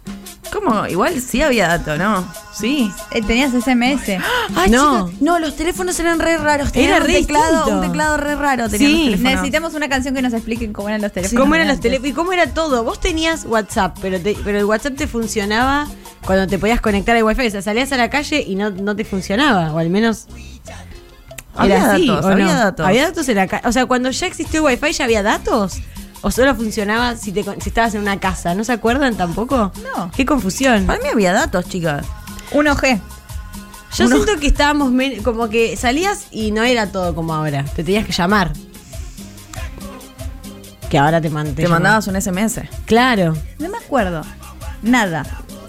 [SPEAKER 2] ¿Cómo? Igual sí había dato, ¿no? Sí.
[SPEAKER 3] Eh, Tenías
[SPEAKER 4] *gasps*
[SPEAKER 3] SMS.
[SPEAKER 4] Ay,
[SPEAKER 2] no.
[SPEAKER 4] chicos,
[SPEAKER 2] no, los teléfonos eran re raros.
[SPEAKER 4] tenían
[SPEAKER 2] Era
[SPEAKER 4] un
[SPEAKER 2] re
[SPEAKER 4] teclado-
[SPEAKER 2] teclado,
[SPEAKER 4] un
[SPEAKER 2] un
[SPEAKER 4] teclado
[SPEAKER 2] teclado re raro.
[SPEAKER 4] tenían los teléfonos.
[SPEAKER 3] Necesitamos una canción que nos expliquen cómo eran los teléfonos.
[SPEAKER 4] ¿Cómo eran
[SPEAKER 3] de
[SPEAKER 4] los
[SPEAKER 3] antes.
[SPEAKER 4] teléfonos? ¿Y cómo era todo? Vos tenías WhatsApp, pero, te- pero el WhatsApp te funcionaba cuando te podías conectar al wifi. O sea, salías a la calle y no, no te funcionaba, o al menos...
[SPEAKER 2] Había
[SPEAKER 4] era así,
[SPEAKER 2] datos,
[SPEAKER 4] ¿o no?
[SPEAKER 2] había datos.
[SPEAKER 4] Había datos en la ca- O sea, cuando ya existió el wifi ya había datos. O solo funcionaba si, te, con- si estabas en una casa. ¿No se acuerdan tampoco?
[SPEAKER 3] No.
[SPEAKER 4] Qué confusión.
[SPEAKER 2] Para mí había datos, chicas.
[SPEAKER 3] 1G.
[SPEAKER 4] Yo siento que estábamos men- como que salías y no era todo como ahora. Te tenías que llamar. Que ahora te, mandé
[SPEAKER 2] Te mandabas un SMS.
[SPEAKER 4] Claro.
[SPEAKER 3] No me acuerdo. Nada.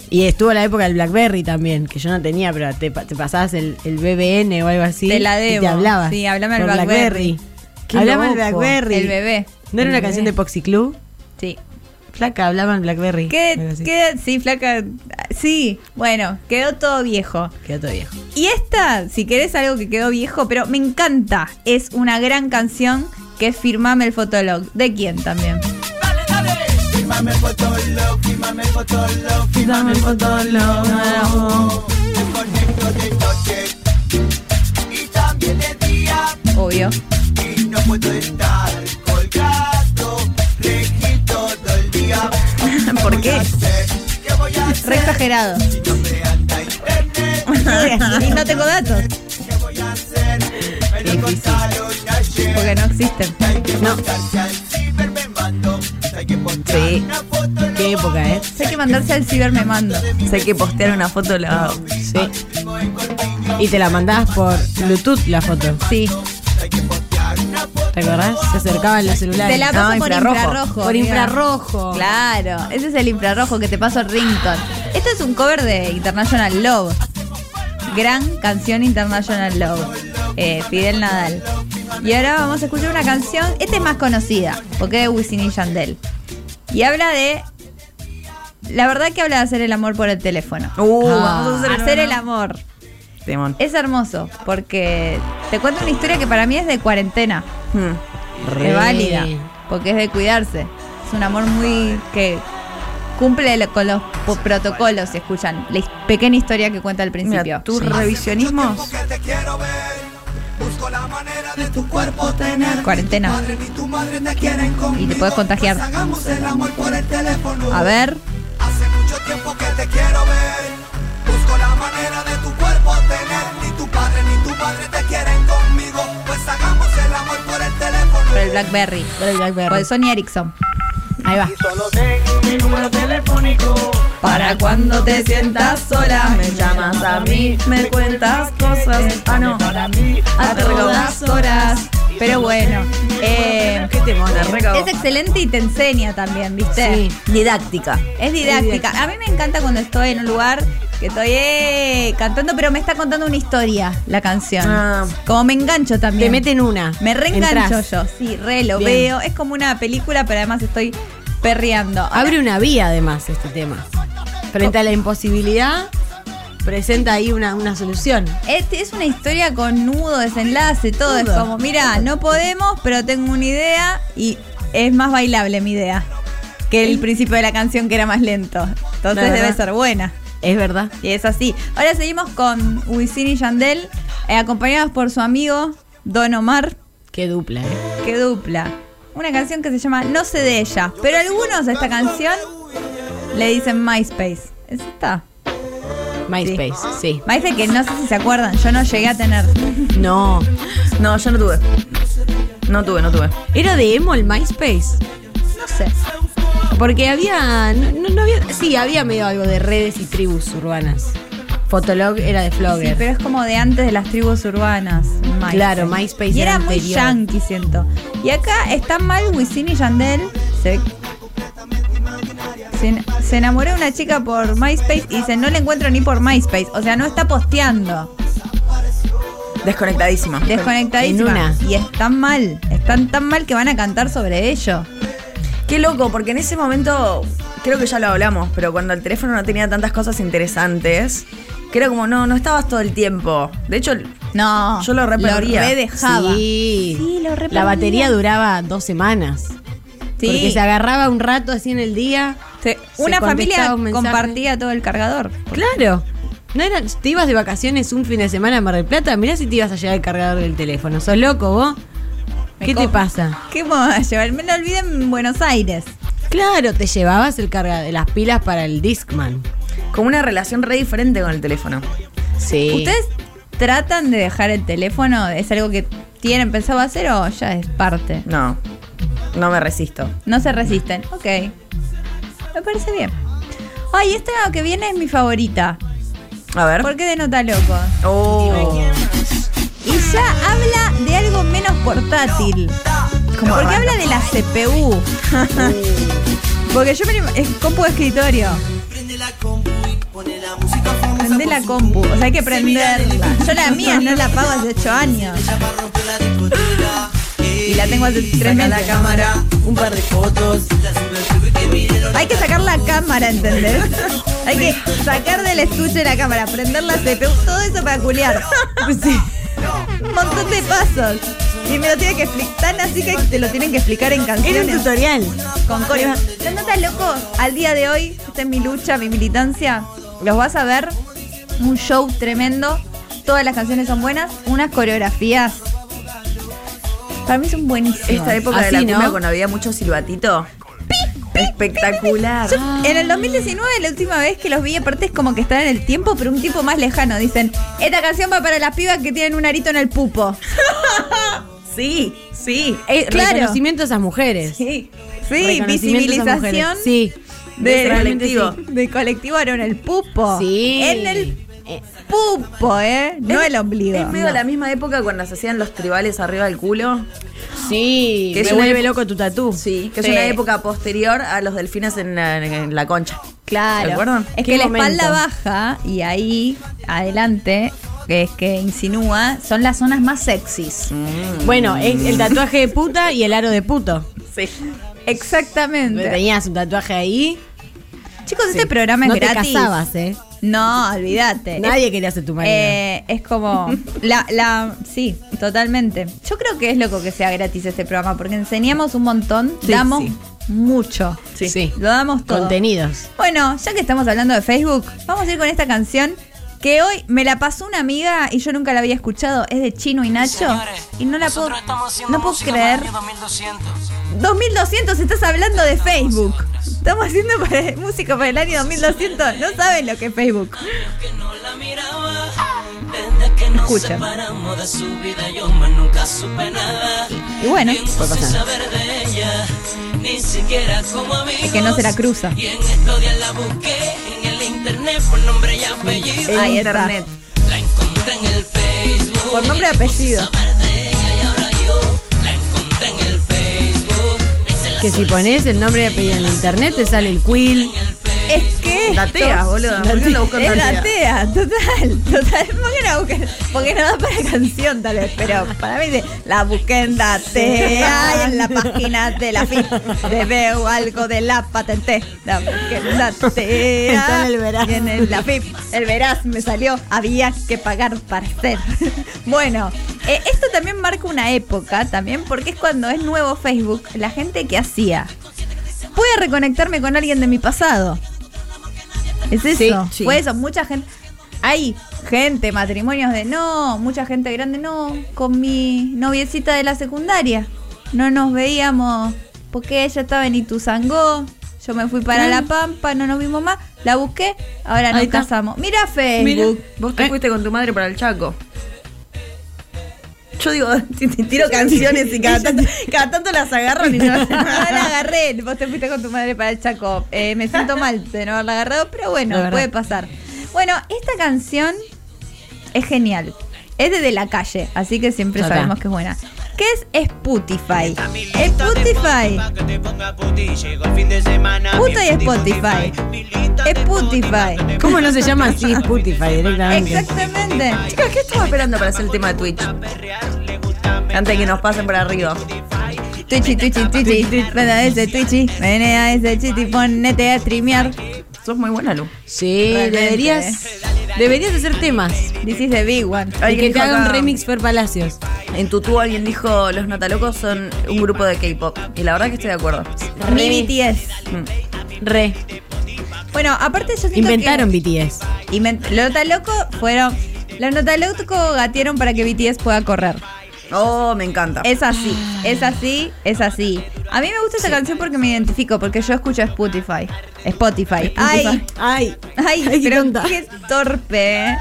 [SPEAKER 4] Y estuvo la época del Blackberry también, que yo no tenía, pero te, pa- te pasabas el, el BBN o algo así.
[SPEAKER 3] Te la
[SPEAKER 4] Y
[SPEAKER 3] debo.
[SPEAKER 4] te hablabas.
[SPEAKER 3] Sí, hablame al
[SPEAKER 4] por
[SPEAKER 3] Blackberry.
[SPEAKER 2] Qué
[SPEAKER 4] Hablame al
[SPEAKER 2] loco.
[SPEAKER 4] Blackberry.
[SPEAKER 3] El bebé.
[SPEAKER 4] ¿No era una canción de Poxy Club?
[SPEAKER 3] Sí.
[SPEAKER 4] Flaca, hablaba en Blackberry. Algo
[SPEAKER 3] ¿Qué,
[SPEAKER 4] así.
[SPEAKER 3] qué- sí, flaca. Sí. Bueno, quedó todo viejo.
[SPEAKER 4] Quedó todo viejo.
[SPEAKER 3] Y esta, si querés algo que quedó viejo, pero me encanta. Es una gran canción que es Firmame el Fotolog. ¿De quién también? Obvio. *laughs*
[SPEAKER 2] ¿Por qué?
[SPEAKER 3] Re exagerado. *laughs* y no tengo datos. Porque no existen.
[SPEAKER 2] Sí.
[SPEAKER 4] Qué época, ¿eh?
[SPEAKER 3] Sé que mandarse al ciber me mando.
[SPEAKER 2] Sé que postear una foto la.
[SPEAKER 4] Sí. Y te la mandabas por Bluetooth la foto.
[SPEAKER 3] Sí.
[SPEAKER 4] ¿Te acordás? Se acercaban los celulares.
[SPEAKER 3] Te la paso
[SPEAKER 2] No,
[SPEAKER 3] por
[SPEAKER 2] infrarrojo.
[SPEAKER 3] infrarrojo.
[SPEAKER 4] Por
[SPEAKER 3] mira.
[SPEAKER 4] infrarrojo.
[SPEAKER 3] Claro, ese es el infrarrojo que te paso Rington. Esto es un cover de International Love. Gran canción International Love. Eh, Fidel Nadal. Y ahora vamos a escuchar una canción. Esta es más conocida, porque es Wisin y Yandel. Y habla de. La verdad que habla de hacer el amor por el teléfono.
[SPEAKER 2] Uh,
[SPEAKER 3] Ah.
[SPEAKER 2] vamos a hacer el
[SPEAKER 3] hacer el
[SPEAKER 2] amor.
[SPEAKER 3] amor.
[SPEAKER 2] Temón.
[SPEAKER 3] Es hermoso, porque te cuento una historia que para mí es de cuarentena.
[SPEAKER 2] Hmm.
[SPEAKER 3] Es válida, porque es de cuidarse. Es un amor muy que cumple lo- con los po- protocolos, si escuchan. La his- pequeña historia que cuenta al principio.
[SPEAKER 2] Mira, tus
[SPEAKER 3] Sí.
[SPEAKER 2] revisionismos.
[SPEAKER 3] Cuarentena. Y te puedes contagiar. A ver. Pues Por el Blackberry.
[SPEAKER 4] Por el
[SPEAKER 3] Por
[SPEAKER 4] Blackberry.
[SPEAKER 3] el Sony Ericsson. Ahí va.
[SPEAKER 2] Para cuando te sientas sola, me llamas a mí, me cuentas cosas. Ah, no.
[SPEAKER 3] A todas horas. Pero bueno. eh,
[SPEAKER 2] ¿Qué te mola? Recago.
[SPEAKER 3] es excelente y te enseña también, ¿viste?
[SPEAKER 4] Sí.
[SPEAKER 2] Didáctica.
[SPEAKER 3] Es didáctica. A mí me encanta cuando estoy en un lugar que estoy eh, cantando, pero me está contando una historia la canción.
[SPEAKER 4] Ah.
[SPEAKER 3] Como me engancho también.
[SPEAKER 4] Te meten una.
[SPEAKER 3] Me reengancho
[SPEAKER 4] Entrás.
[SPEAKER 3] yo. Sí, re lo
[SPEAKER 4] Bien.
[SPEAKER 3] veo. Es como una película, pero además estoy perreando.
[SPEAKER 4] Abre una vía además este tema. Frente a la imposibilidad, presenta ahí una, una solución.
[SPEAKER 3] Este es una historia con nudo, desenlace, todo. Es
[SPEAKER 4] Nudo.
[SPEAKER 3] como, mira, no podemos, pero tengo una idea y es más bailable mi idea que el principio de la canción que era más lento. Entonces
[SPEAKER 4] La
[SPEAKER 3] debe
[SPEAKER 4] verdad.
[SPEAKER 3] ser buena.
[SPEAKER 4] Es verdad.
[SPEAKER 3] Y es así. Ahora seguimos con Wisin y Yandel, eh, acompañados por su amigo Don Omar,
[SPEAKER 4] Qué dupla, ¿eh?
[SPEAKER 3] que dupla. Una canción que se llama No sé de ella, pero algunos a esta canción le dicen MySpace. ¿Es esta?
[SPEAKER 4] MySpace, sí.
[SPEAKER 3] MySpace que no sé si se acuerdan, yo no llegué a tener. *laughs*
[SPEAKER 4] No.
[SPEAKER 2] No, yo no tuve. No tuve, no tuve.
[SPEAKER 4] ¿Era de emo el MySpace?
[SPEAKER 3] No sé.
[SPEAKER 4] Porque había. No, no había. Sí, había medio algo de redes y tribus urbanas. Fotolog era de Flogger.
[SPEAKER 3] Sí, pero es como de antes de las tribus urbanas. MySpace.
[SPEAKER 4] Claro, MySpace
[SPEAKER 3] Y
[SPEAKER 4] era
[SPEAKER 3] era muy
[SPEAKER 4] anterior.
[SPEAKER 3] yankee, siento. Y acá están mal Wisin y Yandel. Se, se, en- se enamoró de una chica por MySpace y dice, no la encuentro ni por MySpace. O sea, no está posteando.
[SPEAKER 2] Desconectadísima.
[SPEAKER 3] Desconectadísima.
[SPEAKER 4] En una.
[SPEAKER 3] Y están mal. Están tan mal que van a cantar sobre ello.
[SPEAKER 2] Qué loco, porque en ese momento, creo que ya lo hablamos, pero cuando el teléfono no tenía tantas cosas interesantes, que era como, no, no estabas todo el tiempo. De hecho,
[SPEAKER 3] No.
[SPEAKER 2] Yo lo re perdía.
[SPEAKER 3] redejaba.
[SPEAKER 4] Sí.
[SPEAKER 3] Sí, lo
[SPEAKER 4] La
[SPEAKER 3] reprendía.
[SPEAKER 4] batería duraba dos semanas.
[SPEAKER 3] Sí.
[SPEAKER 4] Porque se agarraba un rato así en el día.
[SPEAKER 3] Se-
[SPEAKER 4] se
[SPEAKER 3] una familia
[SPEAKER 4] contestaba un mensaje.
[SPEAKER 3] compartía todo el cargador.
[SPEAKER 4] Claro. No era, te ibas de vacaciones un fin de semana a Mar del Plata, mirá si te ibas a llevar el cargador del teléfono. ¿Sos loco vos?
[SPEAKER 3] Me
[SPEAKER 4] ¿Qué te
[SPEAKER 3] copa.
[SPEAKER 4] pasa?
[SPEAKER 3] ¿Qué vamos a llevar? Me lo olvidé en Buenos Aires.
[SPEAKER 4] Claro, te llevabas el carga, las pilas para el Discman.
[SPEAKER 2] como una relación re diferente con el teléfono.
[SPEAKER 4] Sí.
[SPEAKER 3] ¿Ustedes tratan de dejar el teléfono? ¿Es algo que tienen pensado hacer o ya es parte?
[SPEAKER 2] No, no me resisto.
[SPEAKER 3] No se resisten. Ok. Me parece bien. Ay, esta que viene es mi favorita.
[SPEAKER 2] A ver.
[SPEAKER 3] ¿Por qué de nota loco?
[SPEAKER 2] Oh.
[SPEAKER 3] Y ya habla de algo menos portátil.
[SPEAKER 2] ¿Cómo
[SPEAKER 3] Porque
[SPEAKER 2] arranca?
[SPEAKER 3] habla de la CPU. Porque yo me lo- es compu de escritorio. Prende la compu, o sea, hay que prenderla. Yo *laughs* la mía no la pago hace 8 años. *laughs* Y la tengo hace 3 meses. eh, la cámara, un par de fotos. Hay que sacar la cámara, *laughs* ¿entendés? Hay que sacar del estuche la cámara, prender la CPU, todo eso para culiar. Un montón de pasos. Y me lo tiene que explicar. Tan así que te lo tienen que explicar en
[SPEAKER 4] Era un
[SPEAKER 3] canciones.
[SPEAKER 4] tutorial. Ah,
[SPEAKER 3] Con coreo. ¿No notas loco? Al día de hoy, esta es mi lucha, mi militancia. Los vas a ver. Un show tremendo. Todas las canciones son buenas. Unas coreografías. Para mí son buenísimas.
[SPEAKER 2] Esta época
[SPEAKER 4] Así,
[SPEAKER 2] de la cumbia
[SPEAKER 4] ¿no?
[SPEAKER 2] cuando había mucho silbatito. Espectacular.
[SPEAKER 3] Yo, en el 2019, la última vez que los vi, aparte es como que están en el tiempo, pero un tiempo más lejano. Dicen, esta canción va para las pibas que tienen un arito en el pupo.
[SPEAKER 2] Sí, sí.
[SPEAKER 4] Eh,
[SPEAKER 3] Claro.
[SPEAKER 4] Reconocimiento a esas mujeres.
[SPEAKER 2] Sí.
[SPEAKER 3] Sí,
[SPEAKER 4] Reconocimiento a esas
[SPEAKER 3] visibilización
[SPEAKER 4] mujeres. Sí.
[SPEAKER 3] de
[SPEAKER 2] Realmente
[SPEAKER 3] colectivo.
[SPEAKER 2] sí.
[SPEAKER 3] De colectivo era en el pupo.
[SPEAKER 4] Sí.
[SPEAKER 3] En el pupo, ¿eh? No el ombligo.
[SPEAKER 2] Es medio
[SPEAKER 3] No.
[SPEAKER 2] la misma época cuando se hacían los tribales arriba del culo.
[SPEAKER 4] Sí.
[SPEAKER 2] Que es
[SPEAKER 4] me
[SPEAKER 2] una-
[SPEAKER 4] vuelve loco tu tatú.
[SPEAKER 2] Sí. Que es
[SPEAKER 3] Sí.
[SPEAKER 2] una época posterior a los delfines en la, en la concha. ¿Se
[SPEAKER 3] Claro.
[SPEAKER 2] acuerdan?
[SPEAKER 3] Es
[SPEAKER 4] ¿Qué
[SPEAKER 3] que la
[SPEAKER 4] momento?
[SPEAKER 3] espalda baja y ahí adelante, que es que insinúa, son las zonas más sexys.
[SPEAKER 4] Bueno, es el tatuaje de puta y el aro de puto.
[SPEAKER 2] Sí.
[SPEAKER 3] Exactamente.
[SPEAKER 4] Tenías un tatuaje ahí.
[SPEAKER 3] Chicos, este programa es
[SPEAKER 4] no
[SPEAKER 3] gratis.
[SPEAKER 4] te casabas, ¿eh?
[SPEAKER 3] No, olvídate.
[SPEAKER 4] Nadie quería ser tu marido.
[SPEAKER 3] Eh, es como la, la sí, totalmente. Yo creo que es loco que sea gratis este programa porque enseñamos un montón,
[SPEAKER 4] Sí,
[SPEAKER 3] damos
[SPEAKER 4] sí.
[SPEAKER 3] mucho.
[SPEAKER 4] sí. sí.
[SPEAKER 3] Lo damos todo.
[SPEAKER 4] Contenidos.
[SPEAKER 3] Bueno, ya que estamos hablando de Facebook, vamos a ir con esta canción que hoy me la pasó una amiga y yo nunca la había escuchado, es de Chino y Nacho y no la puedo no puedo creer. 2200 estás hablando de Facebook. Estamos haciendo para- música para el año 2200, no saben lo que es Facebook.
[SPEAKER 1] que no la miraba. Desde que nos
[SPEAKER 3] Escucha.
[SPEAKER 1] separamos de su vida, yo más nunca supe nada.
[SPEAKER 3] Y bueno,
[SPEAKER 1] Pienso sin saber de ella, ni siquiera como amigos.
[SPEAKER 3] Es que no se la cruza.
[SPEAKER 1] Y en estos días la busqué en el internet por nombre y apellido.
[SPEAKER 3] Ahí
[SPEAKER 2] Ahí *laughs*
[SPEAKER 3] está.
[SPEAKER 2] internet.
[SPEAKER 1] La encontré en el Facebook.
[SPEAKER 3] por nombre y apellido.
[SPEAKER 1] La encontré en el Facebook.
[SPEAKER 4] Que si pones el nombre y apellido en internet te sale el quill.
[SPEAKER 3] Es que
[SPEAKER 2] Datea, boludo. ¿Por qué lo buscan
[SPEAKER 3] es
[SPEAKER 2] tantea?
[SPEAKER 3] la TEA, total, total. ¿Por qué no busqué? Porque no da para canción tal vez, pero para mí dice, la busqué en la TEA, en la página de la FIP. Te veo algo de la patente. La busqué en la TEA.
[SPEAKER 4] Está en el veraz.
[SPEAKER 3] y en el- la FIP. El veraz me salió, había que pagar para ser. *laughs* Bueno, eh, esto también marca una época también, porque es cuando es nuevo Facebook, la gente que hacía. Puede reconectarme con alguien de mi pasado. Es eso.
[SPEAKER 4] Sí, sí.
[SPEAKER 3] Fue eso. Mucha gente. Hay gente, matrimonios de no, mucha gente grande, no. Con mi noviecita de la secundaria. No nos veíamos porque ella estaba en Ituzangó. Yo me fui para La Pampa, no nos vimos más. La busqué, ahora nos
[SPEAKER 4] Ahí está.
[SPEAKER 3] casamos. Mira Facebook.
[SPEAKER 2] Vos te
[SPEAKER 4] Eh.
[SPEAKER 2] fuiste con tu madre para el Chaco. Yo digo, *laughs* t- t- tiro canciones y cada tanto, cada tanto las
[SPEAKER 3] *laughs*
[SPEAKER 2] agarran y *laughs* no.
[SPEAKER 3] No la agarré. Vos te fuiste con tu madre para el Chaco. Eh, me siento mal de no haberla agarrado, pero
[SPEAKER 4] De
[SPEAKER 3] bueno,
[SPEAKER 4] verdad.
[SPEAKER 3] puede pasar. Bueno, esta canción es genial. Es de, De la calle, así que siempre
[SPEAKER 4] Total.
[SPEAKER 3] sabemos que es buena. ¿Qué es Spotify? Spotify. Puta y Spotify. Spotify.
[SPEAKER 4] ¿Cómo no se llama así Spotify directamente?
[SPEAKER 3] Exactamente.
[SPEAKER 2] Chicas, ¿qué estamos esperando para hacer el tema de Twitch? Antes de que nos pasen para arriba.
[SPEAKER 3] Twitchy, twitchy, twitchy. Manda ese twitchy. Vene a ese chiti, ponete a streamear.
[SPEAKER 2] Sos muy buena, Lu.
[SPEAKER 4] Sí,
[SPEAKER 3] Realmente,
[SPEAKER 4] deberías deberías hacer temas.
[SPEAKER 3] This is the big one.
[SPEAKER 4] Y
[SPEAKER 2] Alguien
[SPEAKER 4] que te
[SPEAKER 2] dijo
[SPEAKER 4] haga un
[SPEAKER 2] acá-
[SPEAKER 4] remix Fer Palacios.
[SPEAKER 2] En Tutú alguien dijo, los Natalocos son un grupo de K-pop. Y la verdad que estoy de acuerdo.
[SPEAKER 3] Mi BTS.
[SPEAKER 4] Re.
[SPEAKER 3] Bueno, aparte yo siento
[SPEAKER 4] Inventaron
[SPEAKER 3] que
[SPEAKER 4] BTS.
[SPEAKER 3] invent- los nota loco fueron los nota loco gatearon para que BTS pueda correr.
[SPEAKER 2] Oh, me encanta.
[SPEAKER 3] Es así, es así, es así. A mí me gusta esta canción porque me identifico, porque yo escucho Spotify. Spotify. Ay,
[SPEAKER 4] Ay.
[SPEAKER 3] ay,
[SPEAKER 4] Ay, qué
[SPEAKER 3] pero
[SPEAKER 4] tonta.
[SPEAKER 3] qué torpe. ¿eh?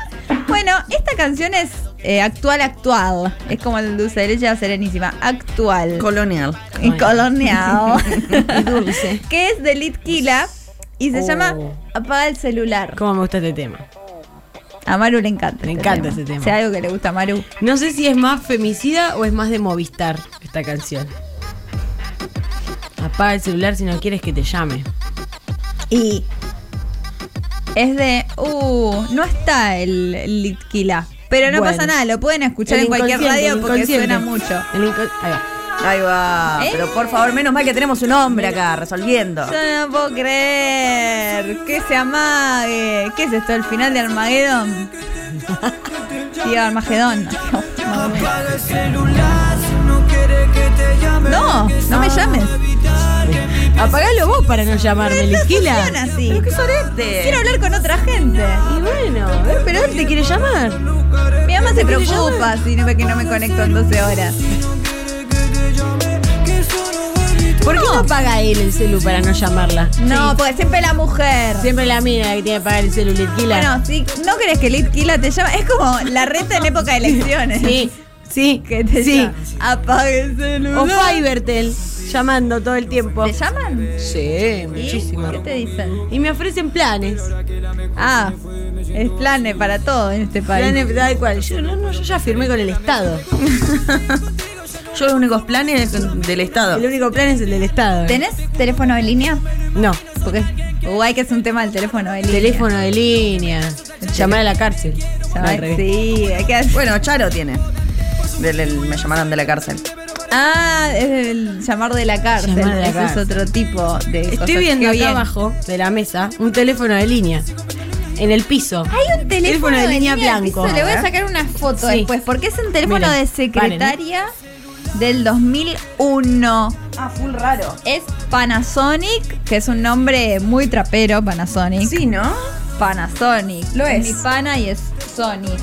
[SPEAKER 3] Bueno, esta canción es eh, actual, actual. Es como el dulce de leche serenísima. Actual.
[SPEAKER 2] Colonial.
[SPEAKER 3] Y colonial.
[SPEAKER 4] *laughs* Y dulce.
[SPEAKER 3] *laughs* que es de Litkila y se
[SPEAKER 4] Oh.
[SPEAKER 3] llama Apaga el celular.
[SPEAKER 4] Cómo me gusta este tema.
[SPEAKER 3] A Maru le encanta.
[SPEAKER 4] Le
[SPEAKER 3] este
[SPEAKER 4] encanta ese tema.
[SPEAKER 3] O sea, algo que le gusta a Maru.
[SPEAKER 4] No sé si es más femicida o es más de Movistar esta canción. Apaga el celular si no quieres que te llame.
[SPEAKER 3] Y es de. Uh, no está el Litquila. Pero no
[SPEAKER 4] Bueno.
[SPEAKER 3] pasa nada, lo pueden escuchar
[SPEAKER 4] El
[SPEAKER 3] en cualquier
[SPEAKER 4] inconsciente, el
[SPEAKER 3] radio porque
[SPEAKER 4] inconsciente.
[SPEAKER 3] suena mucho.
[SPEAKER 4] El inco- ahí va.
[SPEAKER 2] Ahí va.
[SPEAKER 3] ¿Eh?
[SPEAKER 2] Pero por favor, menos mal que tenemos un hombre acá resolviendo.
[SPEAKER 3] Yo no puedo creer que se amague. ¿Qué es esto? ¿El final de Armagedón? Tío, Armagedón.
[SPEAKER 1] Apaga el celular, no quiere que te llame.
[SPEAKER 3] No, no me llames.
[SPEAKER 4] Apagalo vos para no llamarme,
[SPEAKER 3] No funciona
[SPEAKER 4] Liquila.
[SPEAKER 3] así.
[SPEAKER 2] Pero qué sorete.
[SPEAKER 3] Quiero hablar con otra gente.
[SPEAKER 4] Y bueno, eh, pero él te quiere llamar.
[SPEAKER 3] Mi mamá se preocupa si no ve que no me conecto en 12 horas.
[SPEAKER 1] Que solo vuelve y
[SPEAKER 4] ¿Por qué no paga él el celu para no llamarla?
[SPEAKER 3] No, porque siempre la mujer.
[SPEAKER 4] Siempre la mina que tiene que pagar el celu, Litquila.
[SPEAKER 3] Bueno, si no querés que Litquila te llame, es como la reta en época de elecciones.
[SPEAKER 4] sí, sí,
[SPEAKER 3] Que te
[SPEAKER 4] sí.
[SPEAKER 3] llama. Apague el
[SPEAKER 4] O
[SPEAKER 3] celular.
[SPEAKER 4] Fivertel, llamando todo el tiempo.
[SPEAKER 3] ¿Te llaman?
[SPEAKER 4] Sí,
[SPEAKER 3] ¿Y?
[SPEAKER 4] muchísimo.
[SPEAKER 3] ¿Qué te dicen?
[SPEAKER 4] Y me ofrecen planes.
[SPEAKER 3] Ah, es plane para todo en este país.
[SPEAKER 4] Planes tal cual. Yo, no, no, yo ya firmé con el Estado.
[SPEAKER 6] Yo los únicos planes del Estado.
[SPEAKER 4] El único plan es el del Estado. ¿eh?
[SPEAKER 3] ¿Tenés teléfono de línea?
[SPEAKER 4] No.
[SPEAKER 3] Porque Uy, que es un tema el teléfono de línea.
[SPEAKER 4] Teléfono de línea. Llamar a la cárcel. No, al
[SPEAKER 3] Ay,
[SPEAKER 4] revés.
[SPEAKER 3] sí, hay que hacer-
[SPEAKER 6] Bueno, Charo tiene. Del- el- me llamaron de la cárcel.
[SPEAKER 3] Ah, es el llamar de la cárcel.
[SPEAKER 4] Llamar de la
[SPEAKER 3] Ese
[SPEAKER 4] cárcel.
[SPEAKER 3] es otro tipo de. cosas.
[SPEAKER 4] Estoy viendo
[SPEAKER 3] Qué
[SPEAKER 4] acá
[SPEAKER 3] bien.
[SPEAKER 4] abajo de la mesa un teléfono de línea. En el piso.
[SPEAKER 3] Hay un teléfono,
[SPEAKER 4] de línea
[SPEAKER 3] al
[SPEAKER 4] blanco.
[SPEAKER 3] piso. Le voy
[SPEAKER 4] A
[SPEAKER 3] a
[SPEAKER 2] ¿eh?
[SPEAKER 4] ver.
[SPEAKER 3] sacar una foto
[SPEAKER 4] Sí.
[SPEAKER 3] después, porque es un teléfono
[SPEAKER 4] Mira,
[SPEAKER 3] de secretaria del 2001.
[SPEAKER 2] Ah, full raro.
[SPEAKER 3] Es Panasonic, que es un nombre muy trapero, Panasonic.
[SPEAKER 2] Sí, ¿no?
[SPEAKER 3] Panasonic.
[SPEAKER 2] Lo es.
[SPEAKER 3] Mi pana y es Sony.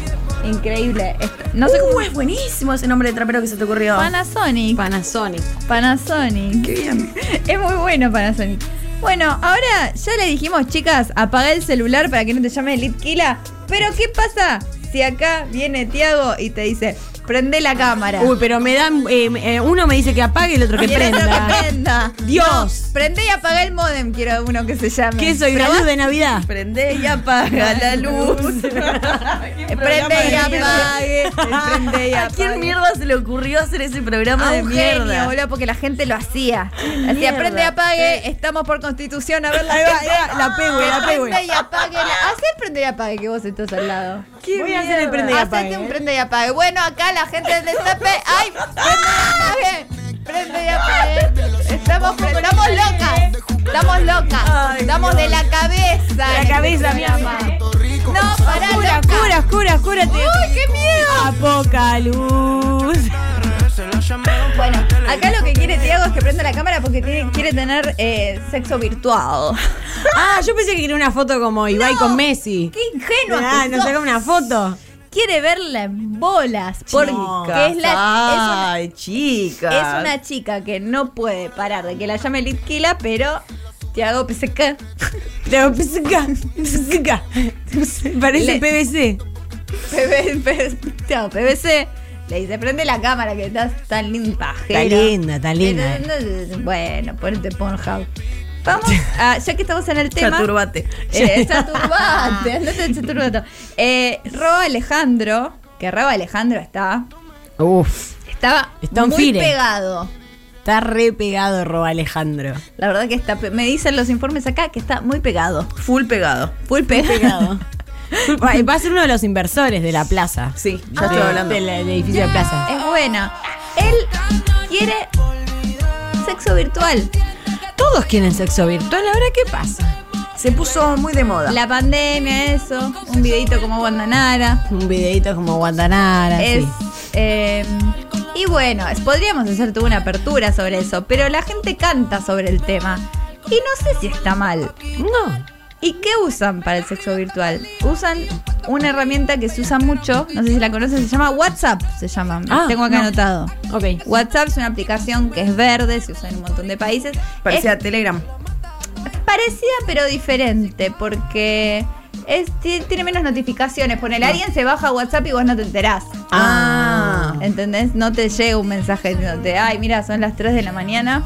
[SPEAKER 3] Increíble. Esto- No sé
[SPEAKER 2] Uh,
[SPEAKER 3] cómo
[SPEAKER 2] es buenísimo ese nombre de trapero que se te ocurrió.
[SPEAKER 3] Panasonic.
[SPEAKER 4] Panasonic.
[SPEAKER 3] Panasonic. Qué bien. *laughs* Es muy bueno Panasonic. Bueno, ahora ya le dijimos, chicas, apaga el celular para que no te llame Litkila. Pero ¿qué pasa si acá viene Tiago y te dice, prende la cámara?
[SPEAKER 4] Uy, pero me dan. eh, eh, uno me dice que apague y el otro que
[SPEAKER 3] Y el otro que
[SPEAKER 4] prenda.
[SPEAKER 3] prenda.
[SPEAKER 4] Dios.
[SPEAKER 3] No, prende y apaga el modem, quiero uno que se llame.
[SPEAKER 4] ¿Qué soy? ¿Una luz de Navidad?
[SPEAKER 6] Prende y
[SPEAKER 4] *laughs*
[SPEAKER 6] apaga la luz.
[SPEAKER 3] *laughs* Eh, Prende y apague. Prende y
[SPEAKER 6] ¿A
[SPEAKER 3] apague.
[SPEAKER 6] quién mierda se le ocurrió hacer ese programa
[SPEAKER 3] A
[SPEAKER 6] de
[SPEAKER 3] Ah, un Ah, genio,
[SPEAKER 6] mierda?
[SPEAKER 3] boludo, porque la gente lo hacía. Así, aprende y apague, estamos por constitución, a ver la
[SPEAKER 4] La pego, la pego.
[SPEAKER 3] Prende y apague. la- Hacé el prende y apague que vos estás al lado.
[SPEAKER 4] Voy a hacer el prende y
[SPEAKER 3] Hacete un
[SPEAKER 4] apague.
[SPEAKER 3] prende y apague. eh. Bueno, acá la gente del destape. ¡Ay! ¡Prende y apague! Prende y apague. Estamos, pre- estamos locas. Estamos locas. Estamos de la cabeza. en este
[SPEAKER 4] cabeza, mi
[SPEAKER 3] programa.
[SPEAKER 4] amor.
[SPEAKER 3] No, pará, loca.
[SPEAKER 4] Oscura, oscura, oscura, oscura.
[SPEAKER 3] ¡Uy, qué miedo!
[SPEAKER 4] A poca luz.
[SPEAKER 3] Bueno, acá lo que quiere Tiago es que prenda la cámara porque tiene- quiere tener eh, sexo
[SPEAKER 4] *laughs*
[SPEAKER 3] virtual.
[SPEAKER 4] Ah, yo pensé que quería una foto como Ibai
[SPEAKER 3] No.
[SPEAKER 4] con Messi.
[SPEAKER 3] ¡Qué ingenua!
[SPEAKER 4] Ah,
[SPEAKER 3] que
[SPEAKER 4] nos
[SPEAKER 3] sos.
[SPEAKER 4] saca una foto.
[SPEAKER 3] Quiere verla en bolas porque
[SPEAKER 6] Chicas,
[SPEAKER 3] es, la,
[SPEAKER 6] Ay,
[SPEAKER 3] es,
[SPEAKER 6] chicas.
[SPEAKER 3] una, es una chica que no puede parar de que la llame Litquila, pero Tiago PSK
[SPEAKER 4] Te- psica, psica. *laughs* Parece
[SPEAKER 3] Le-
[SPEAKER 4] PVC.
[SPEAKER 3] PB, Tiago PBC le dice prende la cámara que estás tan linda pajera".
[SPEAKER 4] Está linda, está linda.
[SPEAKER 3] Bueno, ponete Pornhub. Vamos, a- ya que estamos
[SPEAKER 4] *laughs*
[SPEAKER 3] en el tema.
[SPEAKER 6] Chaturbate.
[SPEAKER 3] Eh, chaturbate, andate de chaturbato. Eh, Rob Alejandro, que Rob Alejandro está.
[SPEAKER 4] Uf.
[SPEAKER 3] Estaba
[SPEAKER 4] Está on
[SPEAKER 3] muy
[SPEAKER 4] fire.
[SPEAKER 3] pegado.
[SPEAKER 4] Está re pegado, Roba Alejandro.
[SPEAKER 3] La verdad que está, pe- me dicen los informes acá que está muy pegado.
[SPEAKER 6] Full pegado.
[SPEAKER 3] Full pegado.
[SPEAKER 4] Pegado. Va va a ser uno de los inversores de la plaza.
[SPEAKER 6] Sí, ya estoy
[SPEAKER 3] Ah.
[SPEAKER 4] De-
[SPEAKER 6] hablando.
[SPEAKER 4] Del del edificio de plaza.
[SPEAKER 3] *laughs* Es buena. Él quiere sexo virtual.
[SPEAKER 4] Todos quieren sexo virtual. Ahora, ¿qué pasa?
[SPEAKER 6] Se puso muy de
[SPEAKER 4] Ah.
[SPEAKER 6] moda.
[SPEAKER 3] La pandemia, eso. Un videito como Guandanara.
[SPEAKER 4] Un videito como Guantanara.
[SPEAKER 3] Es,
[SPEAKER 4] Ah, sí.
[SPEAKER 3] eh, y bueno, es- podríamos hacer toda una apertura sobre eso, pero la gente canta sobre el tema. Y no sé si está mal.
[SPEAKER 4] No.
[SPEAKER 3] ¿Y qué usan para el sexo virtual? Usan una herramienta que se usa mucho, no sé si la conocen, se llama WhatsApp, se llama.
[SPEAKER 4] Ah,
[SPEAKER 3] Tengo acá
[SPEAKER 4] no.
[SPEAKER 3] anotado.
[SPEAKER 4] Ok.
[SPEAKER 3] WhatsApp es una aplicación que es verde, se usa en un montón de países.
[SPEAKER 6] Parecía Telegram.
[SPEAKER 3] Es parecida pero diferente, porque es- ti- tiene menos notificaciones. Ponele, alguien se baja WhatsApp y vos no te enterás.
[SPEAKER 4] Ah.
[SPEAKER 3] ¿Entendés? No te llega un mensaje diciéndote, ay, mira, son las 3 de la mañana.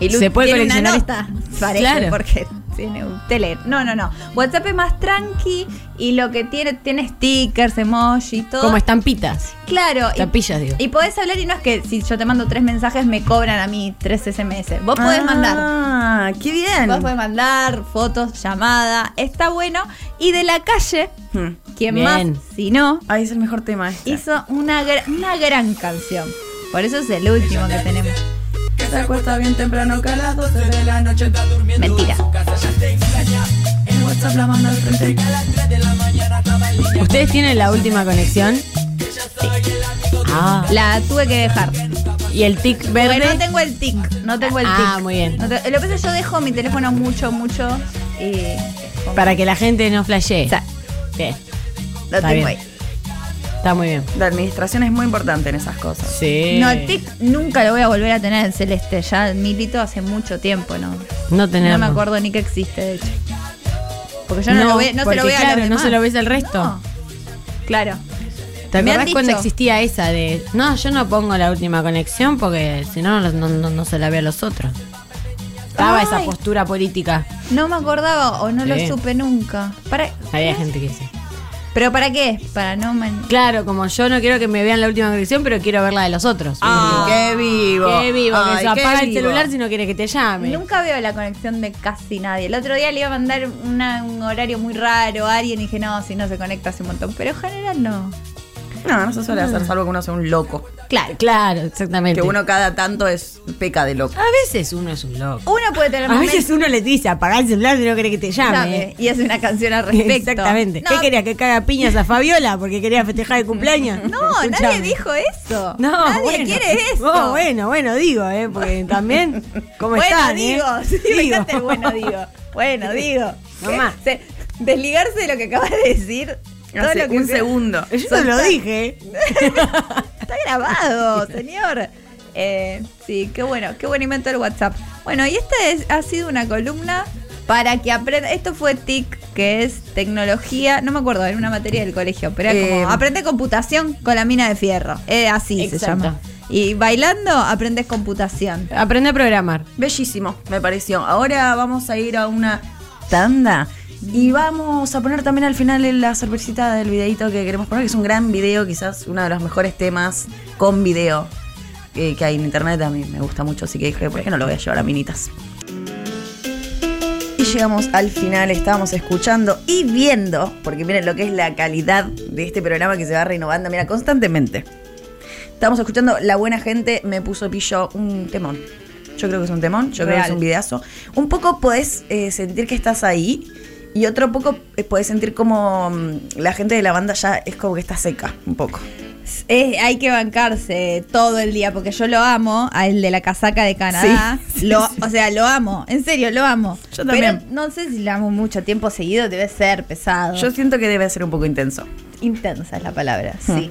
[SPEAKER 3] Y Luz
[SPEAKER 4] Se puede
[SPEAKER 3] tiene una
[SPEAKER 4] coleccionar
[SPEAKER 3] nota, *laughs* parece,
[SPEAKER 4] Claro.
[SPEAKER 3] porque tiene un tele. No, no, no. WhatsApp es más tranqui y lo que tiene, tiene stickers, emoji, todo.
[SPEAKER 4] Como estampitas.
[SPEAKER 3] Claro. y-
[SPEAKER 4] Estampillas, digo.
[SPEAKER 3] y podés hablar y no es que si yo te mando tres mensajes me cobran a mí tres SMS. Vos
[SPEAKER 4] Ah.
[SPEAKER 3] podés mandar.
[SPEAKER 6] Ah, qué bien.
[SPEAKER 3] Vos podés mandar fotos, llamada. Está bueno. Y de la calle,
[SPEAKER 6] Hmm.
[SPEAKER 3] quien
[SPEAKER 4] Bien.
[SPEAKER 3] más, si no,
[SPEAKER 6] Ay, es el mejor tema este.
[SPEAKER 3] hizo una, gra- una gran canción. Por eso es el último que tenemos.
[SPEAKER 1] Que se acuesta bien temprano que a las 12 de la noche está durmiendo
[SPEAKER 3] Mentira.
[SPEAKER 1] en su casa ya te extraña. En WhatsApp la mano al frente que a las 3 de la mañana estaba en línea.
[SPEAKER 4] ¿Ustedes tienen la última conexión? Ah.
[SPEAKER 3] La tuve que dejar.
[SPEAKER 4] Y el tic
[SPEAKER 3] Porque
[SPEAKER 4] verde.
[SPEAKER 3] no tengo el tic. No tengo el tic.
[SPEAKER 4] Ah, muy bien.
[SPEAKER 3] No te- lo que pasa es que yo dejo mi teléfono mucho, mucho. Y.
[SPEAKER 4] Para que la gente no flashee.
[SPEAKER 3] O sea,
[SPEAKER 4] Bien.
[SPEAKER 3] lo
[SPEAKER 4] Está
[SPEAKER 3] tengo
[SPEAKER 4] bien.
[SPEAKER 3] ahí.
[SPEAKER 4] Está muy bien.
[SPEAKER 2] La administración es muy importante en esas cosas.
[SPEAKER 4] Sí.
[SPEAKER 3] No, el tic nunca lo voy a volver a tener en celeste. Ya milito hace mucho tiempo, ¿no?
[SPEAKER 4] No
[SPEAKER 3] No
[SPEAKER 4] tenemos.
[SPEAKER 3] me acuerdo ni que existe, de hecho. Porque yo no, lo ve, no se
[SPEAKER 4] porque
[SPEAKER 3] lo veo a
[SPEAKER 4] claro,
[SPEAKER 3] los
[SPEAKER 4] no se
[SPEAKER 3] demás.
[SPEAKER 4] lo ves al resto.
[SPEAKER 3] No. Claro.
[SPEAKER 4] ¿Te
[SPEAKER 3] Me han
[SPEAKER 4] acordás cuando
[SPEAKER 3] dicho.
[SPEAKER 4] existía esa de no, yo no pongo la última conexión porque si no, no, no- no se la ve a los otros? Estaba
[SPEAKER 3] Ay.
[SPEAKER 4] esa postura política.
[SPEAKER 3] No me acordaba o no
[SPEAKER 4] Sí.
[SPEAKER 3] lo supe nunca. Para,
[SPEAKER 4] Había gente que decía.
[SPEAKER 3] ¿Pero para qué? Para no man-
[SPEAKER 4] Claro, como yo no quiero que me vean la última conexión, pero quiero ver la de los otros.
[SPEAKER 3] Ah.
[SPEAKER 2] ¡Qué vivo!
[SPEAKER 4] Qué vivo, que
[SPEAKER 2] Ay,
[SPEAKER 4] se
[SPEAKER 2] qué
[SPEAKER 4] apaga el
[SPEAKER 2] vivo.
[SPEAKER 4] celular si no quiere que te llame.
[SPEAKER 3] Nunca veo la conexión de casi nadie. El otro día le iba a mandar una- un horario muy raro a alguien y dije, no, si no se conecta hace un montón. Pero en general no.
[SPEAKER 2] No, no se suele
[SPEAKER 3] Ah.
[SPEAKER 2] hacer, salvo que uno sea un loco.
[SPEAKER 4] Claro, claro, exactamente.
[SPEAKER 2] Que uno cada tanto es peca de loco.
[SPEAKER 4] A veces uno es un loco.
[SPEAKER 3] Uno puede tener
[SPEAKER 4] A veces
[SPEAKER 3] momentos,
[SPEAKER 4] uno le dice apaga el celular si no quiere que te
[SPEAKER 3] ¿sabe?
[SPEAKER 4] llame.
[SPEAKER 3] y hace una canción
[SPEAKER 4] *laughs*
[SPEAKER 3] al respecto.
[SPEAKER 4] Exactamente.
[SPEAKER 3] No,
[SPEAKER 4] ¿Qué quería? ¿Que caga piñas a Fabiola porque quería festejar el cumpleaños? *laughs*
[SPEAKER 3] No, nadie
[SPEAKER 4] Escuchame.
[SPEAKER 3] dijo eso.
[SPEAKER 4] No,
[SPEAKER 3] nadie
[SPEAKER 4] bueno.
[SPEAKER 3] quiere eso.
[SPEAKER 4] Oh, bueno, bueno, digo, ¿eh? Porque también. ¿Cómo
[SPEAKER 3] bueno,
[SPEAKER 4] están? eh?
[SPEAKER 3] digo. *laughs* Sí, me
[SPEAKER 4] Digo.
[SPEAKER 3] encanta el bueno, digo. Bueno, digo.
[SPEAKER 4] Mamá.
[SPEAKER 3] Se- desligarse de lo que acabas de decir. Todo
[SPEAKER 2] Hace
[SPEAKER 3] lo que
[SPEAKER 2] un
[SPEAKER 3] sea-
[SPEAKER 2] segundo.
[SPEAKER 4] *laughs* Yo no lo dije.
[SPEAKER 3] Está
[SPEAKER 2] *laughs*
[SPEAKER 3] grabado, señor. Eh, sí, qué bueno, qué buen invento el WhatsApp. Bueno, y esta es- ha sido una columna para que aprenda. Esto fue TIC, que es tecnología. No me acuerdo, era una materia del colegio, pero era
[SPEAKER 2] Eh,
[SPEAKER 3] como aprende computación con la mina de fierro. Eh, así se
[SPEAKER 4] Exacto.
[SPEAKER 3] llama. Y bailando aprendes computación.
[SPEAKER 4] Aprende a programar.
[SPEAKER 2] Bellísimo, me pareció. Ahora vamos a ir a una tanda. Y vamos a poner también al final la sorpresita del videito que queremos poner, que es un gran video, quizás uno de los mejores temas con video eh, que hay en internet. A mí me gusta mucho, así que dije, ¿por qué no lo voy a llevar a minitas? Y llegamos al final, estábamos escuchando y viendo, porque miren lo que es la calidad de este programa que se va renovando, mira, constantemente. Estamos escuchando La Buena Gente me puso pillo un temón. Yo creo que es un temón, yo creo que es
[SPEAKER 3] Real.
[SPEAKER 2] un videazo. Un poco podés eh, sentir que estás ahí y otro poco eh, podés sentir como mm, la gente de la banda ya es como que está seca, un poco.
[SPEAKER 3] Eh, hay que bancarse todo el día, porque yo lo amo, al de la casaca de Canadá. *laughs*
[SPEAKER 2] Sí, sí,
[SPEAKER 3] Lo-
[SPEAKER 2] sí.
[SPEAKER 3] O sea, lo amo, en serio, lo amo.
[SPEAKER 2] Yo también.
[SPEAKER 3] Pero no sé si lo amo mucho tiempo seguido, debe ser pesado.
[SPEAKER 2] Yo siento que debe ser un poco intenso,
[SPEAKER 3] Intensa es la palabra,
[SPEAKER 2] Hmm.
[SPEAKER 3] sí.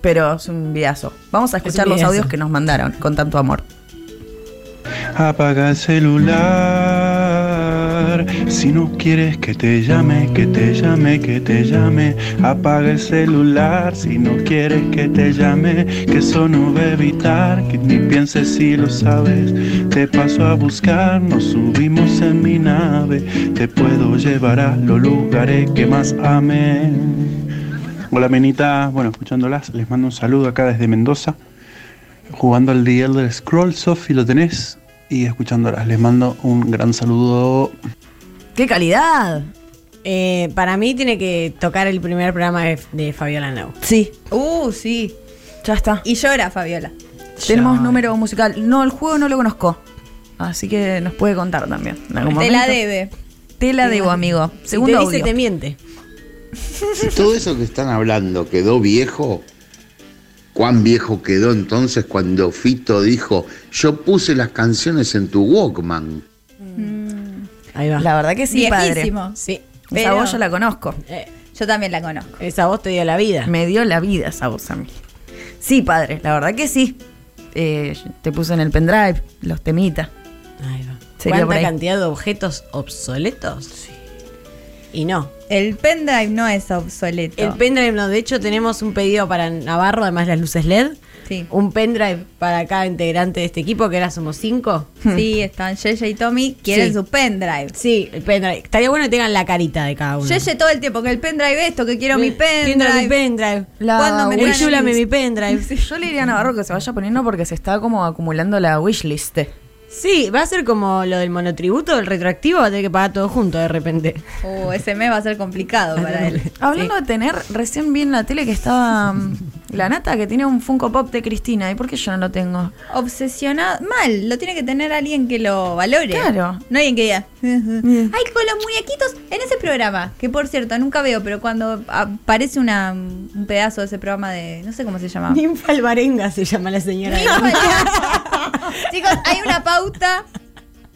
[SPEAKER 2] pero es un videazo. Vamos a escuchar los
[SPEAKER 4] videazo.
[SPEAKER 2] audios que nos mandaron con tanto amor.
[SPEAKER 7] Apaga el celular. Si no quieres que te llame, que te llame, que te llame. Apaga el celular. Si no quieres que te llame, que eso no va a evitar. Que ni pienses si lo sabes. Te paso a buscar, nos subimos en mi nave. Te puedo llevar a los lugares que más amé. Hola, menitas. Bueno, escuchándolas, les mando un saludo acá desde Mendoza jugando al The Elder Scrolls, Sofi, lo tenés, y escuchándolas. Les mando un gran saludo.
[SPEAKER 2] ¡Qué calidad!
[SPEAKER 4] Eh, para mí tiene que tocar el primer programa de, de Fabiola Nau.
[SPEAKER 2] Sí,
[SPEAKER 3] Uh, sí.
[SPEAKER 2] ya está.
[SPEAKER 3] Y llora, Fabiola.
[SPEAKER 2] Tenemos número musical. No, el juego no lo conozco. Así que nos puede contar también. en algún
[SPEAKER 3] Te la
[SPEAKER 2] momento.
[SPEAKER 3] debe.
[SPEAKER 2] Te la debo, amigo. Segundo
[SPEAKER 4] si te dice,
[SPEAKER 2] audio.
[SPEAKER 4] te miente.
[SPEAKER 8] Si todo eso que están hablando quedó viejo, ¿cuán viejo quedó entonces cuando Fito dijo, yo puse las canciones en tu Walkman?
[SPEAKER 4] Ahí va.
[SPEAKER 2] La verdad que sí,
[SPEAKER 3] Viejísimo.
[SPEAKER 2] padre.
[SPEAKER 4] Sí.
[SPEAKER 2] Esa
[SPEAKER 3] Pero-
[SPEAKER 2] voz yo la conozco.
[SPEAKER 4] Eh,
[SPEAKER 3] Yo también la conozco.
[SPEAKER 4] esa voz te dio la vida.
[SPEAKER 2] Me dio la vida esa voz a mí. Sí, padre, la verdad que sí. Eh, te puse en el pendrive los temitas.
[SPEAKER 4] Ahí va.
[SPEAKER 2] Sería por
[SPEAKER 4] ¿Cuánta
[SPEAKER 2] ahí.
[SPEAKER 4] cantidad de objetos obsoletos? Sí. Y no.
[SPEAKER 3] El pendrive no es obsoleto.
[SPEAKER 4] El pendrive, no. De hecho, tenemos un pedido para Navarro, además las luces LED.
[SPEAKER 3] Sí.
[SPEAKER 4] Un pendrive para cada integrante de este equipo, que ahora somos cinco.
[SPEAKER 3] Sí, están Yeye y Tommy, quieren
[SPEAKER 4] Sí.
[SPEAKER 3] su pendrive.
[SPEAKER 4] Sí, el pendrive. Estaría bueno que tengan la carita de cada uno.
[SPEAKER 3] Yeye todo el tiempo, que el pendrive esto, que quiero mi
[SPEAKER 4] Quiero mi
[SPEAKER 3] pendrive.
[SPEAKER 4] pendrive.
[SPEAKER 2] La
[SPEAKER 3] ¿Cuándo me traen
[SPEAKER 4] Enchúlame
[SPEAKER 3] mis-
[SPEAKER 4] mi pendrive.
[SPEAKER 2] Yo le diría a Navarro que se vaya poniendo porque se está como acumulando la wishlist.
[SPEAKER 4] Sí, va a ser como lo del monotributo, el retroactivo, va a tener que pagar todo junto de repente.
[SPEAKER 3] Uh, ese mes va a ser complicado para él.
[SPEAKER 2] Hablando de tener, recién vi en la tele que estaba mm, la nata que tiene un Funko Pop de Cristina. ¿Y por qué yo no lo tengo?
[SPEAKER 3] Obsesionado. Mal, lo tiene que tener alguien que lo valore.
[SPEAKER 2] Claro.
[SPEAKER 3] No alguien que
[SPEAKER 4] *laughs*
[SPEAKER 3] diga. Ay, con los muñequitos en ese programa. Que por cierto, nunca veo, pero cuando aparece una, un pedazo de ese programa de. No sé cómo se llamaba. *laughs*
[SPEAKER 4] Ninfa Alvarenga se llama la señora.
[SPEAKER 3] Chicos, hay una pauta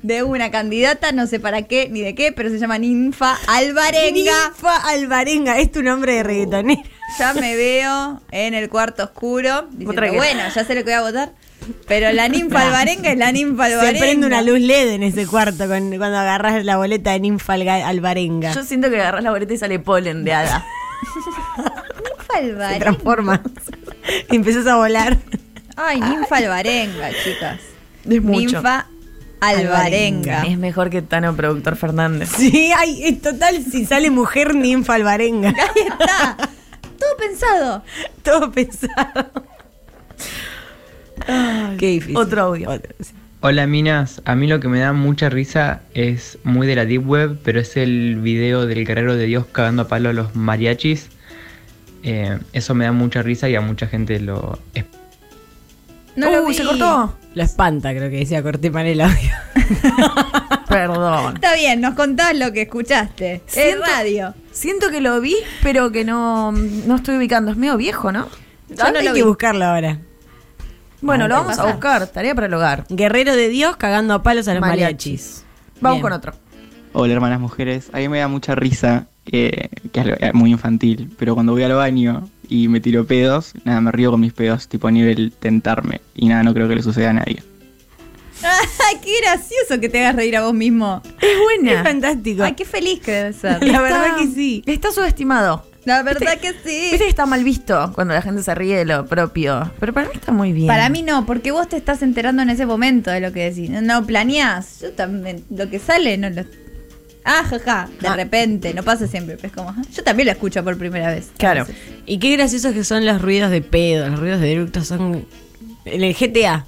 [SPEAKER 3] de una candidata, no sé para qué ni de qué, pero se llama Ninfa Alvarenga.
[SPEAKER 4] Oh, Ninfa Alvarenga, es tu nombre de reggaetonera.
[SPEAKER 3] ya me veo en el cuarto oscuro.
[SPEAKER 4] Otra
[SPEAKER 3] Diciendo,
[SPEAKER 4] que-
[SPEAKER 3] bueno, ya sé lo que voy a votar. Pero la ninfa albarenga es la ninfa
[SPEAKER 4] Se
[SPEAKER 3] albarenga.
[SPEAKER 4] prende una luz LED en ese cuarto con- cuando agarras la boleta de ninfa alga- albarenga.
[SPEAKER 2] Yo siento que agarras la boleta y sale polen de hada.
[SPEAKER 3] Ninfa
[SPEAKER 4] Te
[SPEAKER 3] albarenga.
[SPEAKER 4] transformas. *laughs* y empiezas a volar.
[SPEAKER 3] Ay, ninfa albarenga, chicas.
[SPEAKER 2] *laughs* Es mucho.
[SPEAKER 3] Ninfa albarenga.
[SPEAKER 2] Es mejor que Tano Productor Fernández.
[SPEAKER 4] Sí, ay, en total, si sale mujer ninfa albarenga.
[SPEAKER 3] Ahí está. Todo pensado.
[SPEAKER 4] *laughs* Todo pesado. Qué difícil.
[SPEAKER 2] Otro audio.
[SPEAKER 4] sí.
[SPEAKER 9] Hola minas, a mí lo que me da mucha risa es muy de la deep web, pero es el video del guerrero de Dios cagando a palo a los mariachis. Eh, eso me da mucha risa y a mucha gente lo
[SPEAKER 3] No lo
[SPEAKER 2] Uy,
[SPEAKER 3] vi.
[SPEAKER 2] se *laughs* cortó.
[SPEAKER 4] Lo espanta, creo que decía corté mal el audio.
[SPEAKER 2] Perdón.
[SPEAKER 3] Está bien, nos contás lo que escuchaste. Es
[SPEAKER 2] Siento-
[SPEAKER 3] radio. *laughs*
[SPEAKER 2] Siento que lo vi, pero que no, no estoy ubicando. Es medio viejo, Ah, ¿no? Ah,
[SPEAKER 4] Yo no hay que buscarlo ahora.
[SPEAKER 2] Bueno, lo
[SPEAKER 3] ¿qué
[SPEAKER 2] vamos a
[SPEAKER 3] pasa?
[SPEAKER 2] buscar. Tarea para el hogar.
[SPEAKER 4] Guerrero de Dios cagando a palos a los
[SPEAKER 2] Mariachis.
[SPEAKER 4] mariachis.
[SPEAKER 2] Vamos
[SPEAKER 4] Bien.
[SPEAKER 2] con otro.
[SPEAKER 10] Hola hermanas mujeres, a mí me da mucha risa, eh, que es algo, eh, muy infantil, pero cuando voy al baño y me tiro pedos, nada, me río con mis pedos, tipo a nivel tentarme, y nada, no creo que le suceda a nadie.
[SPEAKER 3] Ay, qué gracioso que te hagas reír a vos mismo.
[SPEAKER 2] Es
[SPEAKER 4] Es
[SPEAKER 2] buena.
[SPEAKER 4] fantástico.
[SPEAKER 3] Ay, qué feliz que debes ser.
[SPEAKER 4] La verdad que sí.
[SPEAKER 2] Está subestimado.
[SPEAKER 3] La verdad que
[SPEAKER 2] Viste que
[SPEAKER 3] sí.
[SPEAKER 2] está mal visto cuando la gente se ríe de lo propio. Pero para mí está muy bien.
[SPEAKER 3] Para mí no, porque vos te estás enterando en ese momento de lo que decís. No, No planeás. Yo también, lo que sale no lo... Ah, jaja, de repente, no pasa siempre, pero es como, ah, yo también lo escucho por primera vez.
[SPEAKER 2] Claro.
[SPEAKER 4] Y qué graciosos que son los ruidos de pedo, los ruidos de eructo son. En el GTA.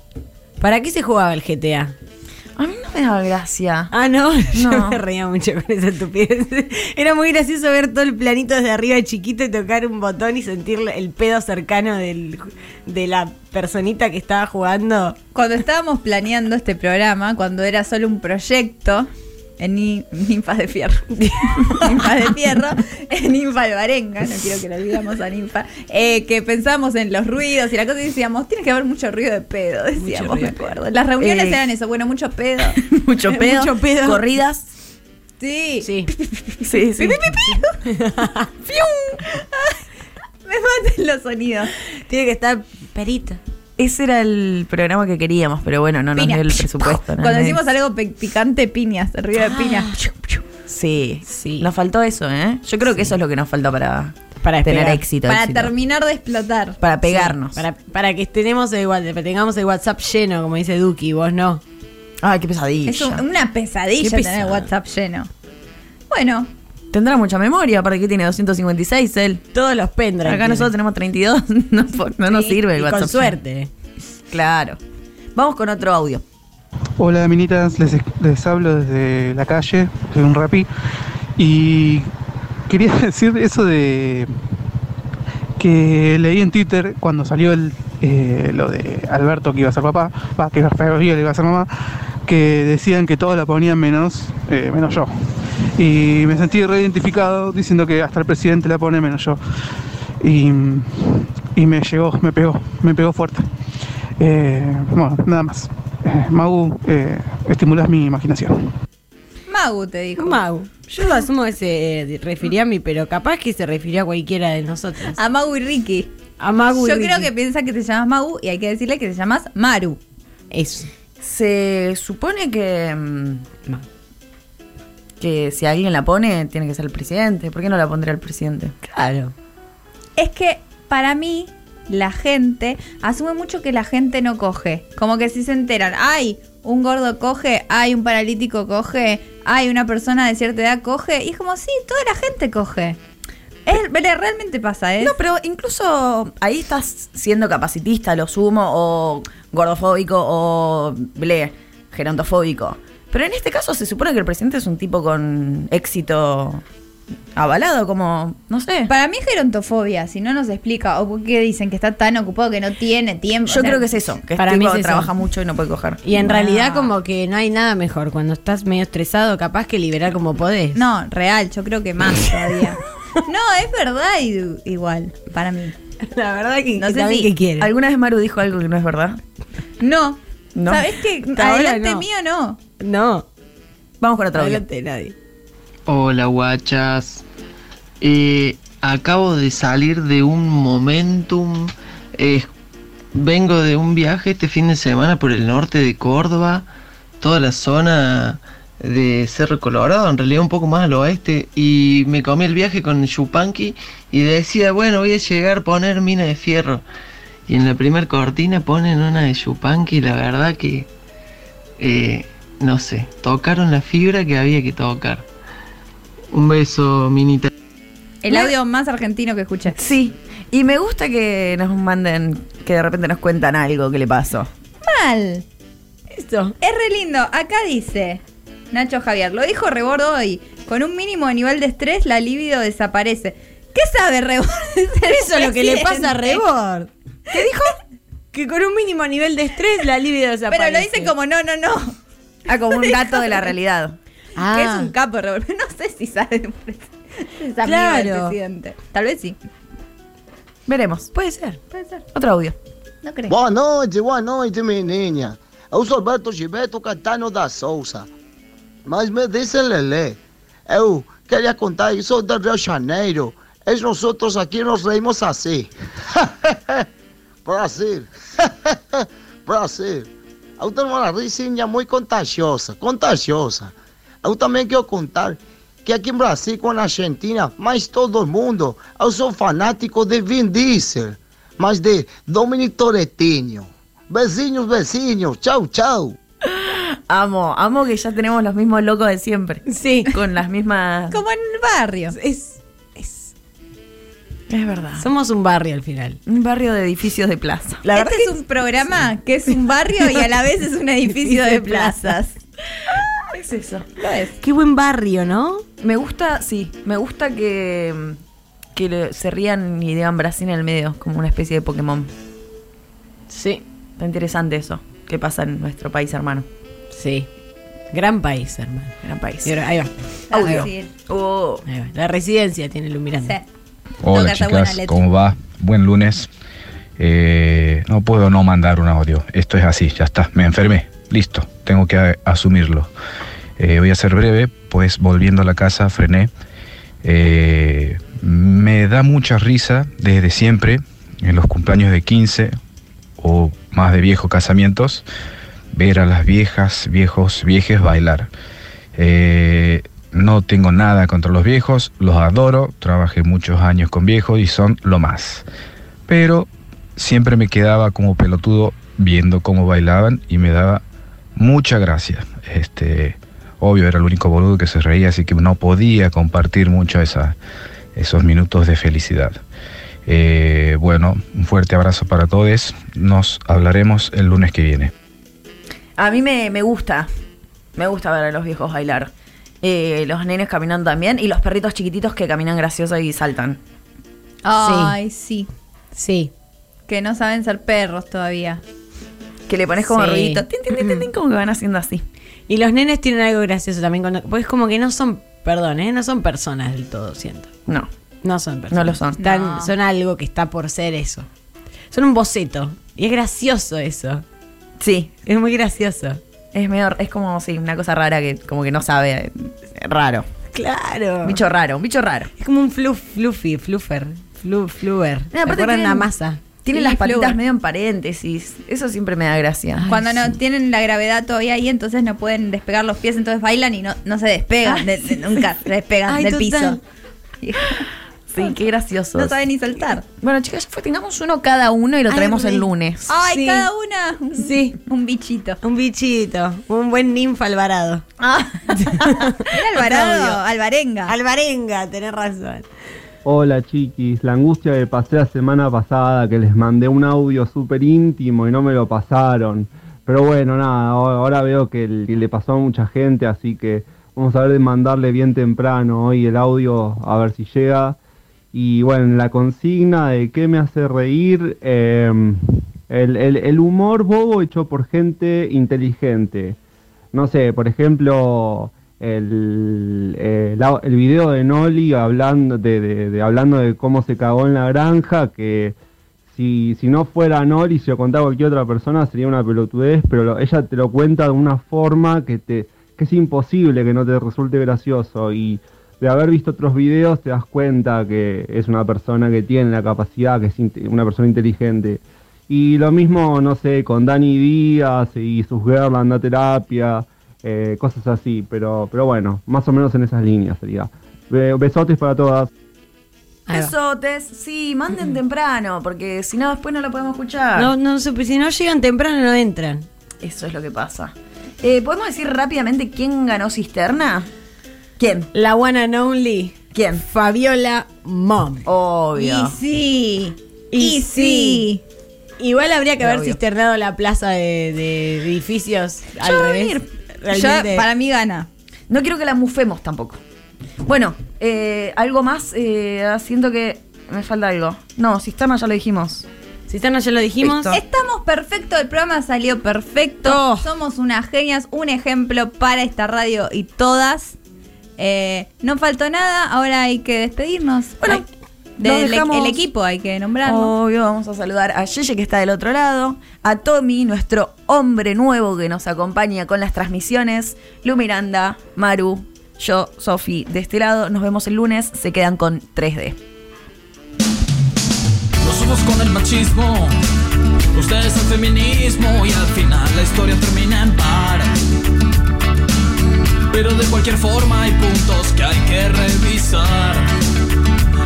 [SPEAKER 4] ¿Para qué se jugaba el GTA?
[SPEAKER 2] A mí no me da gracia.
[SPEAKER 4] Ah, no, *laughs*
[SPEAKER 2] No.
[SPEAKER 4] yo me reía mucho con esa estupidez. *laughs* Era muy gracioso ver todo el planito desde arriba chiquito y tocar un botón y sentir el pedo cercano del- de la personita que estaba jugando.
[SPEAKER 3] Cuando estábamos planeando este programa, cuando era solo un proyecto en Ni- Ninfas de Fierro, *laughs* Ninfas de Fierro, en Ninfa Albarenga, no quiero que lo olvidamos a Ninfa, eh, que pensamos en los ruidos y la cosa y decíamos, tiene que haber mucho ruido de pedo, decíamos, me acuerdo. Las reuniones
[SPEAKER 2] Eh,
[SPEAKER 3] eran eso, bueno, mucho pedo.
[SPEAKER 2] *laughs* *laughs*
[SPEAKER 3] *laughs*
[SPEAKER 2] Mucho pedo.
[SPEAKER 4] Mucho pedo.
[SPEAKER 2] Corridas.
[SPEAKER 3] Sí. *laughs*
[SPEAKER 4] Sí.
[SPEAKER 2] Sí, sí. *laughs*
[SPEAKER 3] Me matan los sonidos.
[SPEAKER 4] Tiene que estar perito.
[SPEAKER 2] Ese era el programa que queríamos, pero bueno, no nos
[SPEAKER 3] Piña.
[SPEAKER 2] dio el presupuesto. ¿no?
[SPEAKER 3] Cuando decimos algo pe- picante, piñas, el ruido de
[SPEAKER 4] Ah.
[SPEAKER 3] piñas.
[SPEAKER 2] Sí,
[SPEAKER 4] Sí.
[SPEAKER 2] Nos faltó eso, ¿eh? Yo creo que eso es lo que nos faltó para,
[SPEAKER 4] Para
[SPEAKER 2] tener
[SPEAKER 4] despegar.
[SPEAKER 2] éxito.
[SPEAKER 3] Para
[SPEAKER 2] éxito.
[SPEAKER 3] terminar de explotar.
[SPEAKER 2] Para pegarnos.
[SPEAKER 4] Para, para que tenemos el, wa- tengamos el WhatsApp lleno, como dice Duki, vos no.
[SPEAKER 2] Ay, qué pesadilla.
[SPEAKER 3] Es un- una pesadilla
[SPEAKER 4] Qué
[SPEAKER 3] tener
[SPEAKER 4] pesado.
[SPEAKER 3] WhatsApp lleno. Bueno,
[SPEAKER 2] Tendrá mucha memoria, ¿para qué tiene 256 él?
[SPEAKER 4] Todos los pendrive.
[SPEAKER 2] Acá
[SPEAKER 4] tienen.
[SPEAKER 2] nosotros tenemos 32, *laughs* no, po- no nos
[SPEAKER 4] Sí,
[SPEAKER 2] sirve el
[SPEAKER 4] y
[SPEAKER 2] WhatsApp.
[SPEAKER 4] Con suerte.
[SPEAKER 2] Claro. Vamos con otro audio.
[SPEAKER 10] Hola minitas, les, les hablo desde la calle, soy un rapi y quería *laughs* decir eso de que leí en Twitter cuando salió el, eh, lo de Alberto que iba a ser papá, va, que Gabriel iba a ser mamá, que decían que todos la ponían menos, eh, menos yo. Y me sentí reidentificado diciendo que hasta el presidente la pone menos yo. Y, y me llegó, me pegó, me pegó fuerte. Eh, bueno, nada más. Eh, Mau, eh, estimulás mi imaginación.
[SPEAKER 3] Magu te dijo.
[SPEAKER 4] Mau. Yo lo asumo que se eh, refirió a mí, pero capaz que se refirió a cualquiera de nosotros.
[SPEAKER 3] A Magu y Ricky.
[SPEAKER 4] A Magu. y
[SPEAKER 3] Yo
[SPEAKER 4] Ricky.
[SPEAKER 3] creo que piensa que te llamas Magu y hay que decirle que te llamas Maru.
[SPEAKER 4] Eso.
[SPEAKER 2] Se supone que. mm,
[SPEAKER 4] No.
[SPEAKER 2] Que si alguien la pone, tiene que ser el presidente. ¿Por qué no la pondría el presidente?
[SPEAKER 4] Claro.
[SPEAKER 3] Es que para mí la gente asume mucho que la gente no coge. Como que si se enteran, ay, un gordo coge, ay, un paralítico coge, ay, una persona de cierta edad coge. Y es como, sí, toda la gente coge. Es, pero realmente pasa, ¿eh?
[SPEAKER 2] No, pero incluso ahí estás siendo capacitista, lo sumo, o gordofóbico, o ble, gerontofóbico. Pero en este caso se supone que el presidente es un tipo con éxito avalado, como, no sé.
[SPEAKER 3] Para mí es gerontofobia, si no nos explica. O por qué dicen que está tan ocupado que no tiene tiempo.
[SPEAKER 2] Yo
[SPEAKER 3] O sea,
[SPEAKER 2] creo que es eso, que
[SPEAKER 4] para
[SPEAKER 2] este
[SPEAKER 4] mí
[SPEAKER 2] tipo
[SPEAKER 4] es eso.
[SPEAKER 2] trabaja mucho y no puede coger.
[SPEAKER 4] Y en realidad como que no hay nada mejor. Cuando estás medio estresado, capaz que liberar como podés.
[SPEAKER 3] No, real, yo creo que más todavía.
[SPEAKER 2] *laughs*
[SPEAKER 3] No, es verdad i- igual, para mí.
[SPEAKER 4] *laughs* la verdad que
[SPEAKER 3] No sé
[SPEAKER 4] sabés
[SPEAKER 3] si
[SPEAKER 4] qué quiere.
[SPEAKER 2] ¿Alguna vez Maru dijo algo que no es verdad?
[SPEAKER 3] No.
[SPEAKER 2] No.
[SPEAKER 3] ¿Sabes qué?
[SPEAKER 4] Hasta ahora
[SPEAKER 3] Adelante
[SPEAKER 4] no.
[SPEAKER 3] mío no.
[SPEAKER 4] No,
[SPEAKER 2] Vamos con otro audio.
[SPEAKER 4] adelante de nadie.
[SPEAKER 9] Hola guachas. Eh,
[SPEAKER 11] acabo de salir de un momentum. eh, vengo de un viaje este fin de semana por el norte de Córdoba, toda la zona de Cerro Colorado, en realidad un poco más al oeste, y me comí el viaje con Chupanqui y decía, bueno, voy a llegar a poner mina de fierro. Y en la primera cortina ponen una de Chupanqui y la verdad que, eh, no sé, tocaron la fibra que había que tocar. Un beso, Minita.
[SPEAKER 3] El audio más argentino que escuché.
[SPEAKER 2] Sí. Y me gusta que nos manden, que de repente nos cuentan algo que le pasó.
[SPEAKER 3] Mal. Esto. Es re lindo. Acá dice Nacho Javier, lo dijo Rebordo hoy. Con un mínimo nivel de estrés, la libido desaparece. ¿Qué sabe *laughs* Rebord?
[SPEAKER 4] Eso es lo que le pasa a Rebord.
[SPEAKER 3] ¿Qué dijo?
[SPEAKER 4] Que con un mínimo nivel de estrés la libido desaparece.
[SPEAKER 3] Pero lo dice como no, no, no.
[SPEAKER 2] Ah, como un gato de la realidad.
[SPEAKER 3] Que
[SPEAKER 4] Ah.
[SPEAKER 3] es un capo, Rebord. *laughs* No sé si sabe. por eso. Es amigo del
[SPEAKER 2] Claro.
[SPEAKER 3] presidente. Tal vez sí.
[SPEAKER 2] *laughs* Veremos. Puede ser.
[SPEAKER 3] Puede ser.
[SPEAKER 2] Otro audio.
[SPEAKER 3] No creo.
[SPEAKER 12] Boa noite, boa noite, menininha. Eu sou Beto Gilberto Catano da Souza. Mas me disse Lelê, eu queria contar isso do Rio de Janeiro. E nós outros aqui nos reímos assim. Brasil. *laughs* Brasil. Eu tenho uma risinha muito contagiosa, contagiosa. Eu também quero contar que aqui no Brasil, com a Argentina, mas todo mundo, eu sou fanático de Vin Diesel, mas de Dominic Torettinho. Beijinhos, beijinhos, tchau, tchau.
[SPEAKER 2] Amo, amo que ya tenemos los mismos locos de siempre. Sí. Con las mismas.
[SPEAKER 3] Como en el barrio.
[SPEAKER 4] Es,
[SPEAKER 2] es verdad.
[SPEAKER 4] Ah, Somos un barrio al final.
[SPEAKER 2] Un barrio de edificios de plaza.
[SPEAKER 3] este es un programa que es un barrio y a la vez es un edificio de plazas.
[SPEAKER 2] es eso.
[SPEAKER 4] Qué buen barrio, ¿no?
[SPEAKER 2] Me gusta, sí, me gusta que, que le- se rían y digan Brasil en el medio, como una especie de Pokémon.
[SPEAKER 4] Sí.
[SPEAKER 2] Está interesante eso, que pasa en nuestro país, hermano.
[SPEAKER 4] Sí. Gran país, hermano.
[SPEAKER 2] Gran país.
[SPEAKER 4] Y ahora- ahí va.
[SPEAKER 2] Audio.
[SPEAKER 4] Ahí
[SPEAKER 2] Oh.
[SPEAKER 4] va. Ahí va. La residencia tiene Lumiranda.
[SPEAKER 13] Hola
[SPEAKER 4] Toca esa buena
[SPEAKER 13] chicas,
[SPEAKER 4] letra.
[SPEAKER 13] ¿cómo va? Buen lunes. Eh, no puedo no mandar un audio. Esto es así, ya está. Me enfermé. Listo, tengo que a- asumirlo. Eh, voy a ser breve, pues volviendo a la casa frené. Eh, me da mucha risa desde siempre, en los cumpleaños de 15 o más de viejos casamientos, ver a las viejas, viejos, viejes bailar. Eh, no tengo nada contra los viejos, los adoro, trabajé muchos años con viejos y son lo más. Pero siempre me quedaba como pelotudo viendo cómo bailaban y me daba mucha gracia. Este, obvio, era el único boludo que se reía, así que no podía compartir mucho esa- esos minutos de felicidad. Eh, bueno, un fuerte abrazo para todos. Nos hablaremos el lunes que viene.
[SPEAKER 2] A mí me, me gusta, me gusta ver a los viejos bailar. Eh, los nenes caminan también y los perritos chiquititos que caminan graciosos y saltan.
[SPEAKER 3] Ay, sí.
[SPEAKER 4] Sí.
[SPEAKER 3] Que no saben ser perros todavía.
[SPEAKER 2] Que le pones como
[SPEAKER 4] Sí.
[SPEAKER 2] ruidito, tin, tin, tin, tin, tin, como que van haciendo así.
[SPEAKER 4] Y los nenes tienen algo gracioso también. Cuando, pues como que no son, perdón, ¿eh? no son personas del todo, siento.
[SPEAKER 2] No.
[SPEAKER 4] No son personas.
[SPEAKER 2] No lo son.
[SPEAKER 4] Están-
[SPEAKER 2] No.
[SPEAKER 4] Son algo que está por ser eso. Son un boceto. Y es gracioso eso.
[SPEAKER 2] Sí.
[SPEAKER 4] Es muy gracioso.
[SPEAKER 2] Es medio, es como, sí, una cosa rara que como que no sabe, eh, raro.
[SPEAKER 4] Claro.
[SPEAKER 2] Bicho raro, un bicho raro.
[SPEAKER 4] Es como un fluff, fluffy, fluffer. Flu, fluver. ¿Te
[SPEAKER 2] aparte
[SPEAKER 4] acuerdan
[SPEAKER 2] tienen-
[SPEAKER 4] la masa?
[SPEAKER 2] Tienen
[SPEAKER 3] Sí,
[SPEAKER 2] las patitas
[SPEAKER 3] flúor.
[SPEAKER 2] medio en paréntesis. Eso siempre me da gracia.
[SPEAKER 3] Cuando no tienen la gravedad todavía ahí, entonces no pueden despegar los pies, entonces bailan y no, no se despegan, de- de- nunca se despegan
[SPEAKER 2] Ay,
[SPEAKER 3] del
[SPEAKER 2] total.
[SPEAKER 3] piso.
[SPEAKER 2] Sí, qué gracioso.
[SPEAKER 3] No saben ni saltar.
[SPEAKER 2] Bueno, chicas, ya fue, tengamos uno cada uno y lo
[SPEAKER 3] Ay,
[SPEAKER 2] traemos
[SPEAKER 3] re.
[SPEAKER 2] el lunes.
[SPEAKER 3] Ay,
[SPEAKER 4] Sí.
[SPEAKER 3] cada una.
[SPEAKER 4] Sí.
[SPEAKER 3] Un
[SPEAKER 4] *laughs*
[SPEAKER 3] bichito.
[SPEAKER 4] Un bichito. Un buen ninfa alvarado.
[SPEAKER 3] Era Alvarado,
[SPEAKER 4] Otro Ah.
[SPEAKER 3] Alvarenga.
[SPEAKER 4] Alvarenga, tenés razón.
[SPEAKER 14] Hola chiquis, la angustia que pasé la semana pasada, que les mandé un audio súper íntimo y no me lo pasaron. Pero bueno, nada, ahora ahora veo que l- le pasó a mucha gente, así que vamos a ver de mandarle bien temprano hoy el audio, a ver si llega. Y bueno, la consigna de qué me hace reír, eh, el, el- el humor bobo hecho por gente inteligente. No sé, por ejemplo, el, el, au- el video de Noli hablando de, de- de- hablando de cómo se cagó en la granja, que si, si no fuera Noli, si lo contaba cualquier otra persona, sería una pelotudez, pero lo- ella te lo cuenta de una forma que, te, que es imposible que no te resulte gracioso. Y de haber visto otros videos te das cuenta que es una persona que tiene la capacidad, que es inte- una persona inteligente. Y lo mismo, no sé, con Dani Díaz y sus Gerland a terapia, eh, cosas así, pero, pero bueno, más o menos en esas líneas sería. Be- Besotes para todas.
[SPEAKER 2] Besotes. Sí, manden temprano, porque si no, después Mm. no lo podemos escuchar.
[SPEAKER 4] No, no, sé, pues si no llegan temprano no entran.
[SPEAKER 2] Eso es lo que pasa. Eh, ¿Podemos decir rápidamente quién ganó cisterna? ¿Quién?
[SPEAKER 4] La one and only.
[SPEAKER 2] ¿Quién?
[SPEAKER 4] Fabiola Mom.
[SPEAKER 2] Obvio.
[SPEAKER 4] Y sí. Y,
[SPEAKER 2] Y
[SPEAKER 4] sí. Igual habría que haber
[SPEAKER 2] Obvio.
[SPEAKER 4] cisternado la plaza de, de edificios al
[SPEAKER 2] Yo voy a
[SPEAKER 4] revés.
[SPEAKER 2] venir.
[SPEAKER 4] Realmente.
[SPEAKER 2] Yo, para mí gana. No quiero que la mufemos tampoco. Bueno, eh, algo más. eh, siento que me falta algo. No, cisterna ya lo dijimos.
[SPEAKER 4] Cisterna ya lo dijimos.
[SPEAKER 3] Estamos perfectos, el programa salió perfecto. Somos unas genias, un ejemplo para esta radio y todas. Eh, no faltó nada, ahora hay que despedirnos. Bueno,
[SPEAKER 2] nos
[SPEAKER 3] del e-
[SPEAKER 2] dejamos-
[SPEAKER 3] el equipo hay que nombrarlo.
[SPEAKER 2] Obvio, vamos a saludar a Yeye que está del otro lado, a Tommy, nuestro hombre nuevo que nos acompaña con las transmisiones, Lu Miranda, Maru, yo, Sofi, de este lado. Nos vemos el lunes, se quedan con 3D.
[SPEAKER 1] Nos somos con el machismo, ustedes el feminismo y al final la historia termina en par. Pero de cualquier forma hay puntos que hay que revisar,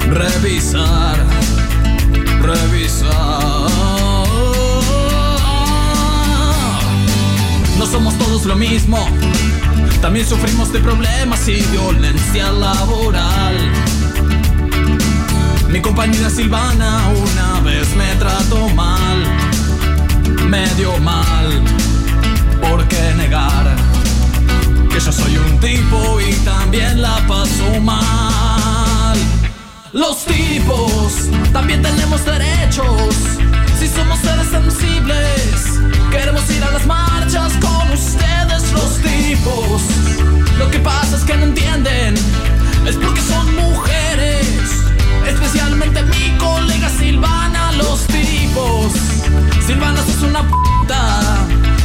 [SPEAKER 1] revisar, revisar. No somos todos lo mismo, también sufrimos de problemas y violencia laboral. Mi compañera Silvana una vez me trató mal, medio mal. ¿Por qué negar que yo soy un tipo y también la paso mal? Los tipos también tenemos derechos. Si somos seres sensibles, queremos ir a las marchas con ustedes, los tipos. Lo que pasa es que no entienden, es porque son mujeres. Especialmente mi colega Silvana, los tipos. Silvana, sos una puta.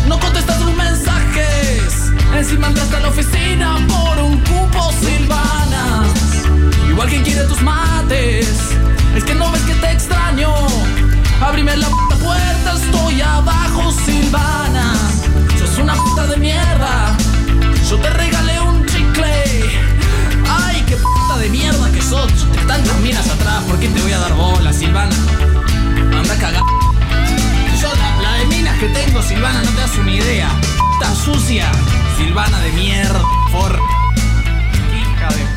[SPEAKER 1] No contestas tus mensajes. Encima entraste a la oficina por un cupo, Silvana. Igual quien quiere tus mates. Es que no ves que te extraño. Abrime la puta puerta, estoy abajo, Silvana. Sos una puta de mierda. Yo te regalé un chicle. Ay, qué puta de mierda que sos. Tantas miras atrás, ¿por qué te voy a dar bola, Silvana? Anda a cagar. Yo la, la de minas que tengo, Silvana, no te das una idea. Puta sucia, Silvana de mierda, por. Hija de